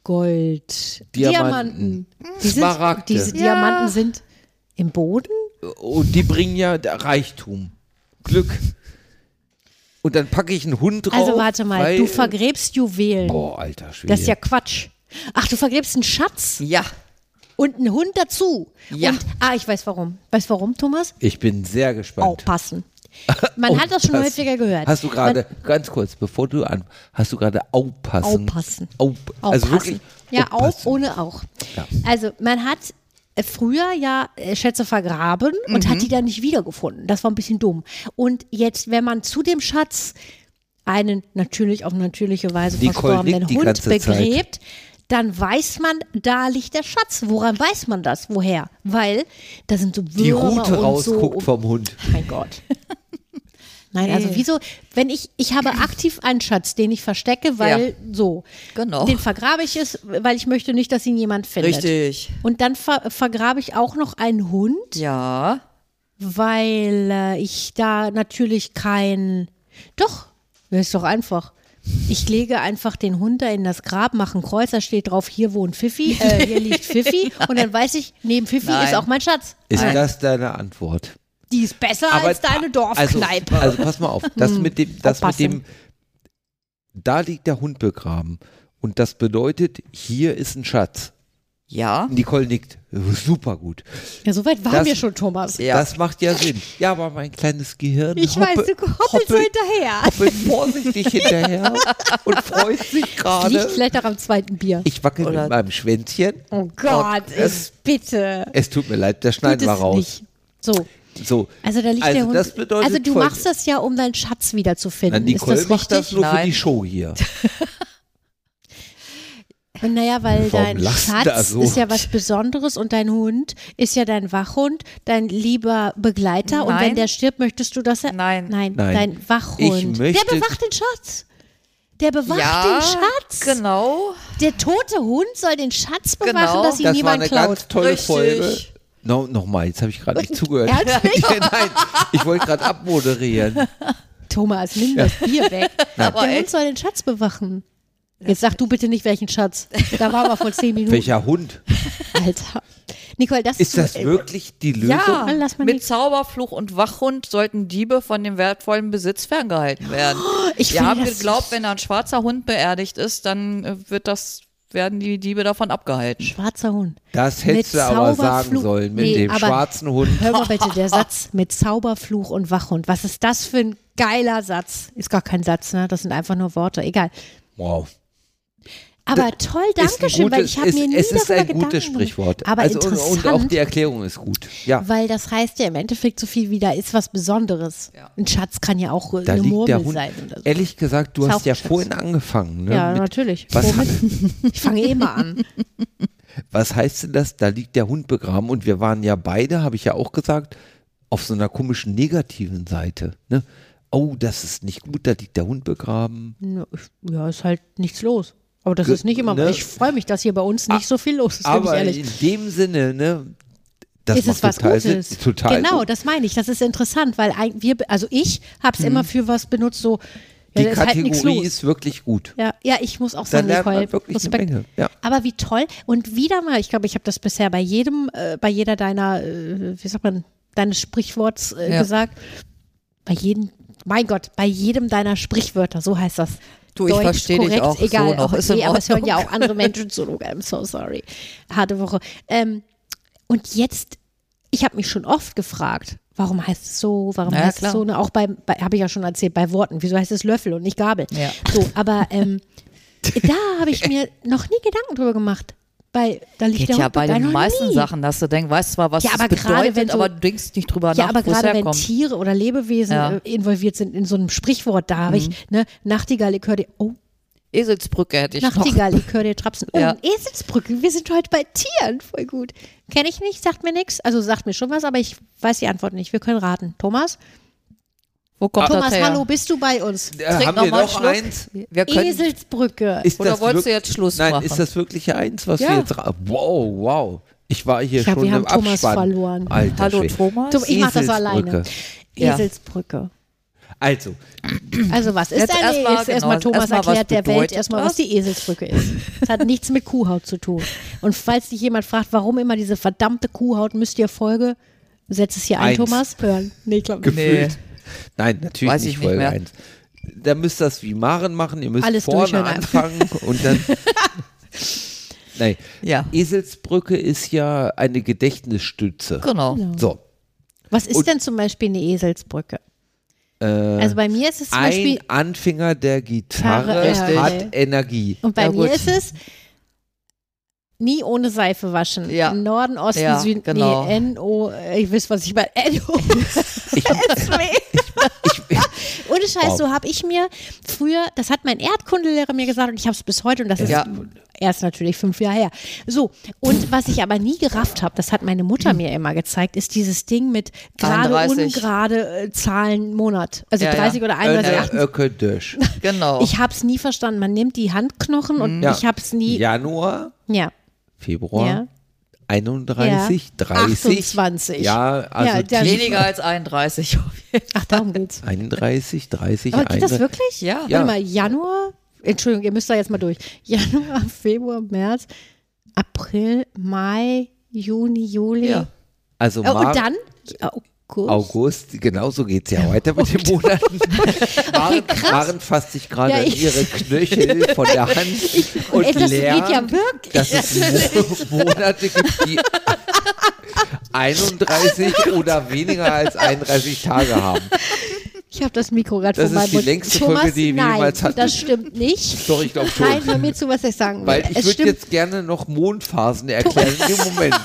S4: Gold.
S3: Diamanten.
S4: Die sind,
S3: Smaragde.
S4: Diese Diamanten sind im Boden?
S3: Und Oh, die bringen ja da- Reichtum, Glück. Und dann packe ich einen Hund drauf.
S4: Also warte mal,
S3: weil,
S4: du vergräbst Juwelen.
S3: Boah, alter Schwede.
S4: Das ist ja Quatsch. Ach, du vergräbst einen Schatz
S2: ja.
S4: und einen Hund dazu.
S2: Ja.
S4: Und, ah, ich weiß warum. Weißt du warum, Thomas?
S3: ich bin sehr gespannt.
S4: Aufpassen. Oh. Man hat das schon
S3: Aufpassen.
S4: häufiger gehört.
S3: Hast du gerade, ganz kurz, bevor du an, hast du gerade aufpassen.
S4: Aufpassen.
S3: Au, also
S4: Aufpassen.
S3: wirklich.
S4: Ja, auf
S3: aufpassen.
S4: ohne auch. Also man hat äh, früher ja äh, Schätze vergraben und
S3: Mhm.
S4: hat die dann nicht wiedergefunden. Das war ein bisschen dumm. Und jetzt, wenn man zu dem Schatz einen natürlich auf natürliche Weise
S3: Nicole
S4: verstorbenen
S3: nickt die
S4: Hund
S3: ganze Zeit.
S4: begräbt, dann weiß man, da liegt der Schatz. Woran weiß man das? Woher? Weil da sind so Würmer
S3: Die Rute
S4: und so.
S3: rausguckt
S4: und-
S3: vom Hund.
S4: mein Gott. Nein, also
S2: Nee.
S4: wieso, wenn ich, ich habe aktiv einen Schatz, den ich verstecke, weil
S2: Ja.
S4: so.
S2: Genau.
S4: Den vergrabe ich es, weil ich möchte nicht, dass ihn jemand findet.
S2: Richtig.
S4: Und dann ver vergrabe ich auch noch einen Hund,
S2: Ja.
S4: weil äh, ich da natürlich kein. Doch, das ist doch einfach. Ich lege einfach den Hund da in das Grab, mache ein Kreuz, da steht drauf, hier wohnt Pfiffi, äh, hier liegt Pfiffi und dann weiß ich, neben Pfiffi
S2: Nein.
S4: ist auch mein Schatz.
S3: Ist das deine Antwort?
S4: Die ist besser als deine Dorfkneipe. Hm,
S3: Also, also pass mal auf, das mit dem, das mit
S4: Aufpassen.
S3: dem, da liegt der Hund begraben. Und das bedeutet, hier ist ein Schatz.
S2: Ja.
S3: Nicole nickt. Super gut.
S4: ja, soweit waren
S3: das-
S4: wir schon, Thomas.
S2: Ja.
S3: Das macht ja Sinn. Ja, aber mein kleines Gehirn.
S4: Ich weiß, du hoppelst so hinterher.
S3: Hoppelt vorsichtig hinterher und freut sich
S4: Liegt
S3: gerade.
S4: vielleicht auch am zweiten Bier.
S3: Ich wackel
S2: Oder-
S3: mit meinem Schwänzchen.
S4: oh Gott, ich bitte.
S3: Es tut mir leid, das
S4: Tut
S3: schneiden wir
S4: es
S3: raus.
S4: nicht. So,
S3: So.
S4: also da liegt
S3: also
S4: der Hund.
S3: Das bedeutet
S4: also du
S3: Folgendes.
S4: machst das ja, um deinen Schatz wiederzufinden.
S3: Na, Nicole
S4: ist das
S3: macht das
S4: richtig?
S3: nur für
S2: Nein.
S3: die Show hier.
S4: Und naja, weil
S3: Warum
S4: dein
S3: lachst du da
S4: Schatz
S3: so?
S4: ist ja was Besonderes und dein Hund ist ja dein Wachhund, dein lieber Begleiter. Und
S2: Nein.
S4: wenn der stirbt, möchtest du, dass er.
S2: Nein.
S4: Nein,
S3: Nein.
S4: dein Wachhund.
S3: Ich möchte-
S4: der bewacht den Schatz. Der bewacht
S2: ja.
S4: den Schatz.
S2: Genau.
S4: Der tote Hund soll den Schatz bewachen,
S2: Genau.
S4: dass ihn
S3: Das war
S4: niemand
S3: eine
S4: klaut.
S3: ganz tolle
S2: Richtig.
S3: Folge. No, Nochmal, jetzt habe ich gerade nicht zugehört.
S4: Ernstlich?
S3: Ja, nein, ich wollte gerade abmoderieren.
S4: Thomas, nimm das Bier weg.
S2: Aber
S4: der Hund
S2: echt.
S4: soll den Schatz bewachen. Jetzt sag du bitte nicht, welchen Schatz. Da waren wir vor zehn Minuten.
S3: Welcher Hund?
S4: Alter. Nicole, das
S3: Ist das wirklich die Lösung?
S2: Ja,
S4: Dann lass mal
S2: Ah, mit
S4: nicht.
S2: Zauberfluch und Wachhund sollten Diebe von dem wertvollen Besitz ferngehalten werden.
S4: ich
S2: Wir
S4: finde,
S2: haben
S4: das ist-
S2: geglaubt, wenn da ein schwarzer Hund beerdigt ist, dann äh, wird das, werden die Diebe davon abgehalten.
S4: Schwarzer Hund.
S3: Das
S4: Mit
S3: hättest du aber sagen
S4: Zauberfluch-
S3: sollen mit
S4: Nee,
S3: dem
S4: aber-
S3: schwarzen Hund.
S4: Hör mal bitte, der Satz mit Zauberfluch und Wachhund. Was ist das für ein geiler Satz? Ist gar kein Satz, ne? Das sind einfach nur Worte. Egal.
S3: Wow.
S4: Aber toll,
S3: Ist ein
S4: danke schön, weil
S3: gutes-
S4: ich habe
S3: ist-
S4: mir nie
S3: Es ist
S4: darüber
S3: ein
S4: Gedanken
S3: gutes
S4: gemacht.
S3: Sprichwort.
S4: Aber
S3: also, und,
S4: interessant.
S3: und auch die Erklärung ist gut. Ja,
S4: Weil das heißt ja im Endeffekt so viel wie, da ist was Besonderes. Ein Schatz kann ja auch äh,
S3: da
S4: eine
S3: liegt
S4: Murmel
S3: der Hund.
S4: sein oder so.
S3: Ehrlich gesagt, du
S4: Ist
S3: hast
S4: auch
S3: ja
S4: Schatz.
S3: vorhin angefangen. Ne,
S4: ja,
S3: mit,
S4: natürlich.
S3: was-
S4: Womit? Ich fange eh mal an.
S3: Was heißt denn das? Da liegt der Hund begraben und wir waren ja beide, habe ich ja auch gesagt, auf so einer komischen negativen Seite. Ne? Oh, das ist nicht gut, da liegt der Hund begraben.
S4: Na, ich- Ja, ist halt nichts los. Aber das
S3: Ge-
S4: ist nicht immer.
S3: ne?
S4: Ich freue mich, dass hier bei uns nicht so viel los ist, bin ich
S3: Aber
S4: ehrlich.
S3: in dem Sinne, ne, das
S4: ist
S3: macht
S4: es was
S3: total Sinn.
S4: Gutes.
S3: Total.
S4: genau,
S3: Sinn. Mhm.
S4: das meine ich. Das ist interessant, weil ein- wir, also ich habe es immer für was benutzt, so ja,
S3: Die
S4: da ist halt nichts
S3: Kategorie
S4: los.
S3: ist wirklich gut.
S4: ja, ja, ich muss auch
S3: Da
S4: sagen,
S3: lernt
S4: Nicole,
S3: man wirklich
S4: Respekt.
S3: eine Menge. Ja.
S4: Aber wie toll. Und wieder mal, ich glaube, ich habe das bisher bei jedem, äh, bei jeder deiner, äh, wie sagt man, deines Sprichworts äh,
S2: Ja.
S4: gesagt. Bei jedem, mein Gott, bei jedem deiner Sprichwörter, so heißt das.
S2: Du, ich
S4: Deutsch,
S2: versteh dich
S4: korrekt,
S2: auch so
S4: egal,
S2: noch,
S4: aber,
S2: ist in
S4: nee, aber es hören ja auch
S2: Ordnung.
S4: andere Menschen zu. I'm so sorry. Harte Woche. Ähm, und jetzt, ich habe mich schon oft gefragt, warum heißt es so, warum
S2: Ja,
S4: heißt
S2: klar.
S4: es so, ne? auch bei, bei habe ich ja schon erzählt, bei Worten, wieso heißt es Löffel und nicht Gabel.
S2: Ja.
S4: So, aber ähm, da habe ich mir noch nie Gedanken drüber gemacht. Bei, da liegt
S2: Geht
S4: der
S2: ja
S4: Hund
S2: bei
S4: dabei
S2: den
S4: noch
S2: meisten
S4: nie.
S2: Sachen, dass du denkst, weißt zwar, was
S4: Ja,
S2: es
S4: aber gerade
S2: bedeutet,
S4: wenn so-
S2: aber du denkst nicht drüber
S4: Ja,
S2: nach,
S4: aber
S2: wo es
S4: gerade wenn
S2: herkommt.
S4: Tiere oder Lebewesen
S2: Ja. Mhm.
S4: äh, involviert sind in so einem Sprichwort, da habe ich, ne, Nachtigall, ich höre dir, oh,
S2: Eselsbrücke hätte ich
S4: Nachtigall, ich höre dir trapsen. Oh,
S2: Ja.
S4: Eselsbrücke, wir sind heute bei Tieren, voll gut. Kenne ich nicht, sagt mir nichts, also sagt mir schon was, aber ich weiß die Antwort nicht, wir können raten. Thomas?
S2: noch. Wo kommt
S4: Thomas,
S2: das her?
S4: hallo, bist du bei uns?
S3: Äh,
S2: Trink
S3: haben
S2: noch
S3: wir
S2: mal einen
S3: noch
S2: Schluck.
S3: eins?
S2: Wir können,
S4: Eselsbrücke.
S3: Ist
S2: Oder
S3: das
S2: wolltest du
S3: wirk-
S2: jetzt Schluss
S3: Nein,
S2: machen?
S3: ist das wirklich eins, was
S2: Ja.
S3: wir jetzt. ra- Wow, wow. Ich war hier
S4: Ich glaub,
S3: schon
S4: wir haben
S3: im Abspann.
S4: Thomas verloren.
S3: Alter
S2: hallo
S3: Schwede.
S2: Thomas.
S4: So, ich mache das
S3: Eselsbrücke.
S4: alleine.
S2: Ja.
S4: Eselsbrücke.
S3: Also,
S4: Also was ist
S2: Jetzt
S4: eine
S2: erst mal,
S4: Esel? Erstmal
S2: genau,
S4: Thomas
S2: erst mal, was
S4: erklärt der Welt
S2: bedeutet
S4: erstmal, was
S2: das?
S4: die Eselsbrücke ist. Es hat nichts mit Kuhhaut zu tun. Und falls dich jemand fragt, warum immer diese verdammte Kuhhaut, müsst ihr Folge, setz es hier ein,
S3: Eins.
S4: Thomas, hören. Nee, ich glaube nicht.
S3: gefühlt. Nein, natürlich
S2: Weiß ich
S3: nicht
S2: nicht
S3: Folge
S2: mehr.
S3: 1. Da müsst ihr das wie Maren machen, ihr müsst
S4: Alles
S3: vorne
S4: durchhören einfach.
S3: anfangen und dann. Nein.
S2: Ja.
S3: Eselsbrücke ist ja eine Gedächtnisstütze.
S2: Genau.
S3: So.
S4: Was ist
S3: Und-
S4: denn zum Beispiel eine Eselsbrücke?
S2: Äh,
S4: also bei mir ist es zum Beispiel,
S3: Ein Anfänger der Gitarre
S4: Gitarre,
S3: hat
S4: richtig.
S3: Energie.
S4: und bei
S2: Ja,
S4: mir
S2: gut.
S4: ist es, nie ohne Seife waschen.
S2: Ja.
S4: Norden, Osten,
S2: Ja,
S4: Süden,
S2: genau.
S4: nee, N, O, äh, ich weiß, was ich meine, N, O,
S3: Ich,
S4: S, W.
S3: ich,
S4: Und ohne Scheiß,
S3: Wow.
S4: so habe ich mir früher, das hat mein Erdkundelehrer mir gesagt und ich habe es bis heute und das
S2: Ja.
S4: ist erst natürlich fünf Jahre her. So, und was ich aber nie gerafft habe, das hat meine Mutter
S2: Hm.
S4: mir immer gezeigt, ist dieses Ding mit gerade,
S2: 31.
S4: ungerade äh, Zahlen, Monat. Also
S2: Ja, ja.
S4: 30 oder 31,
S2: Äh,
S4: 28.
S3: Öcke Dösch.
S2: Genau.
S4: Ich habe es nie verstanden. Man nimmt die Handknochen und
S3: Mhm. Ja.
S4: ich habe es nie.
S3: Januar,
S4: ja.
S3: Februar,
S4: Ja.
S3: 31, 30.
S4: 28.
S3: Ja, also
S4: Ja, der-
S3: tief
S2: Weniger als 31.
S4: Ach, darum geht's.
S3: 31, 30,
S4: Aber geht das
S3: 31.
S4: wirklich?
S2: Ja.
S4: Warte mal, Januar? Entschuldigung, ihr müsst da jetzt mal durch. Januar, Februar, März, April, Mai, Juni, Juli.
S2: Ja.
S3: Also
S4: Äh,
S3: Mar-
S4: und dann? August.
S3: August, genau so geht es ja weiter mit den Monaten. Maren, Maren fasst sich gerade
S4: Ja,
S3: an
S4: ich-
S3: ihre Knöchel von der Hand und
S4: Ey, das
S3: lernt,
S4: geht ja wirklich.
S3: dass es Mo Monate gibt, die 31 oder weniger als 31 Tage haben.
S4: Ich habe das Mikro gerade
S3: Das
S4: vor meinem
S3: ist die
S4: Mund.
S3: längste
S4: Thomas,
S3: Folge, die wir
S4: nein,
S3: jemals hatten.
S4: das stimmt nicht.
S3: Doch, ich glaube schon.
S4: Nein, hör mir zu, was ich sagen will.
S3: Weil ich
S4: es
S3: würde
S4: stimmt,
S3: jetzt gerne noch Mondphasen erklären. Im Moment.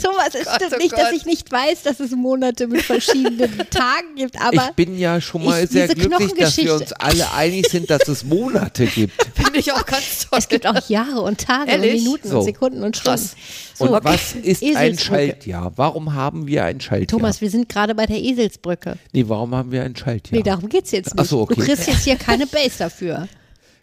S4: Thomas, es
S2: Gott,
S4: stimmt
S2: oh
S4: nicht, dass
S2: Gott.
S4: ich nicht weiß, dass es Monate mit verschiedenen Tagen gibt, aber
S3: Ich bin ja schon mal
S4: ich-
S3: sehr
S4: diese
S3: glücklich, dass wir
S4: Knochengeschichte-
S3: uns alle einig sind, dass es Monate gibt.
S2: Finde ich auch ganz toll.
S4: es gibt auch Jahre und Tage und
S2: Ehrlich?
S4: Minuten
S3: So.
S4: und Sekunden und Stunden.
S2: Krass.
S4: So,
S3: Und was ist ein
S4: Eselsbrücke.
S3: Schaltjahr? Warum haben wir ein Schaltjahr?
S4: Thomas, wir sind gerade bei der Eselsbrücke.
S3: Nee, warum haben wir ein Schaltjahr?
S4: Nee, darum geht's jetzt
S3: Ach
S4: nicht.
S3: so,
S4: Du
S3: okay.
S4: kriegst jetzt hier keine Base dafür.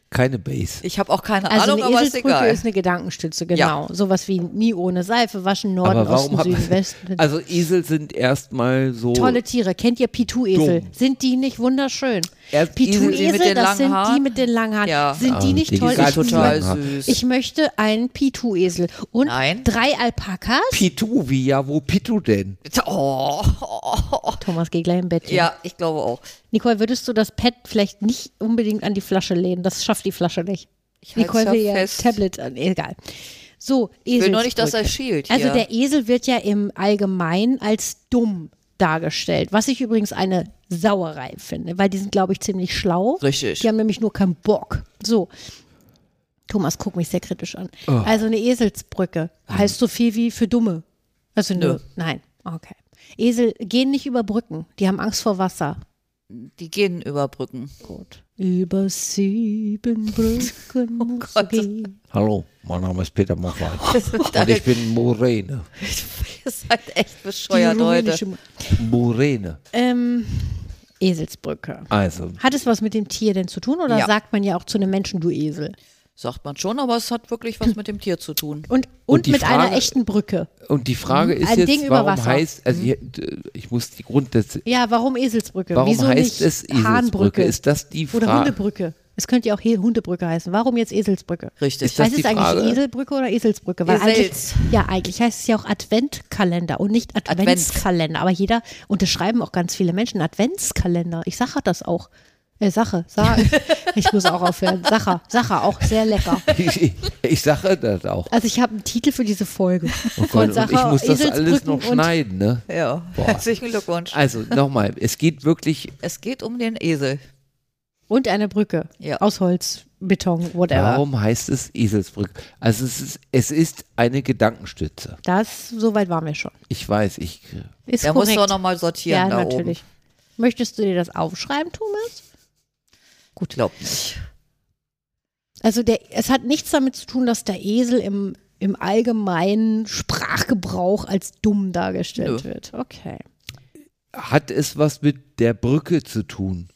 S3: Keine Base.
S2: Ich habe auch keine
S4: Also
S2: Ahnung,
S4: eine
S2: aber ist
S4: Eselsbrücke
S2: egal.
S4: ist eine Gedankenstütze, genau. Sowas wie nie ohne Seife waschen, Norden,
S3: Aber warum
S4: Osten,
S3: haben
S4: Süden, Westen.
S3: Also Esel sind erstmal so.
S2: Oh.
S4: Tolle Tiere. Kennt ihr Pitu-Esel?
S3: Dumm.
S4: Sind die nicht wunderschön?
S3: Erst Esel,
S2: die mit
S4: Pitu-Esel,
S2: den
S4: das
S2: langen
S4: sind die
S2: Haaren.
S4: mit den langen Haaren.
S2: Ja. Also
S4: Sind die
S3: Ah,
S4: nicht
S3: die
S4: toll?
S3: sind
S4: Ich,
S2: total
S3: Lang-
S2: süß.
S4: ich möchte einen Pitu-Esel und
S2: Nein.
S4: drei Alpakas.
S3: Pitu, wie ja, wo Pitu denn?
S2: oh,
S4: Thomas geht gleich im Bett.
S2: ja, ich glaube auch.
S4: Nicole, würdest du das Pad vielleicht nicht unbedingt an die Flasche lehnen? Das schafft die Flasche nicht.
S2: Ich halt's
S4: Nicole
S2: ja
S4: will ihr
S2: fest.
S4: Tablet an. Egal. So, Esel.
S2: Ich will nur nicht, dass er schielt.
S4: Also
S2: hier.
S4: der Esel wird ja im Allgemeinen als dumm dargestellt, was ich übrigens eine Sauerei finde, weil die sind, glaube ich, ziemlich schlau.
S2: Richtig.
S4: Die haben nämlich nur keinen Bock. So. Thomas guckt mich sehr kritisch an. Also eine Eselsbrücke heißt so viel wie für Dumme. Also nö.
S2: Nö.
S4: Nein. Okay. Esel gehen nicht über Brücken. Die haben Angst vor Wasser.
S2: die gehen über Brücken.
S4: Gut. Über sieben Brücken musst du
S2: Gott.
S4: gehen.
S3: Hallo, mein Name ist Peter Moffat. und
S2: Deine-
S3: ich bin Morene.
S2: Ihr seid halt echt
S4: Die
S2: bescheuert, Leute.
S4: rumänische Mu-
S3: Morene.
S4: Ähm, Eselsbrücke.
S3: Also,
S4: Hat es was mit dem Tier denn zu tun oder
S2: Ja.
S4: sagt man ja auch zu einem Menschen, du Esel?
S2: Sagt man schon, aber es hat wirklich was mit dem Tier zu tun.
S4: Und, und,
S3: die
S4: mit
S3: Frage-
S4: einer echten Brücke.
S3: und die Frage ist
S4: Hm, Ein
S3: jetzt,
S4: Ding über
S3: warum
S4: Wasser. Hm.
S3: heißt, also ich, ich muss die Grund, das,
S4: Ja, warum Eselsbrücke?
S3: warum
S4: Wieso
S3: heißt
S4: nicht
S3: es Eselsbrücke?
S4: Hahnbrücke?
S3: Ist das die
S4: oder
S3: Frage?
S4: Hundebrücke. Es könnte ja auch He- Hundebrücke heißen. Warum jetzt Eselsbrücke?
S2: Richtig.
S3: das
S4: heißt es
S3: die
S4: eigentlich
S3: Frage?
S4: Eselbrücke oder Eselsbrücke? Weil
S2: Esels.
S4: eigentlich, ja, eigentlich heißt es ja auch Adventkalender und nicht Adventskalender. Aber jeder, und das schreiben auch ganz viele Menschen, Adventskalender. Ich sage das auch. Äh, Sache, Sache. Ich muss auch aufhören. Sacher, Sacher, auch sehr lecker.
S3: ich, ich sage das auch.
S4: Also ich habe einen Titel für diese Folge.
S3: Oh und ich muss das alles noch schneiden, ne?
S2: Ja, herzlichen Glückwunsch.
S3: Also nochmal, es geht wirklich
S2: Es geht um den Esel.
S4: Und, und eine Brücke
S2: Ja.
S4: aus Holz, Beton, whatever.
S3: Warum heißt es Eselsbrücke? Also es ist, es ist eine Gedankenstütze.
S4: Das, soweit waren wir schon.
S3: Ich weiß, ich.
S4: Ist
S2: Der muss
S4: korrekt.
S2: doch nochmal
S4: ja,
S2: sortieren da
S4: natürlich. Möchtest du dir das aufschreiben, Thomas?
S2: oben. Gut, glaub nicht.
S4: Also der, es hat nichts damit zu tun, dass der Esel im, im allgemeinen Sprachgebrauch als dumm dargestellt
S2: Nö.
S4: wird. Okay.
S3: Hat es was mit der Brücke zu tun?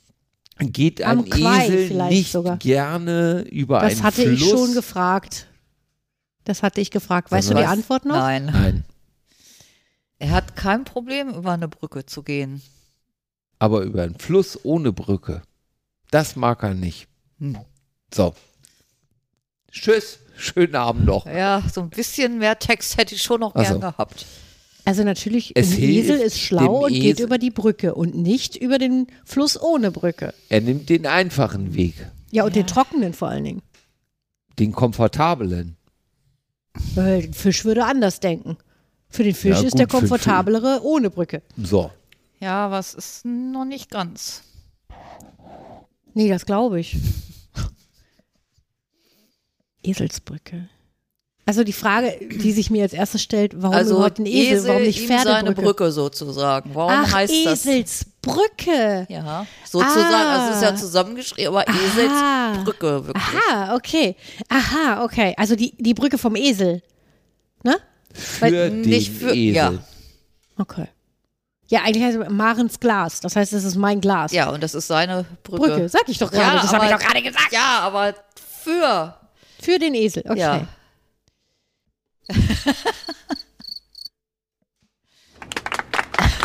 S3: Geht
S4: Am
S3: ein
S4: Quai
S3: Esel
S4: vielleicht
S3: nicht
S4: sogar.
S3: gerne über
S4: Das
S3: einen
S4: hatte
S3: Fluss?
S4: ich schon gefragt. Das hatte ich gefragt. Weißt
S3: Also
S4: du die
S3: was?
S4: Antwort noch?
S2: Nein.
S3: Nein,
S2: Er hat kein Problem, über eine Brücke zu gehen.
S3: aber über einen Fluss ohne Brücke. Das mag er nicht.
S2: Hm.
S3: So. Tschüss, schönen Abend noch.
S2: Ja, so ein bisschen mehr Text hätte ich schon noch
S3: Ach so.
S2: gern gehabt.
S4: Also natürlich,
S3: Es
S4: ein Esel
S3: hilft
S4: ist schlau
S3: dem
S4: und geht
S3: Esel-
S4: über die Brücke und nicht über den Fluss ohne Brücke.
S3: Er nimmt den einfachen Weg,
S4: Ja, und den trockenen vor allen Dingen.
S3: den komfortablen.
S4: Weil ein Fisch würde anders denken. Für den Fisch
S3: Ja,
S4: ist
S3: gut,
S4: der
S3: für den Fisch.
S4: komfortablere ohne Brücke.
S3: So.
S2: Ja, aber es ist noch nicht ganz.
S4: Nee, das glaube ich. Eselsbrücke. Also die Frage, die sich mir als erstes stellt, warum
S2: also
S4: überhaupt ein Esel, warum nicht
S2: ihm seine
S4: Pferdebrücke?
S2: Brücke sozusagen. Warum
S4: Ach,
S2: heißt das?
S4: Eselsbrücke.
S2: Ja, sozusagen. Also es ist ja zusammengeschrieben, aber
S4: Ah. Aha.
S2: Eselsbrücke wirklich.
S4: Aha, okay. Aha, okay. Also die, die Brücke vom Esel. Ne?
S3: Für den
S2: nicht für-
S3: Esel.
S2: ja.
S4: Okay. Ja, eigentlich heißt es Marens Glas. Das heißt, es ist mein Glas.
S2: Ja, und das ist seine Brücke.
S4: Brücke, sag ich doch gerade. das habe ich
S2: aber-
S4: doch gerade gesagt.
S2: Ja, aber für.
S4: Für den Esel. Okay.
S2: Ja.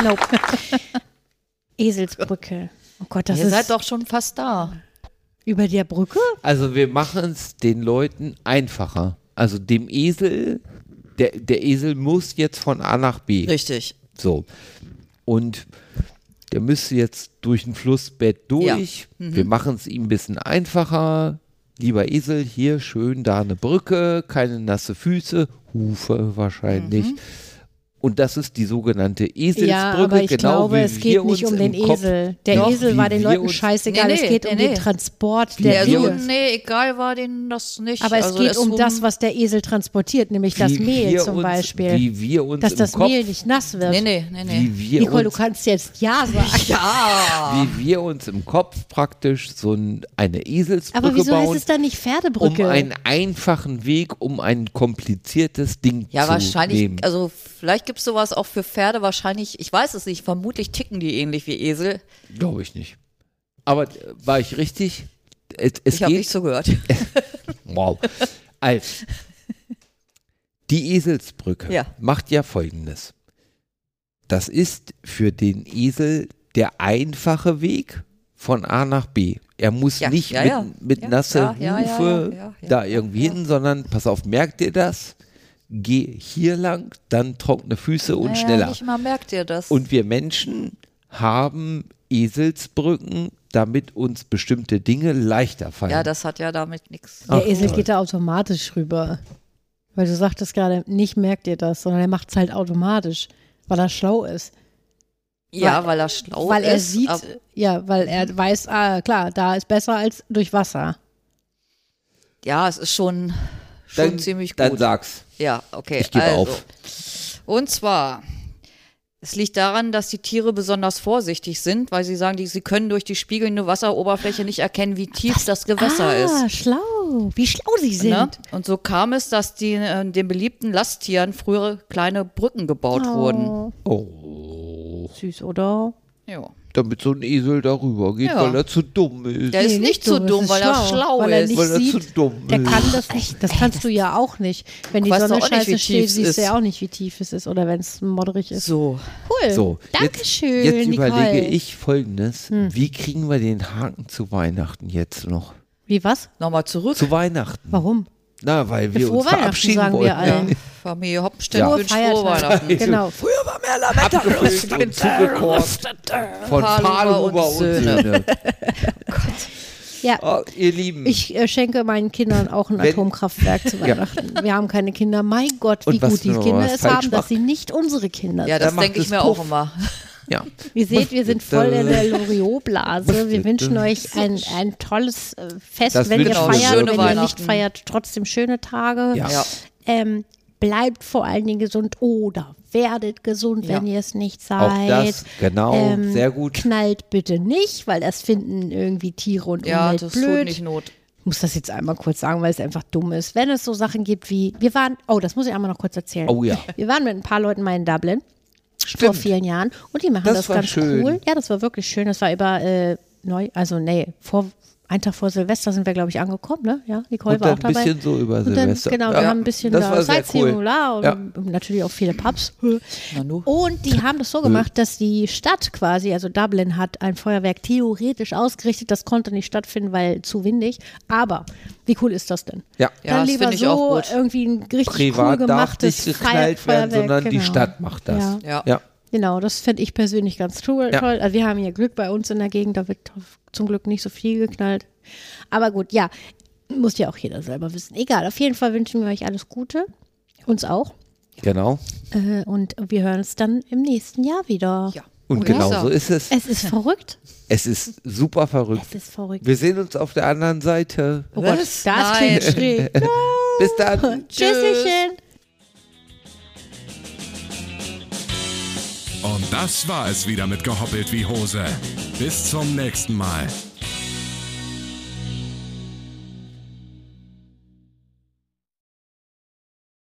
S4: Nope. Eselsbrücke. Oh Gott, das
S2: Ihr
S4: ist
S2: seid doch schon fast da.
S4: über der Brücke?
S3: Also wir machen es den Leuten einfacher. Also dem Esel, der, der Esel muss jetzt von A nach B.
S2: Richtig.
S3: So. Und der müsste jetzt durch ein Flussbett durch.
S4: Mhm.
S3: Wir machen es ihm ein bisschen einfacher. Lieber Esel, hier schön da eine Brücke, keine nasse Füße, Hufe wahrscheinlich. Und das ist die sogenannte Eselsbrücke.
S4: Mhm. ja, aber ich
S3: genau
S4: glaube,
S3: wie
S4: es
S3: wir
S4: geht nicht
S3: uns
S4: um den
S3: im Kopf-
S4: Esel. Der
S3: Doch,
S4: Esel
S3: wie
S4: war den
S3: wir
S4: Leuten
S3: uns-
S4: scheißegal.
S2: Nee,
S4: es
S2: nee,
S4: geht um
S2: nee,
S4: den
S2: nee.
S4: Transport
S2: Der
S4: der
S3: wir
S2: so,
S4: Kühe.
S3: uns-
S2: nee, egal war denen das nicht.
S4: Aber es
S2: also
S4: geht um
S2: wurden-
S4: das, was der Esel transportiert, nämlich das
S3: wie
S4: Mehl
S3: wir
S4: zum
S3: uns,
S4: Beispiel.
S3: Wie wir uns
S4: Dass
S3: im
S4: das
S3: Kopf,
S4: Mehl nicht nass wird.
S2: Nee, nee, nee, nee.
S3: wie wir
S4: Nicole, du
S3: uns
S4: kannst jetzt Ja sagen.
S2: Ja.
S3: wie wir uns im Kopf praktisch so ein, eine Eselsbrücke
S4: Aber wieso
S3: bauen,
S4: heißt es dann nicht
S3: um
S4: Pferdebrücke?
S3: einen einfachen Weg, um ein kompliziertes Ding
S2: Ja,
S3: zu
S2: wahrscheinlich,
S3: nehmen.
S2: also vielleicht gibt es sowas auch für Pferde, wahrscheinlich, ich weiß es nicht, vermutlich ticken die ähnlich wie Esel.
S3: Glaube ich nicht. Aber äh, war ich richtig? Es, es
S2: Ich
S3: geht.
S2: habe nicht so gehört.
S3: Wow. Also, die Eselsbrücke
S2: Ja.
S3: macht ja folgendes. Das ist für den Esel der einfache Weg von A nach B. Er muss
S2: Ja,
S3: nicht
S2: ja,
S3: mit,
S2: ja.
S3: mit
S2: Ja,
S3: nasser
S2: ja, ja, ja,
S3: Hufe
S2: ja, ja, ja,
S3: da irgendwie
S2: ja.
S3: hin, sondern pass auf, merkt ihr das? Geh hier lang, dann trockene Füße und
S2: Naja,
S3: schneller.
S2: Nicht mal merkt ihr das.
S3: Und wir Menschen haben Eselsbrücken, damit uns bestimmte Dinge leichter fallen.
S2: ja, das hat ja damit nichts.
S4: der
S3: Ach,
S4: Esel
S3: toll.
S4: geht da automatisch rüber. Weil du sagtest gerade, nicht merkt ihr das, sondern er macht es halt automatisch, weil er schlau ist.
S2: Ja, weil er schlau
S4: weil
S2: ist. Mhm.
S4: er sieht,
S2: aber-
S4: ja, weil er weiß, ah, klar, da ist besser als durch Wasser.
S2: Ja, es ist schon, schon
S3: dann,
S2: ziemlich gut.
S3: Dann sag's.
S2: Ja, okay.
S3: Ich gebe
S2: also.
S3: auf.
S2: Und zwar, es liegt daran, dass die Tiere besonders vorsichtig sind, weil sie sagen, die, sie können durch die spiegelnde Wasseroberfläche nicht erkennen, wie tief das Gewässer ist.
S4: ah, schlau. Wie schlau sie sind.
S2: Ne? Und so kam es, dass die, äh, den beliebten Lasttieren früher kleine Brücken gebaut
S3: Oh.
S2: wurden.
S4: Süß, oder?
S2: Ja.
S3: Damit so ein Esel darüber geht,
S2: Ja.
S3: weil er zu dumm ist.
S2: Der ist
S4: nicht
S2: nicht so
S4: dumm, es
S2: dumm,
S4: ist
S2: weil er
S4: schlau,
S2: schlau
S4: weil er
S2: ist.
S4: nicht
S3: weil er
S4: sieht,
S3: zu dumm
S4: Der
S3: ist.
S4: kann das nicht. Das kannst du ja auch nicht. Wenn die
S2: weißt doch
S4: Sonne
S2: auch nicht,
S4: scheiße
S2: wie tief
S4: steht,
S2: es
S4: siehst du
S2: ist.
S4: ja auch nicht, wie tief es ist. Oder wenn es modderig ist.
S2: so.
S4: Cool.
S3: So,
S4: Dankeschön,
S3: jetzt, jetzt überlege
S4: Nicole. Hm.
S3: ich folgendes. Wie kriegen wir den Haken zu Weihnachten jetzt noch?
S4: Wie was?
S2: Nochmal zurück.
S3: Zu Weihnachten.
S4: Warum?
S3: Na, weil wir
S4: Frohe
S3: uns
S4: Weihnachten,
S3: verabschieden
S4: sagen wir
S3: wollen.
S4: alle.
S2: Ja. Familie Hoppenstedt
S3: Ja.
S2: wünscht frohe Weihnachten.
S4: Genau.
S3: Abgefüllt und zugekorkt von
S2: Paarhuber und
S3: Paarhuber und
S2: Söhne.
S3: Söhne.
S4: Oh Ja.
S3: Oh, ihr Lieben.
S4: Ich äh, schenke meinen Kindern auch ein
S3: Wenn-
S4: Atomkraftwerk zu Weihnachten. Wir haben keine Kinder. Mein Gott,
S3: Und
S4: wie
S3: was
S4: gut die
S3: wir
S4: Kinder
S3: was
S4: es
S3: falsch
S4: haben, dass
S3: machen.
S4: sie nicht unsere Kinder
S2: Ja,
S4: sind.
S2: das
S3: macht
S2: denke ich
S3: es
S2: mir auch
S3: Puff.
S2: immer.
S3: ja.
S4: Ihr seht, wir sind voll in der Loriot-Blase. Wir wünschen euch ein, ein tolles äh, Fest,
S3: Das
S4: wenn ihr
S3: wünschen wir
S4: feiert.
S2: schöne
S4: Wenn ihr nicht
S2: Weihnachten.
S4: feiert, trotzdem schöne Tage.
S3: Ja.
S2: Ja.
S4: Ähm, bleibt vor allen Dingen gesund oder werdet gesund,
S2: Ja.
S4: wenn ihr es nicht seid.
S3: Auch das, genau,
S4: Ähm,
S3: sehr gut.
S4: Knallt bitte nicht, weil das finden irgendwie Tiere und
S2: Ja,
S4: Umwelt
S2: das
S4: blöd.
S2: tut nicht Not.
S4: Ich muss das jetzt einmal kurz sagen, weil es einfach dumm ist. Wenn es so Sachen gibt wie, wir waren, oh, das muss ich einmal noch kurz erzählen.
S3: Oh ja.
S4: Wir waren mit ein paar Leuten mal in Dublin vor
S3: Stimmt.
S4: vielen Jahren und die machen das,
S3: Das war
S4: ganz
S3: schön.
S4: cool. Ja, das war wirklich schön. Das war über äh, neu, also nee, vor einen Tag vor Silvester sind wir, glaube ich, angekommen, ne? Ja, Nicole
S3: Und
S4: war
S3: dann
S4: auch dabei.
S3: ein bisschen so über
S4: und dann,
S3: Silvester.
S4: Genau,
S3: Ja.
S4: wir haben ein bisschen
S3: Das
S4: da
S3: war sehr
S4: Sightseeing
S3: cool.
S4: bla und
S3: Ja.
S4: natürlich auch viele Pubs.
S2: nu.
S4: Und die haben das so gemacht, dass die Stadt quasi, also Dublin hat ein Feuerwerk theoretisch ausgerichtet, das konnte nicht stattfinden, weil zu windig. Aber wie cool ist das denn?
S3: Ja.
S2: Ja,
S4: dann
S2: das
S4: lieber
S2: finde ich
S4: so
S2: auch gut.
S4: irgendwie ein richtig cool
S3: Privat darf
S4: gemachtes
S3: nicht geknallt
S4: Feuerwerk,
S3: werden, sondern die
S4: genau.
S3: Stadt macht das.
S4: Ja.
S2: Ja.
S3: ja.
S4: Genau, das finde ich persönlich ganz toll.
S3: Ja.
S4: toll. Also wir haben hier Glück bei uns in der Gegend, da wird zum Glück nicht so viel geknallt. Aber gut, ja, muss ja auch jeder selber wissen. Egal, auf jeden Fall wünschen wir euch alles Gute, uns auch.
S3: Genau.
S4: Äh, und wir hören uns dann im nächsten Jahr wieder.
S2: Ja.
S3: Und
S2: Oder?
S3: genau so ist es.
S4: Es ist verrückt.
S3: Es ist super verrückt.
S4: Es ist verrückt.
S3: Wir sehen uns auf der anderen Seite.
S4: Oh Gott,
S2: Was?
S4: das klingt schräg.
S6: Bis dann.
S4: Tschüsschen.
S1: Und das war es wieder mit Gehoppelt wie Hose. Bis zum nächsten Mal.